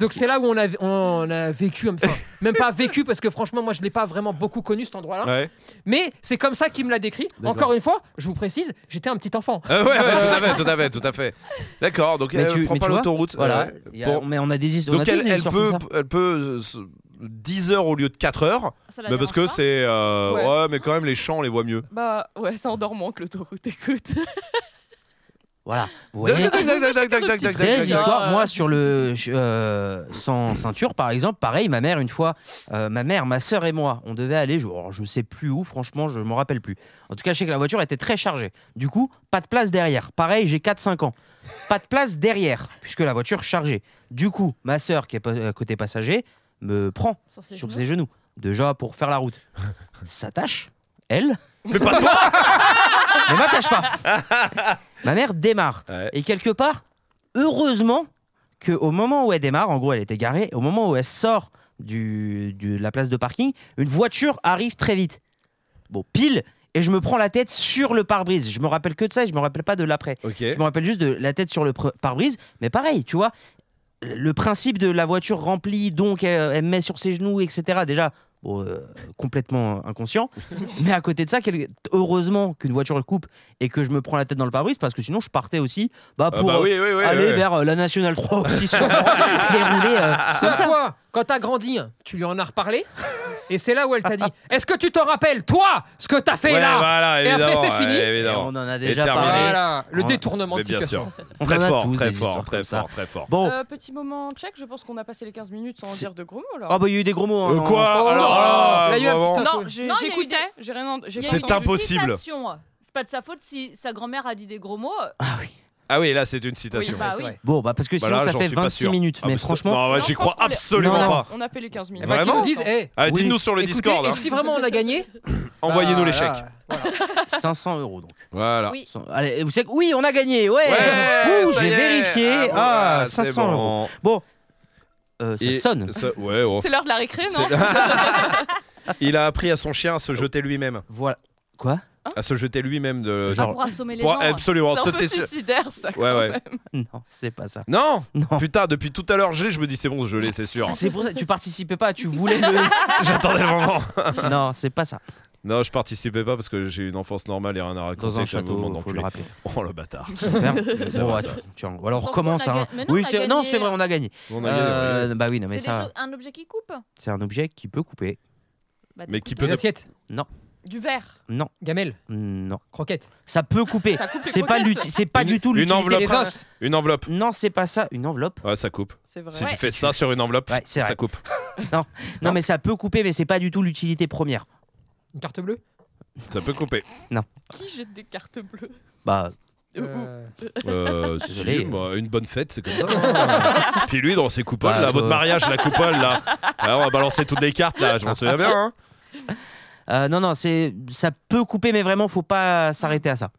[SPEAKER 3] Donc c'est là où on a, on a vécu, enfin, même pas vécu, parce que franchement, moi, je l'ai pas vraiment beaucoup connu cet endroit-là.
[SPEAKER 1] Ouais.
[SPEAKER 3] Mais c'est comme ça qu'il me l'a décrit.
[SPEAKER 2] D'accord.
[SPEAKER 3] Encore une fois, je vous précise, j'étais un petit enfant.
[SPEAKER 1] Euh, ouais, ouais, tout à fait, tout à fait, tout à fait. D'accord, donc
[SPEAKER 2] Mais
[SPEAKER 1] elle
[SPEAKER 2] tu-
[SPEAKER 1] prend
[SPEAKER 2] mais
[SPEAKER 1] pas
[SPEAKER 2] tu vois,
[SPEAKER 1] l'autoroute.
[SPEAKER 2] Voilà.
[SPEAKER 1] ouais.
[SPEAKER 2] Il y a-
[SPEAKER 1] Bon.
[SPEAKER 2] Mais on a des histoires.
[SPEAKER 1] Euh, Donc elle, elle peut, elle peut euh, se- 10 heures au lieu de 4 heures,
[SPEAKER 5] Ça la
[SPEAKER 1] mais parce
[SPEAKER 5] dérange
[SPEAKER 1] que
[SPEAKER 5] pas.
[SPEAKER 1] c'est euh, ouais.
[SPEAKER 4] Ouais.
[SPEAKER 1] mais quand même les champs on les voit mieux.
[SPEAKER 4] Bah ouais, c'est endormant que l'autoroute écoute.
[SPEAKER 2] Voilà. Vous
[SPEAKER 1] Dac,
[SPEAKER 2] voyez
[SPEAKER 1] dac, dac, dac, dac, dac, dac,
[SPEAKER 2] Des
[SPEAKER 1] dac, dac.
[SPEAKER 2] histoires.
[SPEAKER 4] euh,
[SPEAKER 2] Moi, sur le je- euh, sans ceinture, par exemple, pareil, ma mère, une fois, euh, ma mère, ma sœur et moi, on devait aller, je, oh, je sais plus où, franchement, je m'en rappelle plus. En tout cas, je sais que la voiture était très chargée. Du coup, pas de place derrière. Pareil, j'ai 4-5 ans. Pas de place derrière, puisque la voiture chargée. Du coup, ma sœur, qui est pas- euh, côté passager, me prend
[SPEAKER 5] Sur ses
[SPEAKER 2] sur
[SPEAKER 5] genoux.
[SPEAKER 2] ses genoux, déjà pour faire la route. S'attache, elle.
[SPEAKER 1] Mais pas toi
[SPEAKER 2] Ne m'attache pas. Ma mère démarre.
[SPEAKER 1] Ouais.
[SPEAKER 2] Et quelque part, heureusement que au moment où elle démarre, en gros, elle était garée, au moment où elle sort du, du- de la place de parking, une voiture arrive très vite. Bon, pile, et je me prends la tête sur le pare-brise. Je me rappelle que de ça et je me rappelle pas de l'après.
[SPEAKER 1] Ok.
[SPEAKER 2] Je me rappelle juste de la tête sur le pre- pare-brise, mais pareil, tu vois, le principe de la voiture remplie, donc euh, elle me met sur ses genoux, etc. Déjà, bon, euh, complètement inconscient. mais à côté de ça, quel- heureusement qu'une voiture le coupe et que je me prends la tête dans le pare-brise, parce que sinon je partais aussi bah,
[SPEAKER 1] Ah
[SPEAKER 2] pour
[SPEAKER 1] bah
[SPEAKER 2] euh,
[SPEAKER 1] oui, oui, oui,
[SPEAKER 2] aller
[SPEAKER 1] oui.
[SPEAKER 2] vers euh, la Nationale 3 aussi sûrement, et rouler euh,
[SPEAKER 3] Ce
[SPEAKER 2] comme
[SPEAKER 3] à
[SPEAKER 2] ça.
[SPEAKER 3] quoi, Ah, quand t'as grandi, tu lui en as reparlé. Et c'est là où elle t'a dit Est-ce que tu te rappelles, toi, ce que t'as fait
[SPEAKER 1] Ouais, bah,
[SPEAKER 3] là
[SPEAKER 1] voilà,
[SPEAKER 3] Et après,
[SPEAKER 1] évidemment,
[SPEAKER 3] c'est fini.
[SPEAKER 1] ouais,
[SPEAKER 2] Et
[SPEAKER 1] évidemment.
[SPEAKER 2] on en a déjà
[SPEAKER 1] terminé.
[SPEAKER 2] parlé.
[SPEAKER 3] Voilà, le
[SPEAKER 2] Ouais.
[SPEAKER 3] détournement
[SPEAKER 1] Mais
[SPEAKER 3] de
[SPEAKER 1] bien
[SPEAKER 3] situation.
[SPEAKER 1] sûr.
[SPEAKER 2] On
[SPEAKER 1] Très
[SPEAKER 2] en a
[SPEAKER 1] fort,
[SPEAKER 2] tous
[SPEAKER 1] très
[SPEAKER 2] des histoires
[SPEAKER 1] fort,
[SPEAKER 2] comme
[SPEAKER 1] très
[SPEAKER 2] ça.
[SPEAKER 1] fort, très fort.
[SPEAKER 2] Bon,
[SPEAKER 4] Euh, petit moment check, je pense qu'on a passé les 15 minutes sans en
[SPEAKER 2] C'est-
[SPEAKER 4] dire de gros mots là.
[SPEAKER 2] ah bah, il y a eu des gros mots. hein,
[SPEAKER 1] Euh, quoi
[SPEAKER 3] Oh,
[SPEAKER 1] Alors
[SPEAKER 3] non.
[SPEAKER 1] là,
[SPEAKER 3] Là, il y a un
[SPEAKER 1] vraiment
[SPEAKER 3] petit
[SPEAKER 4] Non, j'ai-
[SPEAKER 5] Non, il y a eu
[SPEAKER 4] j'écoutais, j'ai rien ent- j'ai
[SPEAKER 5] Il
[SPEAKER 4] rien
[SPEAKER 5] y a
[SPEAKER 1] C'est
[SPEAKER 5] eu
[SPEAKER 4] entendu.
[SPEAKER 5] une
[SPEAKER 1] impossible.
[SPEAKER 5] citation. C'est pas de sa faute si sa grand-mère a dit des gros mots.
[SPEAKER 2] Ah oui.
[SPEAKER 1] Ah oui, là c'est une citation.
[SPEAKER 5] bah oui.
[SPEAKER 2] Bon, bah parce que
[SPEAKER 1] Bah
[SPEAKER 2] sinon
[SPEAKER 1] là,
[SPEAKER 2] ça
[SPEAKER 1] j'en
[SPEAKER 2] fait
[SPEAKER 1] suis pas
[SPEAKER 2] 26
[SPEAKER 1] sûr.
[SPEAKER 2] minutes.
[SPEAKER 1] Ah,
[SPEAKER 2] mais
[SPEAKER 1] bah, c'est-
[SPEAKER 2] franchement,
[SPEAKER 1] Non, ouais,
[SPEAKER 4] Non,
[SPEAKER 1] j'y
[SPEAKER 4] je
[SPEAKER 1] crois
[SPEAKER 4] pense qu'on les-
[SPEAKER 1] absolument
[SPEAKER 2] Non, non.
[SPEAKER 1] pas.
[SPEAKER 4] On a fait les 15 minutes.
[SPEAKER 3] Et bah, qu'ils
[SPEAKER 1] Vraiment
[SPEAKER 3] nous disent Eh,
[SPEAKER 1] Allez,
[SPEAKER 2] Oui.
[SPEAKER 1] dites-nous sur le
[SPEAKER 3] écoutez,
[SPEAKER 1] Discord.
[SPEAKER 3] et
[SPEAKER 1] hein.
[SPEAKER 3] si vraiment on a gagné
[SPEAKER 1] Envoyez-nous
[SPEAKER 3] bah,
[SPEAKER 1] les chèques.
[SPEAKER 3] là,
[SPEAKER 2] 500 euros donc.
[SPEAKER 1] Voilà.
[SPEAKER 5] Oui.
[SPEAKER 2] Cent- Allez, vous savez que oui, on a gagné, ouais.
[SPEAKER 1] Ouais,
[SPEAKER 2] Ouh,
[SPEAKER 1] ça
[SPEAKER 2] j'ai
[SPEAKER 1] y est.
[SPEAKER 2] vérifié.
[SPEAKER 1] bon,
[SPEAKER 2] Ah,
[SPEAKER 1] voilà, c'est
[SPEAKER 2] 500
[SPEAKER 1] bon.
[SPEAKER 2] euros. Bon, euh, ça
[SPEAKER 1] Et-
[SPEAKER 2] sonne.
[SPEAKER 1] ça- ouais, oh.
[SPEAKER 4] C'est l'heure de la récré, non
[SPEAKER 1] C'est- Il a appris à son chien à se jeter lui-même.
[SPEAKER 2] Voilà. Quoi
[SPEAKER 1] À se jeter lui-même de
[SPEAKER 5] Ah,
[SPEAKER 1] genre.
[SPEAKER 5] pour assommer les
[SPEAKER 1] Pour-
[SPEAKER 5] gens.
[SPEAKER 1] absolument.
[SPEAKER 4] C'est un peu
[SPEAKER 1] sauter sur-
[SPEAKER 4] suicidaire, ça.
[SPEAKER 1] Ouais, ouais.
[SPEAKER 2] Non, c'est pas ça.
[SPEAKER 1] Non
[SPEAKER 2] Non.
[SPEAKER 1] Putain, depuis tout à l'heure, j'ai, je me dis c'est bon, je l'ai, c'est sûr.
[SPEAKER 2] Ah, C'est pour ça, tu participais pas, tu voulais le.
[SPEAKER 1] J'attendais le moment.
[SPEAKER 2] non, c'est pas ça.
[SPEAKER 1] Non, je participais pas parce que j'ai une enfance normale et rien à raconter.
[SPEAKER 2] Dans un
[SPEAKER 1] comme moment
[SPEAKER 2] château, faut
[SPEAKER 1] d'enculé.
[SPEAKER 2] le rappeler.
[SPEAKER 1] Oh le bâtard.
[SPEAKER 2] Super.
[SPEAKER 1] Ça
[SPEAKER 2] Bon,
[SPEAKER 1] va,
[SPEAKER 2] ouais,
[SPEAKER 1] ça va.
[SPEAKER 2] tiens, ou alors
[SPEAKER 5] Franchement,
[SPEAKER 2] recommence.
[SPEAKER 5] on
[SPEAKER 2] hein.
[SPEAKER 5] a ga- mais non,
[SPEAKER 2] Oui,
[SPEAKER 5] on a
[SPEAKER 2] c'est non,
[SPEAKER 5] gagné.
[SPEAKER 2] c'est vrai, on a gagné.
[SPEAKER 1] On a gagné, on a
[SPEAKER 2] Euh,
[SPEAKER 1] gagné.
[SPEAKER 2] bah oui, non mais
[SPEAKER 5] C'est des
[SPEAKER 2] ça,
[SPEAKER 5] choses- un objet qui coupe.
[SPEAKER 2] c'est un objet qui peut couper.
[SPEAKER 5] Bah, des
[SPEAKER 1] Mais qui
[SPEAKER 5] couteaux.
[SPEAKER 1] peut.
[SPEAKER 3] Une
[SPEAKER 1] ne-
[SPEAKER 3] assiette,
[SPEAKER 4] Du verre.
[SPEAKER 3] gamelle,
[SPEAKER 2] Mmh, Non,
[SPEAKER 3] croquette,
[SPEAKER 2] ça peut couper.
[SPEAKER 4] Ça coupe les
[SPEAKER 2] C'est pas
[SPEAKER 4] croquettes.
[SPEAKER 2] l'uti- c'est pas
[SPEAKER 1] Une-
[SPEAKER 2] du tout
[SPEAKER 1] une
[SPEAKER 2] l'utilité
[SPEAKER 1] enveloppe.
[SPEAKER 3] les
[SPEAKER 2] princi-
[SPEAKER 3] os,
[SPEAKER 1] Une enveloppe.
[SPEAKER 2] Non, c'est pas ça, une enveloppe.
[SPEAKER 1] Ouais, ça coupe.
[SPEAKER 4] C'est
[SPEAKER 1] Si
[SPEAKER 4] vrai.
[SPEAKER 1] tu fais ça sur une enveloppe,
[SPEAKER 2] Ouais, c'est
[SPEAKER 1] ça
[SPEAKER 2] vrai.
[SPEAKER 1] coupe.
[SPEAKER 2] Non, mais ça peut couper, mais c'est pas du tout l'utilité première.
[SPEAKER 3] une carte bleue.
[SPEAKER 1] Ça peut couper.
[SPEAKER 4] Qui jette des cartes bleues
[SPEAKER 2] Bah,
[SPEAKER 3] Euh,
[SPEAKER 1] Euh,
[SPEAKER 2] Désolé.
[SPEAKER 1] si, bah, une bonne fête, c'est comme ça. hein. Puis lui, dans ses coupoles,
[SPEAKER 2] Bah,
[SPEAKER 1] là, votre
[SPEAKER 2] euh.
[SPEAKER 1] mariage, la coupole, là. Ah, on va balancer toutes les cartes, là, je m'en souviens bien. hein.
[SPEAKER 2] euh, non, non, c'est ça peut couper, mais vraiment, faut pas s'arrêter à ça.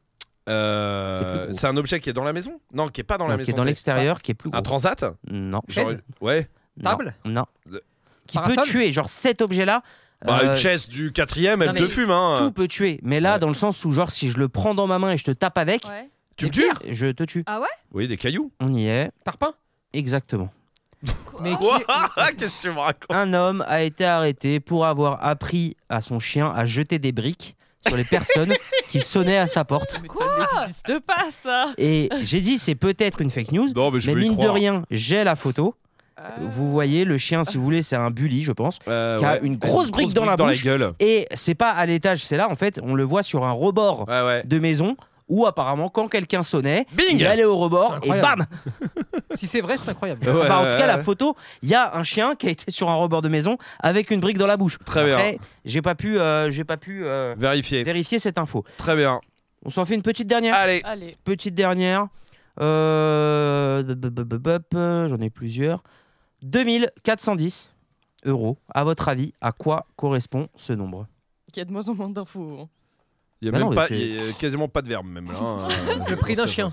[SPEAKER 1] Euh,
[SPEAKER 2] C'est plus gros.
[SPEAKER 1] c'est un objet qui est dans la maison Non, qui est pas dans la
[SPEAKER 2] Non,
[SPEAKER 1] maison.
[SPEAKER 2] Euh, qui est dans
[SPEAKER 1] t'es-
[SPEAKER 2] l'extérieur, qui est plus
[SPEAKER 1] Un
[SPEAKER 2] gros.
[SPEAKER 1] transat
[SPEAKER 2] Non.
[SPEAKER 1] Genre
[SPEAKER 3] Chaise
[SPEAKER 1] une- Ouais.
[SPEAKER 3] Table
[SPEAKER 2] Non. non.
[SPEAKER 1] Le-
[SPEAKER 2] Qui peut
[SPEAKER 3] Parasol
[SPEAKER 2] tuer, genre cet objet-là.
[SPEAKER 1] Bah,
[SPEAKER 2] euh,
[SPEAKER 1] une chaise du quatrième,
[SPEAKER 2] non,
[SPEAKER 1] elle
[SPEAKER 2] mais
[SPEAKER 1] te fume, hein.
[SPEAKER 2] Tout peut tuer, mais là,
[SPEAKER 1] Ouais.
[SPEAKER 2] dans le sens où, genre, si je le prends dans ma main et je te tape avec,
[SPEAKER 5] Ouais.
[SPEAKER 1] Tu me
[SPEAKER 3] Des
[SPEAKER 1] tues
[SPEAKER 3] pierres
[SPEAKER 2] je te tue.
[SPEAKER 5] Ah ouais
[SPEAKER 1] Oui, des cailloux.
[SPEAKER 2] On y est,
[SPEAKER 3] parpaing.
[SPEAKER 2] exactement.
[SPEAKER 3] Mais qui-
[SPEAKER 1] Ouah, Qu'est-ce que tu me racontes
[SPEAKER 2] Un homme a été arrêté pour avoir appris à son chien à jeter des briques sur les personnes qui sonnaient à sa porte.
[SPEAKER 4] Mais ça n'existe pas, ça.
[SPEAKER 2] Et j'ai dit, c'est peut-être une fake news,
[SPEAKER 1] Non, mais je
[SPEAKER 2] mais
[SPEAKER 1] veux y
[SPEAKER 2] mine de
[SPEAKER 1] croire.
[SPEAKER 2] rien, j'ai la photo. Vous voyez, le chien, si vous voulez, c'est un bully, je pense.
[SPEAKER 1] Euh,
[SPEAKER 2] Qui a
[SPEAKER 1] ouais.
[SPEAKER 2] une grosse brique dans la bouche.
[SPEAKER 1] gueule.
[SPEAKER 2] Et c'est pas à l'étage, c'est là, en fait, on le voit sur un rebord
[SPEAKER 1] Ouais, ouais.
[SPEAKER 2] de maison où apparemment, quand quelqu'un sonnait,
[SPEAKER 1] Bing
[SPEAKER 2] il allait au
[SPEAKER 3] C'est
[SPEAKER 2] rebord et
[SPEAKER 3] incroyable.
[SPEAKER 2] bam
[SPEAKER 3] Si c'est vrai, c'est incroyable.
[SPEAKER 1] Ouais,
[SPEAKER 2] Bah, En
[SPEAKER 1] ouais,
[SPEAKER 2] tout cas, la
[SPEAKER 1] ouais.
[SPEAKER 2] photo, il y a un chien qui a été sur un rebord de maison avec une brique dans la bouche.
[SPEAKER 1] Très bien.
[SPEAKER 2] Après, J'ai pas pu, euh, j'ai pas pu euh,
[SPEAKER 1] Vérifier.
[SPEAKER 2] vérifier cette info.
[SPEAKER 1] Très bien.
[SPEAKER 2] On s'en fait une petite dernière.
[SPEAKER 1] Allez.
[SPEAKER 4] Allez.
[SPEAKER 2] Petite dernière. Euh, bup, bup, bup, bup, euh, J'en ai plusieurs. 2410 euros. À votre avis, à quoi correspond ce nombre
[SPEAKER 4] Il y a de moins en moins d'infos.
[SPEAKER 1] Il y a
[SPEAKER 2] Bah
[SPEAKER 1] même
[SPEAKER 2] non, mais
[SPEAKER 1] pas,
[SPEAKER 2] c'est-
[SPEAKER 1] il y a quasiment pas de verbe même là. hein.
[SPEAKER 3] Le prix d'un chien,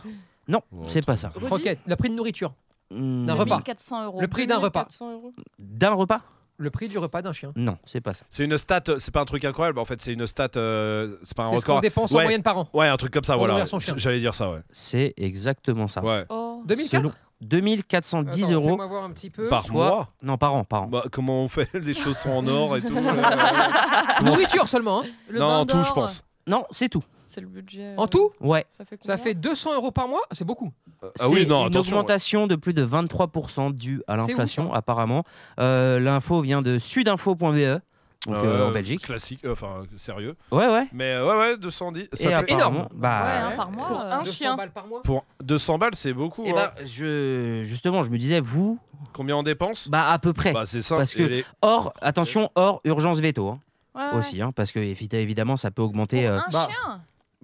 [SPEAKER 2] Non,
[SPEAKER 1] Bon,
[SPEAKER 2] c'est pas ça.
[SPEAKER 3] croquette, le prix de nourriture,
[SPEAKER 2] D'un
[SPEAKER 3] repas.
[SPEAKER 5] 1400 euros.
[SPEAKER 3] le prix d'un repas,
[SPEAKER 4] 400 euros.
[SPEAKER 2] D'un repas
[SPEAKER 3] le prix du repas d'un chien.
[SPEAKER 2] Non, c'est pas ça.
[SPEAKER 1] C'est une stat, euh, c'est pas un truc incroyable en fait, c'est une stat, euh, c'est pas un
[SPEAKER 3] C'est ce qu'on
[SPEAKER 1] record.
[SPEAKER 3] dépense en
[SPEAKER 1] Ouais.
[SPEAKER 3] moyenne par an.
[SPEAKER 1] Ouais, un truc comme ça,
[SPEAKER 3] Pour
[SPEAKER 1] voilà.
[SPEAKER 3] nourrir son chien.
[SPEAKER 1] J'allais dire ça, ouais.
[SPEAKER 2] C'est exactement ça.
[SPEAKER 1] Ouais.
[SPEAKER 5] Oh.
[SPEAKER 3] 2004
[SPEAKER 2] Selon- 2410
[SPEAKER 3] Attends,
[SPEAKER 2] euros.
[SPEAKER 3] fais-moi voir un petit peu.
[SPEAKER 1] Par
[SPEAKER 2] Soit-
[SPEAKER 1] mois
[SPEAKER 2] Non, par an, par an.
[SPEAKER 1] Bah, comment on fait Les choses sont en or et tout. euh.
[SPEAKER 3] Nourriture seulement. hein.
[SPEAKER 5] Le
[SPEAKER 1] non,
[SPEAKER 5] bain
[SPEAKER 1] en tout, je
[SPEAKER 5] d'or.
[SPEAKER 1] pense.
[SPEAKER 2] Non, c'est tout.
[SPEAKER 4] C'est le budget. euh,
[SPEAKER 3] En tout,
[SPEAKER 2] Ouais.
[SPEAKER 4] Ça fait combien
[SPEAKER 3] ça fait 200 euros par mois. C'est beaucoup.
[SPEAKER 1] Ah oui,
[SPEAKER 2] C'est
[SPEAKER 1] non,
[SPEAKER 2] une
[SPEAKER 1] attention.
[SPEAKER 2] augmentation de plus de 23% due à
[SPEAKER 3] C'est où,
[SPEAKER 2] l'inflation, apparemment. Euh, L'info vient de sudinfo.be, E, donc
[SPEAKER 1] Euh,
[SPEAKER 2] euh, en Belgique.
[SPEAKER 1] Classique, euh, enfin, sérieux.
[SPEAKER 2] Ouais, ouais.
[SPEAKER 1] Mais euh, ouais, ouais, 210.
[SPEAKER 2] Et
[SPEAKER 1] Ça fait
[SPEAKER 2] apparemment,
[SPEAKER 3] énorme.
[SPEAKER 2] bah,
[SPEAKER 1] Ah
[SPEAKER 5] Ouais, hein, par mois.
[SPEAKER 4] Pour
[SPEAKER 5] euh,
[SPEAKER 4] un
[SPEAKER 3] 200
[SPEAKER 4] chien.
[SPEAKER 3] balles par mois.
[SPEAKER 1] Pour 200 balles, c'est beaucoup.
[SPEAKER 2] Et
[SPEAKER 1] hein.
[SPEAKER 2] bah, je, justement, je me disais, vous,
[SPEAKER 1] Combien on dépense
[SPEAKER 2] bah à peu près.
[SPEAKER 1] Bah, c'est simple.
[SPEAKER 2] Parce que-
[SPEAKER 1] et les-
[SPEAKER 2] Hors, attention, hors urgence veto hein,
[SPEAKER 3] Ah
[SPEAKER 5] Ouais, ouais.
[SPEAKER 2] aussi, hein, parce que évi- évidemment, ça peut
[SPEAKER 5] Pour
[SPEAKER 2] augmenter. euh,
[SPEAKER 5] un
[SPEAKER 3] bah,
[SPEAKER 5] chien.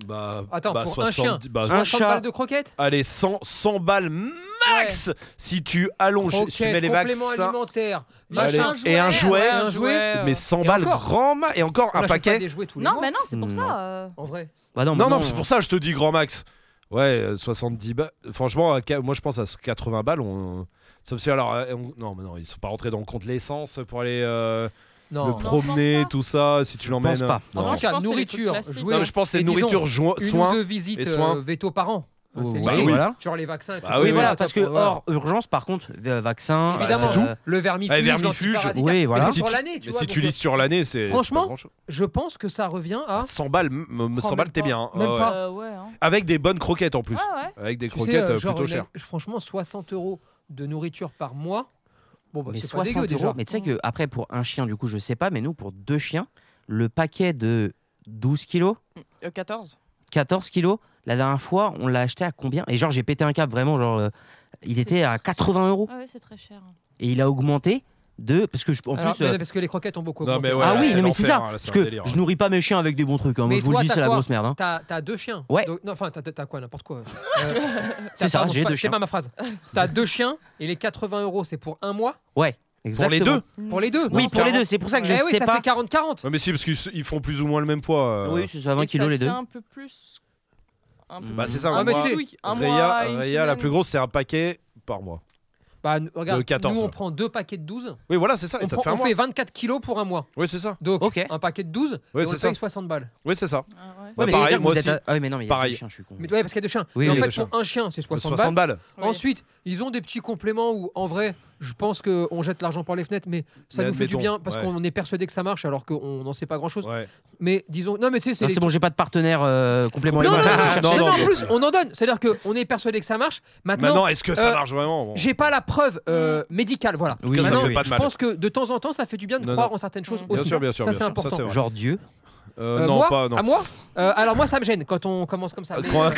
[SPEAKER 1] Bah,
[SPEAKER 3] Attends,
[SPEAKER 1] bah,
[SPEAKER 3] pour un
[SPEAKER 1] 70
[SPEAKER 3] chien.
[SPEAKER 1] bah,
[SPEAKER 2] Un
[SPEAKER 3] 60
[SPEAKER 2] chat.
[SPEAKER 3] balles de croquettes.
[SPEAKER 1] Allez, 100, 100 balles max si tu allonges, si tu mets
[SPEAKER 3] Croquettes,
[SPEAKER 1] les bacs.
[SPEAKER 3] compléments
[SPEAKER 1] ça-
[SPEAKER 3] alimentaires.
[SPEAKER 1] Allez,
[SPEAKER 3] Machin.
[SPEAKER 1] et un
[SPEAKER 5] jouet,
[SPEAKER 1] jouet,
[SPEAKER 3] ouais, un jouet,
[SPEAKER 4] euh,
[SPEAKER 1] mais 100
[SPEAKER 3] et
[SPEAKER 1] balles
[SPEAKER 3] encore.
[SPEAKER 1] grand max. Et encore un
[SPEAKER 3] On achète pas
[SPEAKER 1] paquet.
[SPEAKER 3] des jouets tous les
[SPEAKER 5] Non,
[SPEAKER 3] mois.
[SPEAKER 5] mais non, c'est pour
[SPEAKER 2] Non.
[SPEAKER 5] ça. euh.
[SPEAKER 3] En vrai.
[SPEAKER 2] bah non,
[SPEAKER 1] Non, non,
[SPEAKER 2] maintenant,
[SPEAKER 1] c'est pour ça que je te dis grand max. Ouais, euh, 70 balles. Franchement, à qua- moi je pense à 80 balles. On... Sauf si alors. euh, on- Non, mais non, ils sont pas rentrés dans le compte l'essence pour aller euh,
[SPEAKER 3] Non.
[SPEAKER 1] le promener,
[SPEAKER 5] pas.
[SPEAKER 1] tout ça, si tu l'emmènes. euh,
[SPEAKER 2] pense pas.
[SPEAKER 1] Non.
[SPEAKER 3] En tout
[SPEAKER 4] Je
[SPEAKER 3] cas,
[SPEAKER 4] pense que c'est les
[SPEAKER 3] nourriture,
[SPEAKER 4] trucs classiques.
[SPEAKER 3] jouets.
[SPEAKER 1] Non, mais je pense que c'est
[SPEAKER 3] et disons,
[SPEAKER 1] nourriture, jo-
[SPEAKER 3] une
[SPEAKER 1] soins.
[SPEAKER 3] ou deux visites
[SPEAKER 1] et soins.
[SPEAKER 3] euh, veto par an. Euh,
[SPEAKER 2] Oh,
[SPEAKER 3] c'est
[SPEAKER 2] bah
[SPEAKER 3] léger.
[SPEAKER 1] oui.
[SPEAKER 2] voilà.
[SPEAKER 3] Genre les vaccins. et tout
[SPEAKER 1] Bah
[SPEAKER 3] ça,
[SPEAKER 1] oui,
[SPEAKER 2] Oui, voilà,
[SPEAKER 3] top,
[SPEAKER 2] parce que
[SPEAKER 3] ouais.
[SPEAKER 2] hors urgence, par contre, euh, vaccin,
[SPEAKER 3] Évidemment, Bah,
[SPEAKER 1] c'est tout.
[SPEAKER 3] le vermifuge,
[SPEAKER 1] Ouais, vermifuge.
[SPEAKER 3] l'antiparasitaire.
[SPEAKER 2] Oui, voilà.
[SPEAKER 3] Mais
[SPEAKER 1] Si
[SPEAKER 3] c'est pour
[SPEAKER 1] tu-
[SPEAKER 3] l'année, tu
[SPEAKER 1] Mais
[SPEAKER 3] vois.
[SPEAKER 1] si tu
[SPEAKER 3] donc, euh,
[SPEAKER 1] lis sur l'année, c'est. c'est pas
[SPEAKER 3] Franchement,
[SPEAKER 1] grand-chose.
[SPEAKER 3] Je pense que ça revient à
[SPEAKER 1] 100 balles, m- m- 100 balles,
[SPEAKER 3] même
[SPEAKER 1] t'es
[SPEAKER 3] pas.
[SPEAKER 1] bien. hein.
[SPEAKER 3] Même
[SPEAKER 1] Ouais,
[SPEAKER 3] pas. Ah.
[SPEAKER 1] ouais.
[SPEAKER 5] Euh, ouais, hein.
[SPEAKER 1] Avec des bonnes croquettes en plus.
[SPEAKER 5] Ouais, ouais.
[SPEAKER 1] Avec des
[SPEAKER 3] tu sais,
[SPEAKER 1] croquettes
[SPEAKER 3] euh,
[SPEAKER 1] euh,
[SPEAKER 3] genre,
[SPEAKER 1] plutôt
[SPEAKER 3] la-
[SPEAKER 1] chères.
[SPEAKER 3] franchement 60 euros de nourriture par mois. Bon bah
[SPEAKER 2] mais
[SPEAKER 3] c'est pas dégueu
[SPEAKER 2] 60 euros.
[SPEAKER 3] déjà.
[SPEAKER 2] Mais tu sais que après pour un chien, du coup, je sais pas, mais nous pour deux chiens, le paquet de 12 kilos,
[SPEAKER 4] Euh, 14.
[SPEAKER 2] 14 kilos, la dernière fois, on l'a acheté à combien Et genre, j'ai pété un cap vraiment, genre, euh, il était à 80 euros
[SPEAKER 5] Ah ouais, c'est très cher.
[SPEAKER 2] et il a augmenté de parce que je, en
[SPEAKER 3] Alors,
[SPEAKER 2] plus.
[SPEAKER 3] mais
[SPEAKER 2] euh,
[SPEAKER 3] non, parce que les croquettes ont beaucoup
[SPEAKER 1] Non,
[SPEAKER 3] augmenté.
[SPEAKER 1] mais ouais,
[SPEAKER 2] ah
[SPEAKER 1] là,
[SPEAKER 2] oui,
[SPEAKER 1] c'est
[SPEAKER 2] non, mais c'est
[SPEAKER 1] l'enfer,
[SPEAKER 2] ça.
[SPEAKER 1] hein, là, c'est
[SPEAKER 2] parce
[SPEAKER 1] un
[SPEAKER 2] que
[SPEAKER 1] délire, hein.
[SPEAKER 2] je nourris pas mes chiens avec des bons trucs. hein, moi,
[SPEAKER 3] Mais
[SPEAKER 2] je vous le
[SPEAKER 3] toi,
[SPEAKER 2] dis,
[SPEAKER 3] t'as
[SPEAKER 2] c'est la
[SPEAKER 3] quoi
[SPEAKER 2] grosse merde. hein.
[SPEAKER 3] T'as t'as deux chiens.
[SPEAKER 2] Ouais.
[SPEAKER 3] Donc- non, enfin, t'as- t'as quoi, n'importe quoi. Euh,
[SPEAKER 2] C'est ça, j'ai deux
[SPEAKER 3] C'est
[SPEAKER 2] chiens.
[SPEAKER 3] pas ma phrase. T'as deux chiens et les 80 euros, c'est pour un mois
[SPEAKER 2] Ouais,
[SPEAKER 1] Pour les
[SPEAKER 2] exactement.
[SPEAKER 1] deux
[SPEAKER 4] Mm.
[SPEAKER 3] Pour les
[SPEAKER 2] Oui,
[SPEAKER 3] deux Non,
[SPEAKER 2] pour les
[SPEAKER 3] quarante-
[SPEAKER 2] deux. C'est pour ça que je
[SPEAKER 3] Eh oui,
[SPEAKER 2] sais
[SPEAKER 3] ça
[SPEAKER 2] pas.
[SPEAKER 3] fait 40-40.
[SPEAKER 1] Ouais, mais si, parce qu'ils s- ils font plus ou moins le même poids. euh.
[SPEAKER 2] Oui, c'est ça, 20
[SPEAKER 4] Et
[SPEAKER 2] kilos
[SPEAKER 4] ça
[SPEAKER 2] les deux.
[SPEAKER 4] tient un peu plus. Un peu
[SPEAKER 1] Bah,
[SPEAKER 4] plus.
[SPEAKER 1] c'est ça,
[SPEAKER 3] Ah,
[SPEAKER 1] un
[SPEAKER 3] mais
[SPEAKER 1] mois.
[SPEAKER 3] tu sais,
[SPEAKER 4] Oui, un
[SPEAKER 1] Réa,
[SPEAKER 4] mois, une
[SPEAKER 1] Réa, la
[SPEAKER 4] semaine.
[SPEAKER 1] plus grosse, c'est un paquet par mois.
[SPEAKER 3] Bah, nous- regarde,
[SPEAKER 1] De 14,
[SPEAKER 3] nous, on
[SPEAKER 1] ouais.
[SPEAKER 3] prend deux paquets de 12.
[SPEAKER 1] Oui, voilà, c'est ça.
[SPEAKER 3] On,
[SPEAKER 1] Et ça
[SPEAKER 3] prend-
[SPEAKER 1] te fait un
[SPEAKER 3] on
[SPEAKER 1] mois.
[SPEAKER 3] fait 24 kilos pour un mois.
[SPEAKER 1] Oui, c'est ça.
[SPEAKER 3] Donc,
[SPEAKER 2] Ok.
[SPEAKER 3] un paquet de 12,
[SPEAKER 1] Ouais,
[SPEAKER 3] et on
[SPEAKER 1] c'est
[SPEAKER 3] le
[SPEAKER 1] ça.
[SPEAKER 3] paye 60 balles.
[SPEAKER 1] Oui, c'est ça.
[SPEAKER 5] Ah, ouais.
[SPEAKER 1] Bah, pareil, moi aussi.
[SPEAKER 2] Ah oui, mais non, mais il y a
[SPEAKER 1] Pareil.
[SPEAKER 2] des chiens, je suis con.
[SPEAKER 3] Mais ouais, parce qu'il y a deux chiens.
[SPEAKER 2] Oui,
[SPEAKER 3] Mais
[SPEAKER 2] oui,
[SPEAKER 3] en
[SPEAKER 1] deux
[SPEAKER 3] fait, pour un chien, c'est 60,
[SPEAKER 1] 60
[SPEAKER 3] balles.
[SPEAKER 1] balles.
[SPEAKER 4] Oui.
[SPEAKER 3] Ensuite, ils ont des petits compléments où, en vrai, je pense qu'on jette l'argent par les fenêtres, mais ça
[SPEAKER 1] Mais
[SPEAKER 3] nous fait du
[SPEAKER 1] admettons,
[SPEAKER 3] bien parce
[SPEAKER 1] ouais.
[SPEAKER 3] qu'on est persuadé que ça marche alors qu'on n'en sait pas grand chose.
[SPEAKER 1] Ouais.
[SPEAKER 3] Mais disons, non, mais tu sais, c'est
[SPEAKER 2] Non,
[SPEAKER 3] les-
[SPEAKER 2] c'est bon, j'ai pas de partenaire euh, complément
[SPEAKER 3] Non, non, non,
[SPEAKER 2] alimentaire, je
[SPEAKER 3] non,
[SPEAKER 2] cherche-
[SPEAKER 1] non,
[SPEAKER 3] non,
[SPEAKER 1] non,
[SPEAKER 3] non,
[SPEAKER 1] non.
[SPEAKER 3] en plus, on en donne. C'est-à-dire qu'on est persuadé que ça marche. Maintenant,
[SPEAKER 1] Maintenant, est-ce que ça
[SPEAKER 3] euh,
[SPEAKER 1] marche vraiment Bon.
[SPEAKER 3] j'ai pas la preuve euh, médicale. Voilà.
[SPEAKER 1] En tout cas, ça
[SPEAKER 3] Maintenant,
[SPEAKER 1] fait pas de
[SPEAKER 3] je
[SPEAKER 1] mal.
[SPEAKER 3] pense que de temps en temps, ça fait du bien de
[SPEAKER 1] Non,
[SPEAKER 3] croire
[SPEAKER 1] non.
[SPEAKER 3] en certaines choses
[SPEAKER 4] Bien
[SPEAKER 1] Bien
[SPEAKER 3] aussi. hein.
[SPEAKER 1] sûr, bien sûr.
[SPEAKER 3] ça,
[SPEAKER 1] bien
[SPEAKER 3] c'est
[SPEAKER 1] sûr.
[SPEAKER 3] important.
[SPEAKER 1] vrai.
[SPEAKER 2] Genre Dieu.
[SPEAKER 1] Euh,
[SPEAKER 3] Euh,
[SPEAKER 1] non,
[SPEAKER 3] moi,
[SPEAKER 1] pas. Non. Euh,
[SPEAKER 3] À moi Euh, Alors, moi, ça me gêne quand on commence comme ça. mais-
[SPEAKER 1] Comment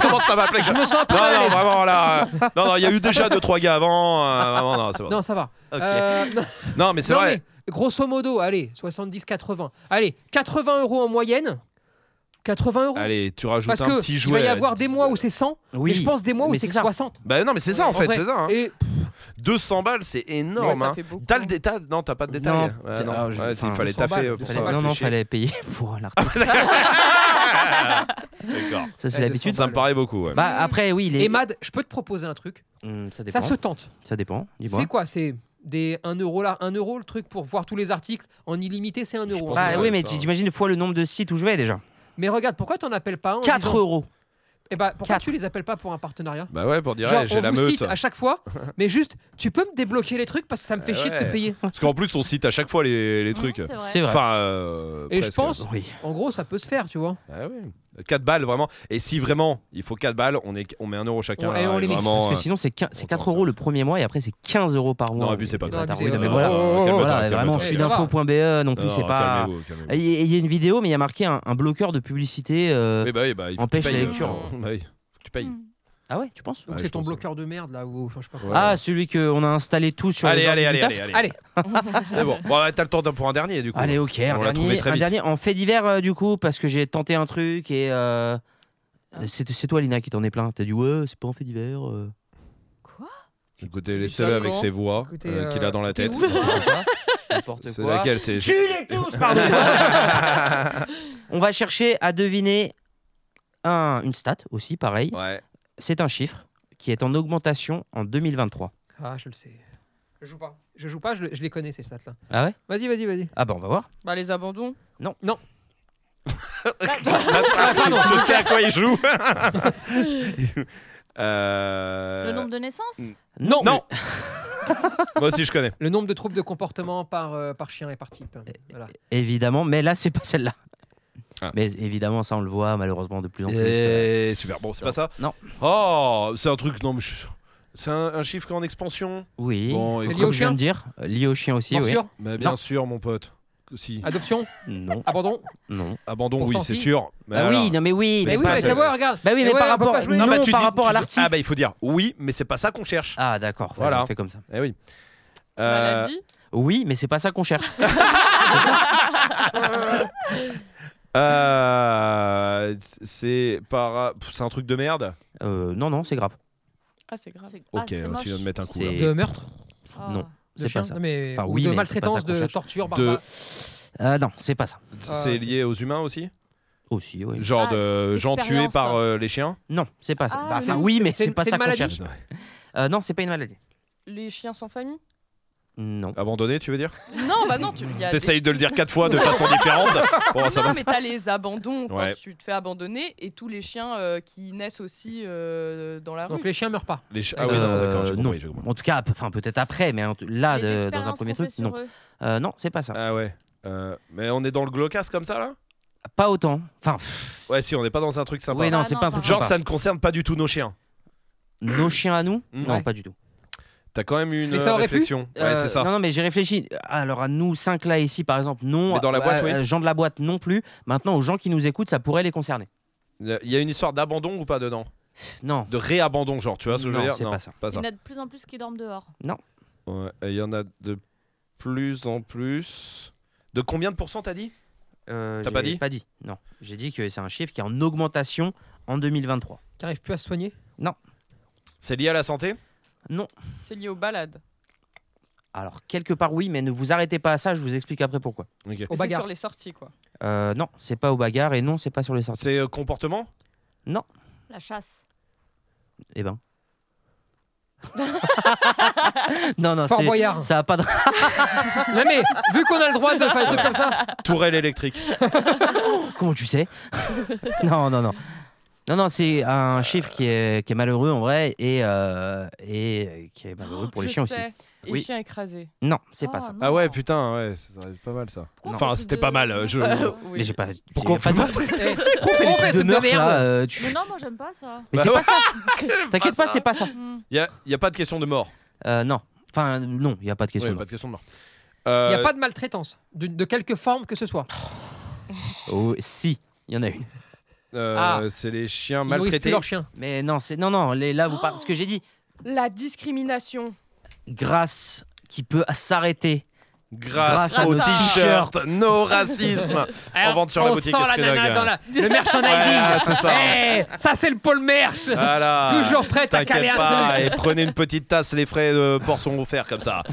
[SPEAKER 1] comment ça m'appelait Je me sens
[SPEAKER 3] mal
[SPEAKER 1] Non,
[SPEAKER 3] à
[SPEAKER 1] non,
[SPEAKER 3] l'aise.
[SPEAKER 1] vraiment là. euh, Non, non, il y a eu déjà deux trois gars avant. euh, vraiment, non, c'est bon.
[SPEAKER 3] Non, ça va.
[SPEAKER 2] Ok.
[SPEAKER 3] Euh, non,
[SPEAKER 1] Non, mais c'est
[SPEAKER 3] non,
[SPEAKER 1] vrai.
[SPEAKER 3] mais grosso modo, allez, 70-80. Allez, 80 euros en moyenne. 80 euros.
[SPEAKER 1] Allez, tu rajoutes
[SPEAKER 3] Parce
[SPEAKER 1] un
[SPEAKER 3] que
[SPEAKER 1] petit
[SPEAKER 3] il
[SPEAKER 1] jouet. euh,
[SPEAKER 3] va y avoir des mois où c'est 100,
[SPEAKER 2] Oui.
[SPEAKER 3] mais je pense des mois où
[SPEAKER 2] Mais
[SPEAKER 3] c'est
[SPEAKER 2] c'est
[SPEAKER 3] que
[SPEAKER 2] ça.
[SPEAKER 3] 60.
[SPEAKER 1] Bah non, mais c'est ça en fait,
[SPEAKER 3] vrai.
[SPEAKER 1] c'est ça. hein.
[SPEAKER 3] Et
[SPEAKER 1] 200 balles, c'est énorme.
[SPEAKER 4] Ouais, ça
[SPEAKER 1] hein.
[SPEAKER 4] fait beaucoup.
[SPEAKER 1] T'as le détail Non, t'as pas de détail.
[SPEAKER 2] Non.
[SPEAKER 1] hein. Ouais, non.
[SPEAKER 2] Ah, je-
[SPEAKER 1] Ouais, il
[SPEAKER 2] enfin,
[SPEAKER 1] fallait
[SPEAKER 3] 200
[SPEAKER 1] taffer euh,
[SPEAKER 3] balles,
[SPEAKER 1] pour
[SPEAKER 3] fallait-
[SPEAKER 1] ça.
[SPEAKER 2] non,
[SPEAKER 1] fait
[SPEAKER 2] non,
[SPEAKER 1] chier.
[SPEAKER 2] fallait payer pour l'article.
[SPEAKER 1] D'accord.
[SPEAKER 2] Ça, c'est
[SPEAKER 3] Ouais,
[SPEAKER 2] l'habitude.
[SPEAKER 3] 200
[SPEAKER 1] Ça me paraît beaucoup. ouais.
[SPEAKER 2] Bah, après, oui, les.
[SPEAKER 3] et Mad, je peux te proposer un truc.
[SPEAKER 2] Hum, ça dépend.
[SPEAKER 3] Ça
[SPEAKER 2] Ça,
[SPEAKER 3] se tente.
[SPEAKER 2] dépend. Dis-moi.
[SPEAKER 3] C'est quoi C'est des 1 euro là, 1 euro le truc pour voir tous les articles en illimité, c'est 1
[SPEAKER 1] pense
[SPEAKER 3] euro. hein.
[SPEAKER 1] que
[SPEAKER 2] Bah
[SPEAKER 1] c'est
[SPEAKER 2] oui,
[SPEAKER 1] vrai,
[SPEAKER 2] mais
[SPEAKER 1] ça.
[SPEAKER 2] tu- t'imagines fois le nombre de sites où je vais déjà.
[SPEAKER 3] Mais regarde, pourquoi t'en appelles pas un en
[SPEAKER 2] 4
[SPEAKER 3] disant-
[SPEAKER 2] euros.
[SPEAKER 3] Eh ben, pourquoi
[SPEAKER 2] Quatre.
[SPEAKER 3] tu les appelles pas pour un partenariat
[SPEAKER 1] Bah ouais, pour dire,
[SPEAKER 3] Genre,
[SPEAKER 1] hey, j'ai
[SPEAKER 3] on
[SPEAKER 1] la
[SPEAKER 3] vous
[SPEAKER 1] meute.
[SPEAKER 3] cite à chaque fois, mais juste, tu peux me débloquer les trucs parce que ça me fait
[SPEAKER 1] Eh
[SPEAKER 3] chier de te
[SPEAKER 1] ouais.
[SPEAKER 3] payer.
[SPEAKER 1] Parce qu'en plus, on cite à chaque fois les, les trucs.
[SPEAKER 5] Mhm, c'est vrai.
[SPEAKER 2] C'est vrai.
[SPEAKER 1] Enfin, euh,
[SPEAKER 3] Et je
[SPEAKER 1] presque.
[SPEAKER 3] pense-
[SPEAKER 2] Oui.
[SPEAKER 3] En gros, ça peut se faire, tu vois.
[SPEAKER 1] Ah ouais. 4 balles, vraiment. Et si vraiment il faut 4 balles, on, est, on met 1 euro chacun.
[SPEAKER 3] Ouais,
[SPEAKER 1] hein,
[SPEAKER 3] on les met.
[SPEAKER 1] vraiment,
[SPEAKER 2] Parce que sinon, c'est quin- c'est
[SPEAKER 1] on
[SPEAKER 2] 4
[SPEAKER 1] commence,
[SPEAKER 2] euros
[SPEAKER 1] hein.
[SPEAKER 2] le premier mois et après, c'est 15 euros par mois.
[SPEAKER 1] Non, abusez pas,
[SPEAKER 2] Oui,
[SPEAKER 1] quand
[SPEAKER 3] même.
[SPEAKER 2] bâtard,
[SPEAKER 3] Non,
[SPEAKER 2] oui,
[SPEAKER 1] euh,
[SPEAKER 2] non,
[SPEAKER 3] abusez
[SPEAKER 2] mais
[SPEAKER 3] pas.
[SPEAKER 2] voilà.
[SPEAKER 3] Oh, oh, oh,
[SPEAKER 1] calme-toi,
[SPEAKER 2] Voilà,
[SPEAKER 1] calme-toi.
[SPEAKER 2] vraiment
[SPEAKER 3] ça
[SPEAKER 2] sudinfo.be non plus,
[SPEAKER 1] Non,
[SPEAKER 2] E, c'est pas.
[SPEAKER 1] calmez-vous, calmez-vous.
[SPEAKER 2] Et Il y a une vidéo, mais il y a marqué un, un bloqueur de publicité. euh,
[SPEAKER 1] Eh bah, eh bah, il faut
[SPEAKER 2] Empêche
[SPEAKER 1] que tu
[SPEAKER 2] la
[SPEAKER 1] payes,
[SPEAKER 2] lecture.
[SPEAKER 1] euh, bah oui, faut que tu payes.
[SPEAKER 2] Ah ouais, tu penses
[SPEAKER 3] Donc
[SPEAKER 1] Ouais,
[SPEAKER 3] c'est
[SPEAKER 1] je
[SPEAKER 3] ton
[SPEAKER 1] pense,
[SPEAKER 3] bloqueur de merde là où. Enfin, je sais pas quoi.
[SPEAKER 1] Ouais.
[SPEAKER 2] Ah, celui qu'on a installé tout sur
[SPEAKER 1] allez,
[SPEAKER 2] les
[SPEAKER 1] allez,
[SPEAKER 2] ordres
[SPEAKER 1] allez,
[SPEAKER 2] du
[SPEAKER 1] allez,
[SPEAKER 2] taf
[SPEAKER 1] allez,
[SPEAKER 3] Allez,
[SPEAKER 1] C'est bon. Bon, ouais, t'as le temps d'un- pour un dernier, du coup.
[SPEAKER 2] Allez, ok, un
[SPEAKER 1] l'a trouvé
[SPEAKER 2] dernier,
[SPEAKER 1] très
[SPEAKER 2] un
[SPEAKER 1] vite.
[SPEAKER 2] dernier. En fait divers, euh, du coup, parce que j'ai tenté un truc et. euh, C'est c'est toi, Lina, qui t'en est plein. T'as dit, ouais, c'est pas en fait divers. euh.
[SPEAKER 1] Écoutez,
[SPEAKER 4] Ça,
[SPEAKER 1] laissez-le avec
[SPEAKER 4] quand
[SPEAKER 1] ses voix
[SPEAKER 3] Écoutez,
[SPEAKER 1] euh, qu'il
[SPEAKER 3] euh,
[SPEAKER 1] a dans la tête.
[SPEAKER 2] N'importe quoi. N'importe
[SPEAKER 1] C'est
[SPEAKER 2] quoi.
[SPEAKER 1] laquelle C'est
[SPEAKER 2] Tue les tous, pardon. On va chercher à deviner un, une stat aussi, pareil.
[SPEAKER 1] Ouais.
[SPEAKER 2] C'est un chiffre qui est en augmentation en 2023.
[SPEAKER 3] Ah, je le sais. Je joue pas. Je joue pas, je, le- je les connais ces stats là.
[SPEAKER 2] Ah ouais
[SPEAKER 3] Vas-y, vas-y, vas-y.
[SPEAKER 2] Ah bah on va voir.
[SPEAKER 4] Bah, les abandons.
[SPEAKER 3] Ah, pardon.
[SPEAKER 1] Je sais à quoi il joue. Euh,
[SPEAKER 5] Le nombre de naissances
[SPEAKER 2] Non,
[SPEAKER 1] Non. Moi aussi, je connais.
[SPEAKER 3] Le nombre de troubles de comportement par, euh, par chien et par type. Voilà.
[SPEAKER 2] Évidemment, mais là c'est pas celle-là.
[SPEAKER 1] Ah. Euh,
[SPEAKER 2] Mais évidemment, ça on le voit malheureusement de plus euh, en plus.
[SPEAKER 1] Et... Super. Bon, c'est pas ça.
[SPEAKER 2] Non.
[SPEAKER 1] Oh, c'est un truc. Non, mais je- c'est un, un chiffre en expansion.
[SPEAKER 2] Oui,
[SPEAKER 1] Bon,
[SPEAKER 3] C'est
[SPEAKER 1] écoute,
[SPEAKER 3] lié au
[SPEAKER 2] comme je viens
[SPEAKER 3] chien
[SPEAKER 2] de dire, euh, lié au chien aussi, oui.
[SPEAKER 3] Morsure,
[SPEAKER 1] mais bien
[SPEAKER 2] Non.
[SPEAKER 1] sûr, mon pote. Si.
[SPEAKER 3] adoption,
[SPEAKER 2] Non,
[SPEAKER 3] abandon.
[SPEAKER 2] non.
[SPEAKER 1] Abandon, Ah
[SPEAKER 3] Pourtant,
[SPEAKER 1] oui, c'est
[SPEAKER 3] si.
[SPEAKER 1] sûr. Mais
[SPEAKER 2] Bah
[SPEAKER 1] alors-
[SPEAKER 2] oui, non mais oui.
[SPEAKER 1] Mais
[SPEAKER 3] Mais
[SPEAKER 1] c'est
[SPEAKER 3] oui,
[SPEAKER 1] pas
[SPEAKER 3] mais
[SPEAKER 1] ça.
[SPEAKER 3] tu vois, regarde.
[SPEAKER 2] Bah oui,
[SPEAKER 3] Eh
[SPEAKER 2] mais
[SPEAKER 3] ouais,
[SPEAKER 2] par
[SPEAKER 3] on peut
[SPEAKER 2] rapport,
[SPEAKER 3] pas jouer.
[SPEAKER 2] non,
[SPEAKER 1] bah, tu
[SPEAKER 2] par
[SPEAKER 1] dis-
[SPEAKER 2] rapport
[SPEAKER 1] tu
[SPEAKER 2] à
[SPEAKER 1] dis- Ah,
[SPEAKER 2] l'article.
[SPEAKER 1] bah il faut dire oui, mais c'est pas ça qu'on cherche.
[SPEAKER 2] Ah d'accord, voilà.
[SPEAKER 1] Voilà.
[SPEAKER 2] on fait comme ça.
[SPEAKER 1] Eh oui. Euh,
[SPEAKER 4] Maladie.
[SPEAKER 2] Oui, mais c'est pas ça qu'on cherche.
[SPEAKER 1] euh, c'est par. Pff, C'est un truc de merde.
[SPEAKER 2] Euh, non, non, c'est grave.
[SPEAKER 4] Ah, c'est grave.
[SPEAKER 5] C'est- ah,
[SPEAKER 1] Ok, hein,
[SPEAKER 5] c'est moche.
[SPEAKER 1] tu viens de mettre un coup. hein.
[SPEAKER 2] C'est-
[SPEAKER 1] là.
[SPEAKER 3] De meurtre,
[SPEAKER 5] Ah.
[SPEAKER 2] Non.
[SPEAKER 3] de
[SPEAKER 2] C'est pas
[SPEAKER 3] chien,
[SPEAKER 2] ça.
[SPEAKER 3] non, mais,
[SPEAKER 2] Enfin,
[SPEAKER 3] ou
[SPEAKER 2] oui,
[SPEAKER 3] de
[SPEAKER 2] mais c'est pas ça
[SPEAKER 3] maltraitance,
[SPEAKER 2] qu'on
[SPEAKER 3] de
[SPEAKER 2] cherche.
[SPEAKER 3] torture,
[SPEAKER 1] De-
[SPEAKER 3] barbare.
[SPEAKER 2] Euh, non, c'est pas ça.
[SPEAKER 1] C'est lié aux humains aussi
[SPEAKER 2] Aussi, oui.
[SPEAKER 1] Genre
[SPEAKER 5] Ah,
[SPEAKER 1] de gens tués
[SPEAKER 5] d'expérience.
[SPEAKER 1] par euh, les chiens
[SPEAKER 2] Non, c'est pas ça.
[SPEAKER 5] Ah,
[SPEAKER 2] Bah, enfin,
[SPEAKER 5] c'est-
[SPEAKER 2] oui, mais
[SPEAKER 3] c'est-
[SPEAKER 2] c'est pas
[SPEAKER 3] c'est
[SPEAKER 2] ça
[SPEAKER 3] une
[SPEAKER 2] qu'on
[SPEAKER 3] maladie
[SPEAKER 2] cherche. Euh, non, c'est pas une maladie.
[SPEAKER 4] Les chiens sans famille.
[SPEAKER 2] Non.
[SPEAKER 1] Abandonnés, tu veux dire
[SPEAKER 4] Non, bah non, tu y a des- Ah,
[SPEAKER 1] T'essayes de le dire quatre fois de façon différente. Bon, ça
[SPEAKER 4] non,
[SPEAKER 1] va.
[SPEAKER 4] mais t'as les abandons quand
[SPEAKER 1] Ouais.
[SPEAKER 4] tu te fais abandonner et tous les chiens euh, qui naissent aussi euh, dans la rue.
[SPEAKER 3] Donc les chiens meurent pas.
[SPEAKER 1] Les chi- Ah oui, non,
[SPEAKER 2] Euh,
[SPEAKER 1] d'accord, j'ai compris,
[SPEAKER 2] non.
[SPEAKER 1] j'ai compris.
[SPEAKER 2] En tout cas, p- enfin peut-être après, mais en tout- là, Ah, de-
[SPEAKER 5] Les
[SPEAKER 2] dans un
[SPEAKER 5] expériences
[SPEAKER 2] premier
[SPEAKER 5] qu'on fait
[SPEAKER 2] truc,
[SPEAKER 5] sur
[SPEAKER 2] non.
[SPEAKER 5] eux.
[SPEAKER 2] Euh, non, c'est pas ça.
[SPEAKER 1] Ah ouais. Euh, mais on est dans le glaucasse comme ça là
[SPEAKER 2] Pas autant. Enfin, pff,
[SPEAKER 1] Ouais, si, on n'est pas dans un truc sympa.
[SPEAKER 2] ouais, non,
[SPEAKER 5] Ah,
[SPEAKER 2] c'est
[SPEAKER 5] non,
[SPEAKER 2] pas un truc
[SPEAKER 5] pardon.
[SPEAKER 1] Genre,
[SPEAKER 2] sympa.
[SPEAKER 1] ça ne concerne pas du tout nos chiens.
[SPEAKER 2] Nos chiens à nous
[SPEAKER 1] Mm.
[SPEAKER 2] Non,
[SPEAKER 3] Ouais.
[SPEAKER 2] pas du tout.
[SPEAKER 1] T'as quand même une
[SPEAKER 3] Mais ça
[SPEAKER 1] euh,
[SPEAKER 3] aurait pu
[SPEAKER 1] réflexion. Ouais,
[SPEAKER 2] Euh,
[SPEAKER 1] c'est ça.
[SPEAKER 2] Non, non, mais j'ai réfléchi. Alors à nous cinq là ici, par exemple, non.
[SPEAKER 1] Mais dans la boîte, oui.
[SPEAKER 2] euh, gens de la boîte, non plus. Maintenant, aux gens qui nous écoutent, ça pourrait les concerner.
[SPEAKER 1] Il y a une histoire d'abandon ou pas dedans
[SPEAKER 2] Non.
[SPEAKER 1] De réabandon, genre, tu vois ce que je veux
[SPEAKER 2] Non,
[SPEAKER 1] dire
[SPEAKER 2] c'est pas ça.
[SPEAKER 5] Il y en a de plus en plus qui dorment dehors.
[SPEAKER 1] Ouais, et Il y en a de plus en plus. De combien de pourcents t'as dit
[SPEAKER 2] Euh,
[SPEAKER 1] T'as
[SPEAKER 2] j'ai
[SPEAKER 1] pas dit
[SPEAKER 2] Pas dit. Non. J'ai dit que c'est un chiffre qui est en augmentation en 2023.
[SPEAKER 3] Qui arrivent plus à se soigner.
[SPEAKER 1] C'est lié à la santé
[SPEAKER 4] C'est lié aux balades.
[SPEAKER 2] Alors quelque part oui, mais ne vous arrêtez pas à ça. Je vous explique après pourquoi.
[SPEAKER 1] Ok.
[SPEAKER 3] Aux
[SPEAKER 4] Et C'est
[SPEAKER 3] bagarres.
[SPEAKER 4] sur les sorties, quoi.
[SPEAKER 2] Euh, non, c'est pas aux bagarres et non, c'est pas sur les sorties.
[SPEAKER 1] C'est euh, comportement
[SPEAKER 5] La chasse.
[SPEAKER 2] Eh ben. Non, non,
[SPEAKER 3] Fort
[SPEAKER 2] c'est-
[SPEAKER 3] Boyard.
[SPEAKER 2] ça a pas de.
[SPEAKER 4] Ah.
[SPEAKER 3] Non mais vu qu'on a le droit de faire des trucs comme ça,
[SPEAKER 1] Tourelle électrique.
[SPEAKER 2] Comment tu sais Non, non, non. Non, non, c'est un chiffre qui est, qui est malheureux en vrai et, euh, et qui est malheureux pour les
[SPEAKER 4] Oh, Je
[SPEAKER 2] chiens aussi.
[SPEAKER 4] sais. Et
[SPEAKER 2] Oui.
[SPEAKER 4] chiens écrasés.
[SPEAKER 2] Non, c'est pas
[SPEAKER 5] Oh,
[SPEAKER 2] ça.
[SPEAKER 5] non.
[SPEAKER 1] Ah ouais, putain, ouais, ça serait pas mal ça.
[SPEAKER 4] Pourquoi on
[SPEAKER 1] Enfin,
[SPEAKER 4] fait
[SPEAKER 1] c'était
[SPEAKER 4] de-
[SPEAKER 1] pas mal. euh, Je...
[SPEAKER 5] Oh.
[SPEAKER 4] Euh, oui.
[SPEAKER 2] Mais j'ai pas. c'est
[SPEAKER 1] Pourquoi on
[SPEAKER 2] pas
[SPEAKER 1] fait
[SPEAKER 4] Ah,
[SPEAKER 1] pas
[SPEAKER 3] eh,
[SPEAKER 2] Pourquoi on fait des
[SPEAKER 3] on fait
[SPEAKER 2] trucs de
[SPEAKER 3] cette
[SPEAKER 2] meurtre,
[SPEAKER 3] merde
[SPEAKER 2] là, euh, tu-
[SPEAKER 5] Mais non, moi j'aime pas ça. Hmm.
[SPEAKER 2] Mais
[SPEAKER 1] Bah
[SPEAKER 2] c'est
[SPEAKER 1] ouais.
[SPEAKER 2] pas ça. T'inquiète pas, c'est pas ça.
[SPEAKER 1] Il y a, y a pas de question de mort.
[SPEAKER 2] Euh, non. Enfin, non, il n'y a pas de question.
[SPEAKER 1] Ouais,
[SPEAKER 2] non.
[SPEAKER 1] pas de question de mort.
[SPEAKER 3] il n'y
[SPEAKER 1] Euh,
[SPEAKER 3] a pas de maltraitance, de, de quelque forme que ce soit.
[SPEAKER 2] Oh, si, il y en a une.
[SPEAKER 1] euh,
[SPEAKER 3] Ah.
[SPEAKER 1] C'est les chiens
[SPEAKER 3] Ils nourrissent plus
[SPEAKER 1] maltraités.
[SPEAKER 3] leurs chiens.
[SPEAKER 2] Mais non, c'est non, non. les- là, vous parlez ce que j'ai dit.
[SPEAKER 4] La discrimination.
[SPEAKER 2] Grâce qui peut s'arrêter.
[SPEAKER 1] Grâce,
[SPEAKER 2] Grâce
[SPEAKER 1] au
[SPEAKER 4] à ça.
[SPEAKER 1] t-shirt, no racisme.
[SPEAKER 3] Alors,
[SPEAKER 1] vente sur la
[SPEAKER 3] on
[SPEAKER 1] boutique,
[SPEAKER 3] sent
[SPEAKER 1] qu'est-ce
[SPEAKER 3] la
[SPEAKER 1] que
[SPEAKER 3] nana
[SPEAKER 1] j'ai
[SPEAKER 3] dans la- le merchandising.
[SPEAKER 1] Ouais, c'est ça.
[SPEAKER 3] Eh, ça c'est le pôle merch.
[SPEAKER 1] Voilà.
[SPEAKER 3] Toujours prête à caler
[SPEAKER 1] T'inquiète
[SPEAKER 3] un
[SPEAKER 1] pas
[SPEAKER 3] truc.
[SPEAKER 1] et prenez une petite tasse, les frais de port sont offerts comme ça.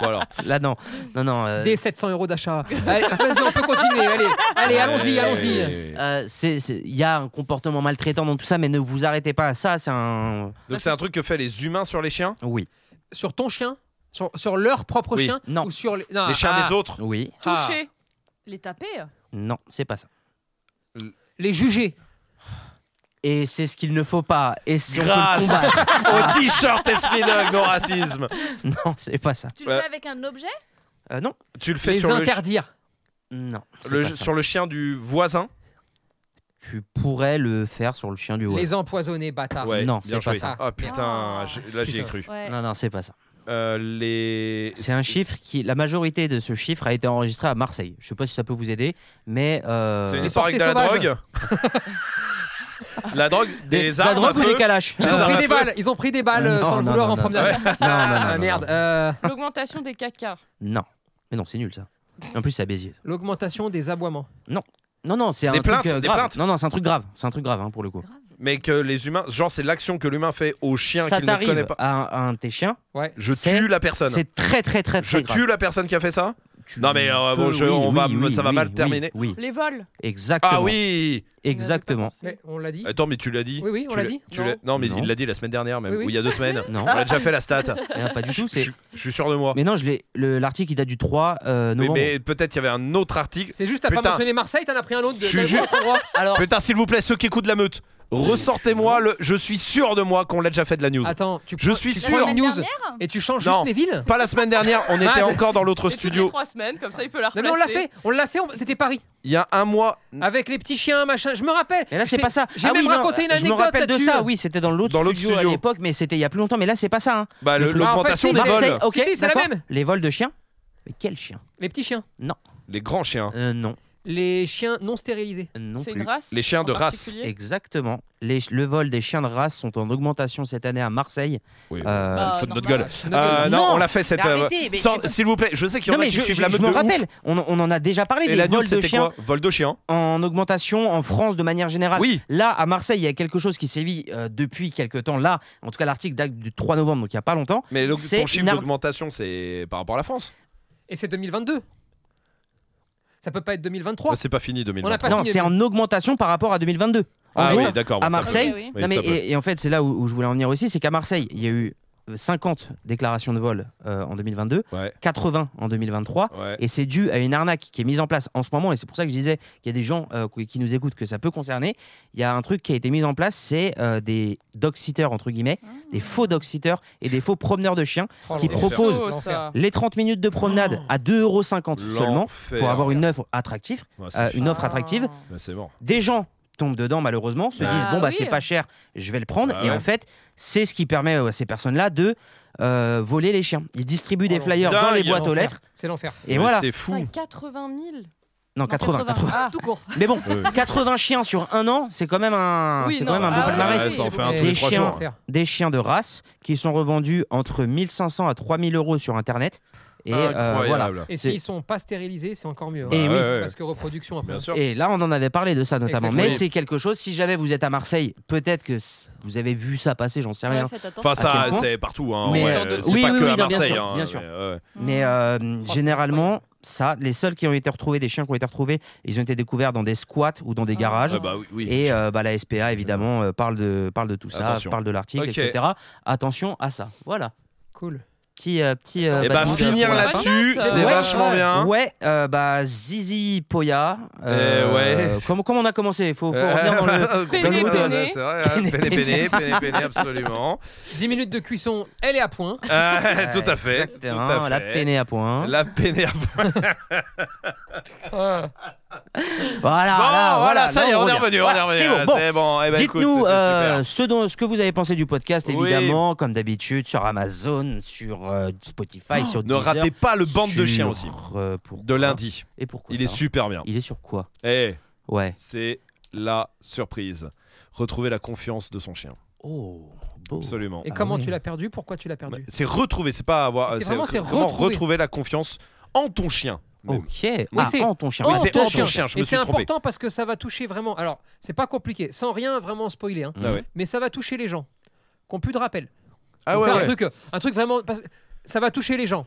[SPEAKER 1] Voilà.
[SPEAKER 2] Là, non. Non, non. euh,
[SPEAKER 3] Des 700 euros d'achat. Allez, vas-y, on peut continuer. Allez, allez, allons-y,
[SPEAKER 1] Euh,
[SPEAKER 3] allons-y.
[SPEAKER 2] euh, c'est- c'est- Il y a un comportement maltraitant dans tout ça, mais ne vous arrêtez pas à ça. C'est un.
[SPEAKER 1] Donc c'est un truc que fait les humains sur les chiens,
[SPEAKER 2] Oui.
[SPEAKER 3] Sur ton chien, sur, sur leur propre
[SPEAKER 1] Oui.
[SPEAKER 3] chien,
[SPEAKER 2] Non.
[SPEAKER 3] ou sur les, ah,
[SPEAKER 1] les chiens des autres.
[SPEAKER 2] Oui.
[SPEAKER 4] Toucher.
[SPEAKER 5] Les taper euh.
[SPEAKER 2] Non, c'est pas ça.
[SPEAKER 3] Les juger.
[SPEAKER 2] Et c'est ce qu'il ne faut pas. Et si on peut
[SPEAKER 1] Grâce.
[SPEAKER 2] le combattre.
[SPEAKER 1] Au t-shirt esprit de no racisme.
[SPEAKER 2] non, c'est pas ça.
[SPEAKER 5] Tu le
[SPEAKER 1] Ouais.
[SPEAKER 5] fais avec un objet
[SPEAKER 2] Euh, non.
[SPEAKER 1] Tu le fais
[SPEAKER 3] Les
[SPEAKER 1] sur le,
[SPEAKER 3] interdire.
[SPEAKER 2] Non. c'est
[SPEAKER 1] le-
[SPEAKER 2] pas ça.
[SPEAKER 1] sur le chien du voisin.
[SPEAKER 2] Tu pourrais le faire sur le chien du voisin.
[SPEAKER 3] Les empoisonner, bâtard.
[SPEAKER 1] Ouais,
[SPEAKER 2] Non,
[SPEAKER 1] bien
[SPEAKER 2] c'est pas
[SPEAKER 1] joué.
[SPEAKER 2] ça.
[SPEAKER 1] Ah putain,
[SPEAKER 5] Ah.
[SPEAKER 1] j'ai- là j'y ai cru.
[SPEAKER 5] Ouais.
[SPEAKER 2] Non, non, c'est pas ça.
[SPEAKER 1] Euh, les.
[SPEAKER 2] C'est un chiffre qui. La majorité de ce chiffre a été enregistré à Marseille. Je sais pas si ça peut vous aider, mais. euh,
[SPEAKER 1] C'est une
[SPEAKER 3] Les
[SPEAKER 1] histoire avec de la
[SPEAKER 3] sorties
[SPEAKER 1] drogue. la drogue, des,
[SPEAKER 2] de la
[SPEAKER 1] armes
[SPEAKER 2] drogue
[SPEAKER 1] à
[SPEAKER 2] ou
[SPEAKER 1] feu. Ah,
[SPEAKER 2] des calaches
[SPEAKER 3] Ils ont
[SPEAKER 1] armes
[SPEAKER 3] pris
[SPEAKER 1] à
[SPEAKER 3] des
[SPEAKER 1] feu.
[SPEAKER 3] balles. Ils ont pris des balles
[SPEAKER 2] Euh,
[SPEAKER 3] euh, sans
[SPEAKER 2] non,
[SPEAKER 3] le
[SPEAKER 2] non,
[SPEAKER 3] vouloir
[SPEAKER 2] non,
[SPEAKER 3] en
[SPEAKER 2] non.
[SPEAKER 3] promenade.
[SPEAKER 2] Non, non, non,
[SPEAKER 3] Ah
[SPEAKER 2] non,
[SPEAKER 3] merde.
[SPEAKER 2] non.
[SPEAKER 3] Euh,
[SPEAKER 4] L'augmentation des cacas.
[SPEAKER 2] Non. Mais non, c'est nul ça. En plus, c'est à Béziers.
[SPEAKER 3] L'augmentation des aboiements.
[SPEAKER 2] Non, non, c'est un
[SPEAKER 1] Des
[SPEAKER 2] truc
[SPEAKER 1] plaintes,
[SPEAKER 2] euh,
[SPEAKER 1] des
[SPEAKER 2] grave.
[SPEAKER 1] plaintes.
[SPEAKER 2] Non, non, c'est un truc grave. C'est un truc grave hein, pour le coup.
[SPEAKER 1] Mais que les humains, genre c'est l'action que l'humain fait au chien
[SPEAKER 2] ça
[SPEAKER 1] qu'il ne connaît
[SPEAKER 2] t'arrive
[SPEAKER 1] pas.
[SPEAKER 2] à, un- à un de tes chiens.
[SPEAKER 3] Ouais.
[SPEAKER 1] Je
[SPEAKER 2] C'est-
[SPEAKER 1] tue la personne.
[SPEAKER 2] C'est très, très, très, très.
[SPEAKER 1] Je
[SPEAKER 2] grave.
[SPEAKER 1] tue la personne qui a fait ça
[SPEAKER 2] Tu
[SPEAKER 1] Non, mais, euh,
[SPEAKER 2] peux-
[SPEAKER 1] bon, je- on va- ça va mal
[SPEAKER 2] oui,
[SPEAKER 1] terminer.
[SPEAKER 2] Oui,
[SPEAKER 4] Les vols.
[SPEAKER 2] exactement.
[SPEAKER 1] Ah oui
[SPEAKER 2] Exactement.
[SPEAKER 4] On n'y avait
[SPEAKER 3] Mais on l'a dit.
[SPEAKER 1] Attends, mais tu l'as dit
[SPEAKER 3] Oui, oui, on
[SPEAKER 1] Tu
[SPEAKER 3] l'a
[SPEAKER 1] l'as-
[SPEAKER 3] dit.
[SPEAKER 1] tu l'as- Non, mais
[SPEAKER 2] Non.
[SPEAKER 1] il l'a dit la semaine dernière même,
[SPEAKER 3] Oui, oui.
[SPEAKER 1] ou il y a deux semaines.
[SPEAKER 2] Non,
[SPEAKER 1] On a déjà fait la stat.
[SPEAKER 2] rien, pas du tout.
[SPEAKER 1] Je
[SPEAKER 2] c'est-
[SPEAKER 1] suis- je suis sûr de moi.
[SPEAKER 2] Mais non, je l'ai- le- l'article il date du 3 euh,
[SPEAKER 1] Mais,
[SPEAKER 2] novembre.
[SPEAKER 1] mais peut-être il y avait un autre article.
[SPEAKER 3] C'est juste, t'as pas
[SPEAKER 1] Putain.
[SPEAKER 3] mentionné Marseille, t'en as pris un autre. de-
[SPEAKER 1] Je suis
[SPEAKER 3] d'un
[SPEAKER 1] ju-
[SPEAKER 3] autre endroit.
[SPEAKER 2] Alors,
[SPEAKER 1] Putain, s'il vous plaît, ceux qui écoutent la meute, ressortez-moi le. Je suis sûr de moi qu'on l'a déjà fait de la news.
[SPEAKER 3] Attends, tu
[SPEAKER 1] Je suis
[SPEAKER 3] tu
[SPEAKER 1] sûr.
[SPEAKER 3] prends
[SPEAKER 5] La
[SPEAKER 3] une
[SPEAKER 5] semaine
[SPEAKER 3] news
[SPEAKER 5] dernière
[SPEAKER 3] et tu changes
[SPEAKER 1] Non.
[SPEAKER 3] juste les villes.
[SPEAKER 1] Pas la semaine dernière, on était
[SPEAKER 3] Ah,
[SPEAKER 1] encore dans l'autre
[SPEAKER 4] Et toutes les
[SPEAKER 1] studio.
[SPEAKER 4] trois semaines, comme ça, il peut la
[SPEAKER 3] Non
[SPEAKER 4] replacer.
[SPEAKER 3] mais on l'a fait, on l'a fait, on- c'était Paris.
[SPEAKER 1] Il y a un mois,
[SPEAKER 3] Avec les petits chiens, machin, je me rappelle.
[SPEAKER 2] Mm. mais là, c'est
[SPEAKER 3] J'étais-
[SPEAKER 2] pas ça.
[SPEAKER 3] J'ai
[SPEAKER 2] Ah
[SPEAKER 3] même
[SPEAKER 2] oui, non,
[SPEAKER 3] raconté une
[SPEAKER 2] Je me
[SPEAKER 3] anecdote
[SPEAKER 2] rappelle de
[SPEAKER 3] là-dessus.
[SPEAKER 2] ça, oui, c'était dans l'autre
[SPEAKER 1] Dans l'autre
[SPEAKER 2] studio,
[SPEAKER 1] studio.
[SPEAKER 2] à l'époque, mais c'était il y a plus longtemps. Mais là, c'est pas ça. hein.
[SPEAKER 1] bah, le-
[SPEAKER 2] Le truc-
[SPEAKER 1] l'augmentation
[SPEAKER 3] Ah, en
[SPEAKER 1] des
[SPEAKER 3] fait, si,
[SPEAKER 1] vols.
[SPEAKER 2] Marseille,
[SPEAKER 3] Si,
[SPEAKER 2] ok,
[SPEAKER 3] si, c'est la
[SPEAKER 2] d'accord.
[SPEAKER 3] même.
[SPEAKER 2] Les vols de chiens Mais quel chien
[SPEAKER 3] Les petits chiens,
[SPEAKER 1] Les grands chiens.
[SPEAKER 2] Euh, Non,
[SPEAKER 3] les chiens non stérilisés.
[SPEAKER 2] non
[SPEAKER 4] C'est
[SPEAKER 2] plus.
[SPEAKER 4] une race.
[SPEAKER 1] Les chiens
[SPEAKER 4] en
[SPEAKER 1] de race.
[SPEAKER 4] particulier.
[SPEAKER 2] Exactement. Les- le vol des chiens de race sont en augmentation cette année à Marseille.
[SPEAKER 1] Oui,
[SPEAKER 2] Euh,
[SPEAKER 5] Bah,
[SPEAKER 1] faut de notre
[SPEAKER 5] normal.
[SPEAKER 1] gueule.
[SPEAKER 3] Notre
[SPEAKER 1] Euh,
[SPEAKER 3] gueule.
[SPEAKER 1] non,
[SPEAKER 2] Non,
[SPEAKER 1] on l'a fait cette.
[SPEAKER 2] mais
[SPEAKER 1] euh,
[SPEAKER 2] arrêtez, mais
[SPEAKER 1] sans-
[SPEAKER 2] c'est pas-
[SPEAKER 1] S'il vous plaît, je sais qu'il y
[SPEAKER 2] non
[SPEAKER 1] en a
[SPEAKER 2] mais
[SPEAKER 1] qui
[SPEAKER 2] je,
[SPEAKER 1] suivent
[SPEAKER 2] je-
[SPEAKER 1] la
[SPEAKER 2] je
[SPEAKER 1] meute
[SPEAKER 2] me
[SPEAKER 1] de ouf.
[SPEAKER 2] rappelle, on, on en a déjà parlé
[SPEAKER 1] Et
[SPEAKER 2] des
[SPEAKER 1] la news,
[SPEAKER 2] vols de
[SPEAKER 1] c'était
[SPEAKER 2] chiens
[SPEAKER 1] quoi Vol de chiens.
[SPEAKER 2] en augmentation en France de manière générale.
[SPEAKER 1] Oui.
[SPEAKER 2] Là, à Marseille, il y a quelque chose qui sévit euh, depuis quelques temps. Là, en tout cas, l'article date du 3 novembre, donc il n'y a pas longtemps.
[SPEAKER 1] Mais le-
[SPEAKER 2] C'est
[SPEAKER 1] ton chiffre
[SPEAKER 2] une ar-
[SPEAKER 1] d'augmentation, c'est par rapport à la France.
[SPEAKER 3] Et c'est 2022. Ça peut pas être 2023.
[SPEAKER 1] Bah, c'est pas fini
[SPEAKER 3] On
[SPEAKER 1] 2020.
[SPEAKER 3] n'a pas
[SPEAKER 2] non,
[SPEAKER 3] fini.
[SPEAKER 2] c'est en augmentation par rapport à 2022. En
[SPEAKER 1] Ah
[SPEAKER 2] gros,
[SPEAKER 1] oui, d'accord.
[SPEAKER 2] à
[SPEAKER 1] bon, ça
[SPEAKER 2] Marseille,
[SPEAKER 5] Ok, oui.
[SPEAKER 1] Oui,
[SPEAKER 2] non, mais-
[SPEAKER 1] ça peut.
[SPEAKER 2] et, et en fait, c'est là où, où je voulais en venir aussi, c'est qu'à Marseille, il y a eu euh, 50 déclarations de vol euh, en 2022,
[SPEAKER 1] Ouais.
[SPEAKER 2] 80 en 2023.
[SPEAKER 1] Ouais.
[SPEAKER 2] Et c'est dû à une arnaque qui est mise en place en ce moment, et c'est pour ça que je disais qu'il y a des gens euh, qui- qui nous écoutent que ça peut concerner. Il y a un truc qui a été mis en place, c'est euh, des dog sitters entre guillemets,
[SPEAKER 1] Ah.
[SPEAKER 2] des faux dog sitters et des faux promeneurs de chiens.
[SPEAKER 3] Oh,
[SPEAKER 2] qui
[SPEAKER 3] l'enfer.
[SPEAKER 2] propose-
[SPEAKER 4] Chaud, ça.
[SPEAKER 2] Les 30 minutes de promenade à 2,50€ seulement
[SPEAKER 1] L'enfer.
[SPEAKER 2] pour avoir une offre attractive,
[SPEAKER 1] Ouais, c'est
[SPEAKER 2] euh, une offre attractive.
[SPEAKER 1] Bah, c'est bon.
[SPEAKER 2] Des gens tombent dedans malheureusement, se
[SPEAKER 5] Bah
[SPEAKER 2] disent bon bah
[SPEAKER 5] oui.
[SPEAKER 2] c'est pas cher, je vais le prendre.
[SPEAKER 1] Bah
[SPEAKER 2] et
[SPEAKER 1] ouais.
[SPEAKER 2] en fait, c'est ce qui permet à ces personnes-là de euh, voler les chiens. Ils distribuent des
[SPEAKER 3] Oh,
[SPEAKER 2] flyers dans les
[SPEAKER 1] dingue.
[SPEAKER 2] boîtes aux lettres.
[SPEAKER 3] C'est l'enfer.
[SPEAKER 2] Et
[SPEAKER 1] Mais
[SPEAKER 2] voilà.
[SPEAKER 1] C'est
[SPEAKER 4] Putain,
[SPEAKER 1] fou.
[SPEAKER 4] 80 000.
[SPEAKER 2] Non, 80. 80.
[SPEAKER 5] Ah, tout court.
[SPEAKER 2] Mais bon,
[SPEAKER 1] Ouais.
[SPEAKER 2] 80 chiens sur un an, c'est quand même un,
[SPEAKER 4] Oui,
[SPEAKER 2] c'est
[SPEAKER 4] non,
[SPEAKER 2] quand même un beau
[SPEAKER 4] ah ouais.
[SPEAKER 2] palmarès.
[SPEAKER 1] Ouais, ça en fait un
[SPEAKER 3] Et
[SPEAKER 1] tous les
[SPEAKER 2] des
[SPEAKER 1] trois
[SPEAKER 2] chiens.
[SPEAKER 1] jours.
[SPEAKER 3] L'enfer.
[SPEAKER 2] Des chiens de race qui sont revendus entre 1500 à 3000 euros sur Internet. Et euh, voilà.
[SPEAKER 1] Incroyable.
[SPEAKER 3] Et
[SPEAKER 2] C'est-
[SPEAKER 3] s'ils sont pas stérilisés, c'est encore
[SPEAKER 2] Et
[SPEAKER 3] mieux.
[SPEAKER 1] Bah Ouais,
[SPEAKER 2] oui.
[SPEAKER 1] ouais, ouais.
[SPEAKER 3] Parce que reproduction après.
[SPEAKER 1] Bien sûr.
[SPEAKER 2] Et là, on en avait parlé de ça notamment.
[SPEAKER 3] Exactement.
[SPEAKER 2] Mais
[SPEAKER 1] Oui.
[SPEAKER 2] c'est quelque chose, si jamais vous êtes à Marseille, peut-être que c- vous avez vu ça passer, j'en sais
[SPEAKER 1] Ah,
[SPEAKER 2] rien.
[SPEAKER 5] faites
[SPEAKER 1] Enfin,
[SPEAKER 5] attention.
[SPEAKER 2] À
[SPEAKER 1] ça,
[SPEAKER 2] quel point
[SPEAKER 1] c'est partout. Hein,
[SPEAKER 2] Mais-
[SPEAKER 1] ouais,
[SPEAKER 4] Sur d'autres-
[SPEAKER 1] c'est
[SPEAKER 2] Oui,
[SPEAKER 1] pas
[SPEAKER 2] oui,
[SPEAKER 1] que
[SPEAKER 2] oui,
[SPEAKER 1] à
[SPEAKER 2] bien sûr,
[SPEAKER 1] Marseille.
[SPEAKER 4] Mmh.
[SPEAKER 2] bien
[SPEAKER 1] hein,
[SPEAKER 2] sûr.
[SPEAKER 4] Oh,
[SPEAKER 1] mais, ouais.
[SPEAKER 2] Mais euh, généralement, ça, les seuls qui ont été retrouvés, des chiens qui ont été retrouvés, ils ont été découverts dans des squats ou dans des garages.
[SPEAKER 1] Ah bah oui, oui.
[SPEAKER 2] Et euh, bah, la SPA, évidemment, euh, parle, de, parle de tout ça,
[SPEAKER 1] Attention.
[SPEAKER 2] parle de l'article,
[SPEAKER 1] Ok.
[SPEAKER 2] etc. Attention à ça. Voilà.
[SPEAKER 3] Cool.
[SPEAKER 2] Petit. euh, petit euh,
[SPEAKER 1] Et bah,
[SPEAKER 2] badminton
[SPEAKER 1] finir
[SPEAKER 2] pour la fin.
[SPEAKER 1] là-dessus, hein.
[SPEAKER 4] note.
[SPEAKER 1] c'est
[SPEAKER 2] Ouais.
[SPEAKER 1] vachement bien.
[SPEAKER 2] Ouais, euh, bah Zizi Poya.
[SPEAKER 1] Euh, ouais.
[SPEAKER 2] Comment, comment on a commencé Il faut, faut revenir dans le.
[SPEAKER 1] Euh,
[SPEAKER 4] Péné,
[SPEAKER 1] complètement,
[SPEAKER 4] péné.
[SPEAKER 1] C'est vrai, hein, péné, péné, péné, péné, absolument.
[SPEAKER 3] 10 minutes de cuisson, elle est à point.
[SPEAKER 1] Euh, tout à fait. Tout
[SPEAKER 2] Exactement,
[SPEAKER 1] à fait.
[SPEAKER 2] la peinée à point.
[SPEAKER 1] La peinée à
[SPEAKER 3] Ah.
[SPEAKER 2] Voilà,
[SPEAKER 1] Bon,
[SPEAKER 2] Ah là,
[SPEAKER 1] voilà,
[SPEAKER 2] voilà,
[SPEAKER 1] ça y est,
[SPEAKER 2] là,
[SPEAKER 1] on est
[SPEAKER 2] revient.
[SPEAKER 1] revenu, on est
[SPEAKER 2] Voilà,
[SPEAKER 1] revenu.
[SPEAKER 2] c'est bon,
[SPEAKER 1] là,
[SPEAKER 2] bon.
[SPEAKER 1] C'est bon. Eh ben, écoute,
[SPEAKER 2] Dites-nous
[SPEAKER 1] c'était
[SPEAKER 2] euh,
[SPEAKER 1] super.
[SPEAKER 2] ce, dont, ce que vous avez pensé du podcast,
[SPEAKER 1] Oui.
[SPEAKER 2] évidemment, comme d'habitude, sur Amazon, sur euh, Spotify, sur
[SPEAKER 1] Oh, Ne
[SPEAKER 2] Deezer.
[SPEAKER 1] ratez pas le bande de
[SPEAKER 2] sur,
[SPEAKER 1] chiens aussi.
[SPEAKER 2] euh, pourquoi
[SPEAKER 1] De lundi.
[SPEAKER 2] Et pourquoi
[SPEAKER 1] Il est
[SPEAKER 2] ça
[SPEAKER 1] super bien.
[SPEAKER 2] Il est sur quoi
[SPEAKER 1] Eh,
[SPEAKER 2] Ouais.
[SPEAKER 1] c'est la surprise. Retrouver la confiance de son chien.
[SPEAKER 2] Oh, beau.
[SPEAKER 1] Absolument.
[SPEAKER 3] Et comment
[SPEAKER 2] oui.
[SPEAKER 3] tu l'as perdu Pourquoi tu l'as perdu
[SPEAKER 1] C'est retrouver, c'est pas avoir.
[SPEAKER 3] C'est vraiment, c'est
[SPEAKER 1] comment
[SPEAKER 3] retrouver.
[SPEAKER 1] la confiance en ton chien.
[SPEAKER 2] Ok.
[SPEAKER 3] Oui,
[SPEAKER 2] ah,
[SPEAKER 3] c'est-
[SPEAKER 2] en ton chien.
[SPEAKER 1] Oui,
[SPEAKER 3] Oh,
[SPEAKER 1] c'est
[SPEAKER 3] ton
[SPEAKER 1] en ton chien, je me
[SPEAKER 3] Et
[SPEAKER 1] suis
[SPEAKER 3] c'est
[SPEAKER 1] trompé.
[SPEAKER 3] important parce que ça va toucher vraiment. Alors, c'est pas compliqué, sans rien vraiment spoiler, hein.
[SPEAKER 1] Ah ouais.
[SPEAKER 3] mais ça va toucher les gens. Qu'on plus de rappel.
[SPEAKER 1] Ah
[SPEAKER 3] Donc,
[SPEAKER 1] ouais,
[SPEAKER 3] faire
[SPEAKER 1] ouais.
[SPEAKER 3] Un, truc, un truc vraiment. parce que Ça va toucher les gens.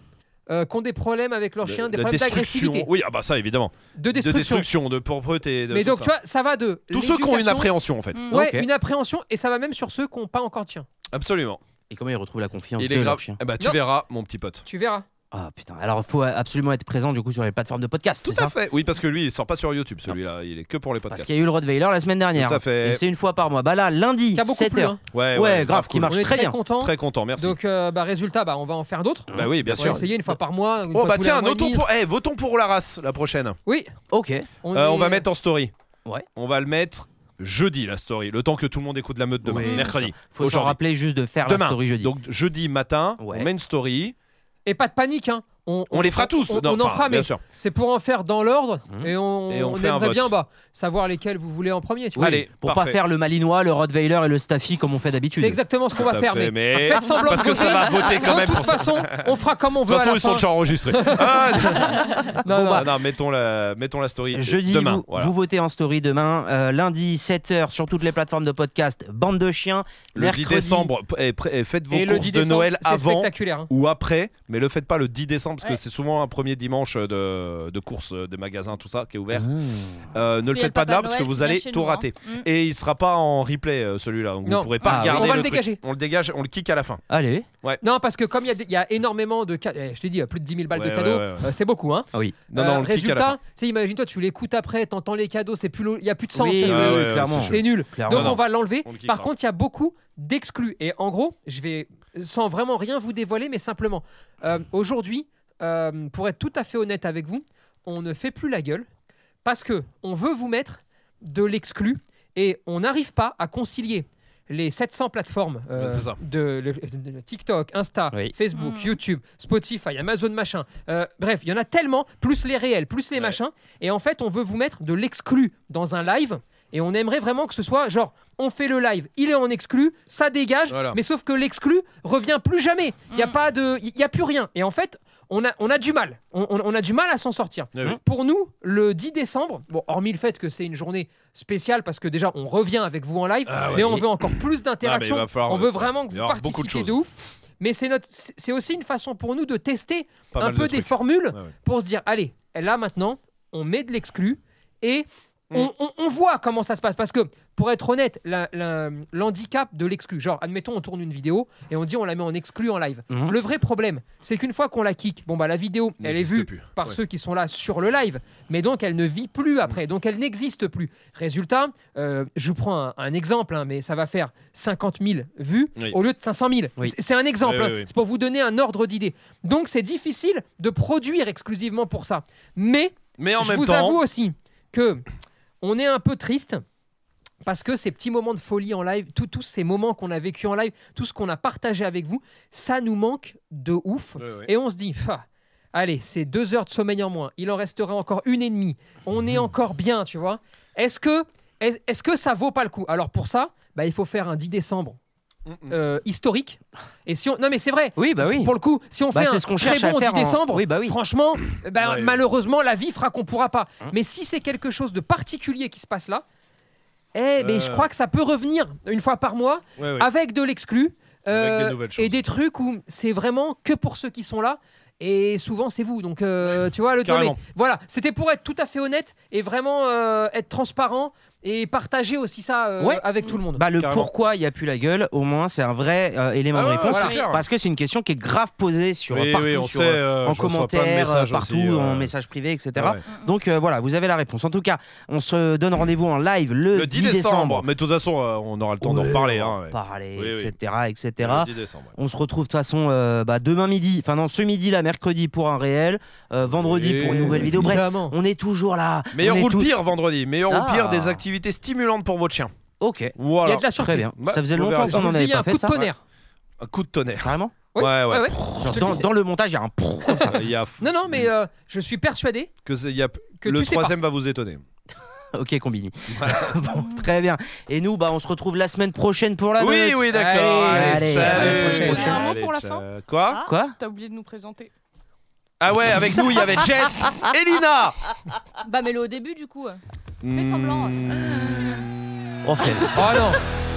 [SPEAKER 3] euh, qui ont des problèmes avec leur chien, des
[SPEAKER 1] La
[SPEAKER 3] problèmes
[SPEAKER 1] destruction.
[SPEAKER 3] d'agressivité,
[SPEAKER 1] Oui, ah bah ça évidemment.
[SPEAKER 3] de
[SPEAKER 1] De
[SPEAKER 3] destruction.
[SPEAKER 1] destruction, de propreté. de
[SPEAKER 3] Mais
[SPEAKER 1] tout
[SPEAKER 3] donc,
[SPEAKER 1] ça.
[SPEAKER 3] tu vois, ça va de.
[SPEAKER 1] tous ceux qui ont une
[SPEAKER 3] l'éducation,
[SPEAKER 1] appréhension en fait.
[SPEAKER 5] Hmm.
[SPEAKER 4] Mm.
[SPEAKER 3] Ouais,
[SPEAKER 2] Ok.
[SPEAKER 3] une appréhension, et ça va même sur ceux qui n'ont pas encore de chien.
[SPEAKER 1] Absolument.
[SPEAKER 2] Et comment ils retrouvent la confiance
[SPEAKER 1] Il
[SPEAKER 2] de
[SPEAKER 1] est
[SPEAKER 2] leur
[SPEAKER 1] grave.
[SPEAKER 2] chien
[SPEAKER 1] Eh bah, tu
[SPEAKER 3] Non.
[SPEAKER 1] verras, mon petit pote.
[SPEAKER 3] Tu verras.
[SPEAKER 2] Ah putain. Alors, il faut absolument être présent du coup sur les plateformes de podcast.
[SPEAKER 1] Tout
[SPEAKER 2] c'est
[SPEAKER 1] à
[SPEAKER 2] ça
[SPEAKER 1] fait. Oui, parce que lui, il sort pas sur YouTube, celui-là. Il est que pour les
[SPEAKER 2] Parce
[SPEAKER 1] podcasts.
[SPEAKER 2] qu'il y a eu le Rottweiler la semaine dernière.
[SPEAKER 1] Tout à fait.
[SPEAKER 2] Et c'est une fois par mois. Bah là, lundi,
[SPEAKER 3] Il y a beaucoup
[SPEAKER 2] 7
[SPEAKER 3] plus.
[SPEAKER 2] h
[SPEAKER 3] hein.
[SPEAKER 1] Ouais,
[SPEAKER 2] Ouais, grave, qui
[SPEAKER 1] cool.
[SPEAKER 2] marche.
[SPEAKER 3] On est
[SPEAKER 2] très
[SPEAKER 3] très,
[SPEAKER 2] bien.
[SPEAKER 3] contents.
[SPEAKER 1] Très content, merci.
[SPEAKER 3] Donc, euh, bah, résultat, bah, on va en faire d'autres.
[SPEAKER 1] bah oui, bien
[SPEAKER 3] on va
[SPEAKER 1] sûr.
[SPEAKER 3] essayer une fois par mois. une
[SPEAKER 1] Oh
[SPEAKER 3] fois
[SPEAKER 1] bah
[SPEAKER 3] tous les un
[SPEAKER 1] tiens,
[SPEAKER 3] mois et
[SPEAKER 1] notons
[SPEAKER 3] demi.
[SPEAKER 1] pour. Eh, votons pour la race la prochaine.
[SPEAKER 3] Oui,
[SPEAKER 2] Ok.
[SPEAKER 3] on
[SPEAKER 1] Euh, on
[SPEAKER 3] est-
[SPEAKER 1] va mettre en story.
[SPEAKER 2] Ouais.
[SPEAKER 1] On va le mettre jeudi la story, le temps que tout le monde écoute la meute demain,
[SPEAKER 2] Oui,
[SPEAKER 1] mercredi.
[SPEAKER 2] bah, Faut s'en
[SPEAKER 1] Aujourd'hui.
[SPEAKER 2] rappeler juste de faire
[SPEAKER 1] Demain.
[SPEAKER 2] la story jeudi.
[SPEAKER 1] Donc jeudi matin,
[SPEAKER 2] Ouais.
[SPEAKER 1] on met une story.
[SPEAKER 3] Et pas de panique, hein. On,
[SPEAKER 1] On, les fera tous.
[SPEAKER 3] On,
[SPEAKER 1] Non,
[SPEAKER 3] on en
[SPEAKER 1] enfin,
[SPEAKER 3] fera,
[SPEAKER 1] bien
[SPEAKER 3] mais
[SPEAKER 1] sûr. Mmh.
[SPEAKER 3] c'est pour en faire dans l'ordre.
[SPEAKER 2] Mhm.
[SPEAKER 3] Et on,
[SPEAKER 1] Et on
[SPEAKER 3] on
[SPEAKER 1] fait un
[SPEAKER 3] aimerait
[SPEAKER 1] vote.
[SPEAKER 3] bien bah, savoir lesquels vous voulez en premier. tu vois.
[SPEAKER 2] Oui,
[SPEAKER 1] Allez,
[SPEAKER 2] pour
[SPEAKER 1] parfait.
[SPEAKER 2] pas faire le Malinois, le Rottweiler et le Staffy comme on fait d'habitude.
[SPEAKER 3] C'est exactement ce qu'on
[SPEAKER 1] Tout
[SPEAKER 3] va
[SPEAKER 1] à
[SPEAKER 3] faire,
[SPEAKER 1] Ah, fait,
[SPEAKER 3] mais
[SPEAKER 1] mais-
[SPEAKER 3] faites semblant
[SPEAKER 1] Parce
[SPEAKER 3] de
[SPEAKER 1] que ça va voter quand
[SPEAKER 3] De
[SPEAKER 1] même
[SPEAKER 3] toute
[SPEAKER 1] pour ça.
[SPEAKER 3] façon, on fera comme on
[SPEAKER 1] De
[SPEAKER 3] veut.
[SPEAKER 1] toute
[SPEAKER 3] à
[SPEAKER 1] façon,
[SPEAKER 3] la
[SPEAKER 1] ils sont
[SPEAKER 3] fin.
[SPEAKER 1] déjà enregistrés. Ah,
[SPEAKER 3] Non,
[SPEAKER 2] Bon,
[SPEAKER 3] non.
[SPEAKER 2] bah,
[SPEAKER 1] non, mettons la, mettons la story
[SPEAKER 2] Jeudi,
[SPEAKER 1] demain.
[SPEAKER 2] vous,
[SPEAKER 1] voilà.
[SPEAKER 2] vous votez en story demain. Euh, lundi, 7h sur toutes les plateformes de podcast. Bande de chiens.
[SPEAKER 1] le 10
[SPEAKER 2] mercredi-
[SPEAKER 1] décembre, p- eh, pr- eh, faites vos
[SPEAKER 3] Et le
[SPEAKER 1] courses
[SPEAKER 3] 10
[SPEAKER 1] de
[SPEAKER 3] décembre,
[SPEAKER 1] Noël
[SPEAKER 3] C'est
[SPEAKER 1] avant
[SPEAKER 3] spectaculaire. hein.
[SPEAKER 1] ou après, mais le faites pas le 10 décembre parce
[SPEAKER 5] Ouais.
[SPEAKER 1] que c'est souvent un premier dimanche de, de course, de magasins, tout ça qui est
[SPEAKER 2] Ah.
[SPEAKER 1] ouvert. Euh, ne le
[SPEAKER 5] Parce qu'il y a
[SPEAKER 1] faites pas de là
[SPEAKER 5] Papa
[SPEAKER 1] parce que
[SPEAKER 5] Noël qui
[SPEAKER 1] vous
[SPEAKER 5] vient
[SPEAKER 1] allez
[SPEAKER 5] chez
[SPEAKER 1] tout
[SPEAKER 5] nous, hein.
[SPEAKER 1] rater.
[SPEAKER 5] Mm.
[SPEAKER 1] Et il sera pas en replay euh, celui-là, donc
[SPEAKER 3] Non.
[SPEAKER 1] vous pourrez pas
[SPEAKER 2] Ah,
[SPEAKER 1] regarder.
[SPEAKER 3] on va le
[SPEAKER 1] truc.
[SPEAKER 3] dégager.
[SPEAKER 1] On le dégage, on le kick à la fin.
[SPEAKER 2] Allez.
[SPEAKER 3] Non, parce que comme il y a des- il y, a énormément de. ca- eh, Je t'ai dit, plus de 10 000 balles
[SPEAKER 1] Ouais,
[SPEAKER 3] de
[SPEAKER 1] ouais,
[SPEAKER 3] cadeaux,
[SPEAKER 1] ouais, ouais.
[SPEAKER 3] euh, c'est beaucoup. Hein.
[SPEAKER 1] Non,
[SPEAKER 3] Euh,
[SPEAKER 1] non, on le kick à la fin.
[SPEAKER 3] résultat, c'est imagine-toi, tu l'écoutes après, t'entends les cadeaux, c'est plus lo- il y a plus de sens.
[SPEAKER 2] Oui,
[SPEAKER 3] ça,
[SPEAKER 1] Ah
[SPEAKER 3] c'est-
[SPEAKER 1] ouais, ouais,
[SPEAKER 2] clairement.
[SPEAKER 1] c'est
[SPEAKER 3] c'est nul.
[SPEAKER 2] Clairement.
[SPEAKER 3] Donc
[SPEAKER 1] non.
[SPEAKER 3] on va l'enlever.
[SPEAKER 1] On le kickera.
[SPEAKER 3] Par contre, il y a beaucoup d'exclus. Et en gros, je vais, sans vraiment rien vous dévoiler, mais simplement, euh, aujourd'hui, euh, pour être tout à fait honnête avec vous, on ne fait plus la gueule parce que on veut vous mettre de l'exclu et on n'arrive pas à concilier les 700 plateformes euh,
[SPEAKER 1] Ouais, Ben, c'est ça.
[SPEAKER 3] de, le- de- de TikTok, Insta,
[SPEAKER 2] Oui.
[SPEAKER 3] Facebook,
[SPEAKER 5] Mm.
[SPEAKER 3] YouTube, Spotify, Amazon, machin. Euh, bref, il y en a tellement, plus les réels, plus les
[SPEAKER 1] Ouais.
[SPEAKER 3] machins. Et en fait, on veut vous mettre de l'exclu dans un live. Et on aimerait vraiment que ce soit genre, on fait le live, il est en exclu, ça dégage,
[SPEAKER 1] Voilà.
[SPEAKER 3] mais sauf que l'exclu revient plus jamais. Il n'y a,
[SPEAKER 5] Mm.
[SPEAKER 3] pas de- il y a plus rien. Et en fait, on a, on a du mal. On, on- on a du mal à s'en sortir.
[SPEAKER 1] Ouais, oui.
[SPEAKER 3] Pour nous, le 10 décembre, bon, hormis le fait que c'est une journée spéciale parce que déjà, on revient avec vous en live,
[SPEAKER 1] Ah ouais.
[SPEAKER 3] mais on veut encore plus
[SPEAKER 1] Ah, mais il
[SPEAKER 3] d'interaction.
[SPEAKER 1] va falloir-
[SPEAKER 3] on veut vraiment que
[SPEAKER 1] il
[SPEAKER 3] vous
[SPEAKER 1] va y avoir beaucoup de
[SPEAKER 3] participiez de ouf. Mais c'est notre- c'est c'est aussi une façon pour nous de tester
[SPEAKER 1] Pas
[SPEAKER 3] un
[SPEAKER 1] mal de
[SPEAKER 3] peu des
[SPEAKER 1] trucs.
[SPEAKER 3] formules
[SPEAKER 1] Ouais, ouais.
[SPEAKER 3] pour se dire allez, là maintenant, on met de l'exclu et on, on- on voit comment ça se passe. Parce que, pour être honnête, la- la- l'handicap de l'exclu, genre, admettons, on tourne une vidéo et on dit on la met en exclu en live.
[SPEAKER 2] Mhm.
[SPEAKER 3] Le vrai problème, c'est qu'une fois qu'on la kick, bon, bah la vidéo, elle est
[SPEAKER 1] Mm-hmm. N'existe
[SPEAKER 3] vue
[SPEAKER 1] plus.
[SPEAKER 3] par
[SPEAKER 1] Ouais. Mm.
[SPEAKER 3] ceux qui sont là sur le live, mais donc elle ne vit plus après, donc elle n'existe plus. Résultat, euh, je vous prends un, un exemple, hein, mais ça va faire 50 000 vues
[SPEAKER 1] Oui.
[SPEAKER 3] au lieu de 500 000.
[SPEAKER 2] Oui.
[SPEAKER 3] C'est- C'est un exemple,
[SPEAKER 1] Oui,
[SPEAKER 3] hein.
[SPEAKER 1] oui, oui.
[SPEAKER 3] c'est pour vous donner un ordre d'idée. Donc c'est difficile de produire exclusivement pour ça. Mais
[SPEAKER 1] Mais en
[SPEAKER 3] je
[SPEAKER 1] même
[SPEAKER 3] vous
[SPEAKER 1] temps,
[SPEAKER 3] avoue aussi que on est un peu triste parce que ces petits moments de folie en live, tout- tous ces moments qu'on a vécu en live, tout ce qu'on a partagé avec vous, ça nous manque de ouf.
[SPEAKER 1] Ouais, ouais.
[SPEAKER 3] Et on se dit, Pah, allez, c'est deux heures de sommeil en moins. Il en restera encore une et demie. On est encore bien, tu vois. Est-ce que, est- est-ce que ça vaut pas le coup Alors pour ça, bah, il faut faire un 10 décembre
[SPEAKER 1] Mm, mm.
[SPEAKER 3] euh, historique. Et si on... Non mais c'est vrai.
[SPEAKER 2] Oui, bah oui.
[SPEAKER 3] Pour le coup, si on
[SPEAKER 2] Bah,
[SPEAKER 3] fait
[SPEAKER 2] c'est
[SPEAKER 3] un
[SPEAKER 2] ce qu'on
[SPEAKER 3] très
[SPEAKER 2] cherche à
[SPEAKER 3] bon 10
[SPEAKER 2] faire en-
[SPEAKER 3] décembre,
[SPEAKER 2] Oui, bah oui.
[SPEAKER 3] franchement, euh, bah,
[SPEAKER 1] Ouais.
[SPEAKER 3] malheureusement, la vie fera qu'on pourra pas.
[SPEAKER 2] Hein.
[SPEAKER 3] Mais si c'est quelque chose de particulier qui se passe là, eh, mais je
[SPEAKER 1] Euh.
[SPEAKER 3] crois que ça peut revenir une fois par mois
[SPEAKER 1] Ouais, ouais.
[SPEAKER 3] avec de l'exclu
[SPEAKER 1] Avec des
[SPEAKER 3] euh,
[SPEAKER 1] nouvelles choses.
[SPEAKER 3] et des trucs où c'est vraiment que pour ceux qui sont là. Et souvent, c'est vous. Donc, euh, tu vois, le non, mais
[SPEAKER 1] Carrément.
[SPEAKER 3] Voilà, c'était pour être tout à fait honnête et vraiment euh, être transparent et partager aussi ça euh,
[SPEAKER 2] Ouais.
[SPEAKER 3] avec tout le monde.
[SPEAKER 2] Bah, le
[SPEAKER 1] Carrément.
[SPEAKER 2] pourquoi il y a plus la gueule, au moins, c'est un vrai euh, élément
[SPEAKER 1] Ah
[SPEAKER 2] de
[SPEAKER 1] ouais,
[SPEAKER 2] réponse.
[SPEAKER 1] c'est
[SPEAKER 4] oui.
[SPEAKER 1] clair.
[SPEAKER 2] Parce que c'est une question qui est grave posée sur
[SPEAKER 1] Oui,
[SPEAKER 2] partout,
[SPEAKER 1] oui, on
[SPEAKER 2] sur,
[SPEAKER 1] sait,
[SPEAKER 2] euh,
[SPEAKER 1] euh,
[SPEAKER 2] en
[SPEAKER 1] je reçois plein de
[SPEAKER 2] commentaire, euh,
[SPEAKER 1] messages
[SPEAKER 2] partout,
[SPEAKER 1] aussi, euh,
[SPEAKER 2] en message privé, etc.
[SPEAKER 1] ouais.
[SPEAKER 2] Donc euh, voilà, vous avez la réponse. En tout cas, on se donne rendez-vous en live le,
[SPEAKER 1] Le 10 décembre. Mais de toute façon, euh, on aura le temps d'en
[SPEAKER 2] Ouais,
[SPEAKER 1] reparler.
[SPEAKER 2] on va
[SPEAKER 1] hein,
[SPEAKER 2] en
[SPEAKER 1] ouais.
[SPEAKER 2] parler,
[SPEAKER 1] Oui, oui.
[SPEAKER 2] etc., etc.
[SPEAKER 1] Le 10 décembre. ouais.
[SPEAKER 2] On se retrouve de toute façon euh, bah, demain midi, enfin non, ce midi là, mercredi pour un réel, euh, vendredi
[SPEAKER 1] Et
[SPEAKER 2] pour une nouvelle vidéo. Bref,
[SPEAKER 3] Évidemment.
[SPEAKER 2] on est toujours là.
[SPEAKER 1] Meilleur
[SPEAKER 2] on est
[SPEAKER 1] ou le
[SPEAKER 2] tout-
[SPEAKER 1] pire vendredi. Meilleur ou
[SPEAKER 2] Ah.
[SPEAKER 1] le pire des activités stimulantes pour votre chien.
[SPEAKER 2] Ok,
[SPEAKER 3] Il y
[SPEAKER 1] Voilà.
[SPEAKER 3] a de la
[SPEAKER 2] très
[SPEAKER 3] surprise.
[SPEAKER 2] bien.
[SPEAKER 1] Bah,
[SPEAKER 2] ça faisait
[SPEAKER 1] on verra
[SPEAKER 2] longtemps
[SPEAKER 1] ça.
[SPEAKER 2] qu'on en
[SPEAKER 3] Il
[SPEAKER 2] avait
[SPEAKER 3] y a
[SPEAKER 2] pas
[SPEAKER 3] un
[SPEAKER 2] fait
[SPEAKER 3] coup de
[SPEAKER 2] ça.
[SPEAKER 3] tonnerre.
[SPEAKER 1] Un coup de tonnerre.
[SPEAKER 2] Carrément.
[SPEAKER 3] Oui,
[SPEAKER 1] Ouais, ouais.
[SPEAKER 3] Je
[SPEAKER 2] Genre
[SPEAKER 3] te le
[SPEAKER 2] dans,
[SPEAKER 3] disais.
[SPEAKER 2] dans le montage, il y a un. prrr comme ça.
[SPEAKER 1] Il y a-
[SPEAKER 3] Non, non, mais euh, je suis persuadé
[SPEAKER 1] que c'est- il y a-
[SPEAKER 3] que
[SPEAKER 1] le
[SPEAKER 3] tu sais pas.
[SPEAKER 1] troisième va vous étonner.
[SPEAKER 2] ok, combini. Bon, très bien. Et nous, bah, on se retrouve la semaine prochaine pour la
[SPEAKER 1] Oui,
[SPEAKER 2] meute.
[SPEAKER 1] oui, d'accord.
[SPEAKER 3] Allez,
[SPEAKER 1] Allez,
[SPEAKER 2] allez,
[SPEAKER 1] salut.
[SPEAKER 3] à la semaine
[SPEAKER 4] prochaine. Un mot pour la
[SPEAKER 1] Allez,
[SPEAKER 4] fin
[SPEAKER 1] ciao. Quoi
[SPEAKER 2] Quoi
[SPEAKER 4] T'as oublié de nous présenter.
[SPEAKER 1] Ah ouais, avec nous, il y avait Jess et Lina. Hmm.
[SPEAKER 5] Bah, mets-le au début, du coup. Fais semblant.
[SPEAKER 2] On fait.
[SPEAKER 3] Oh non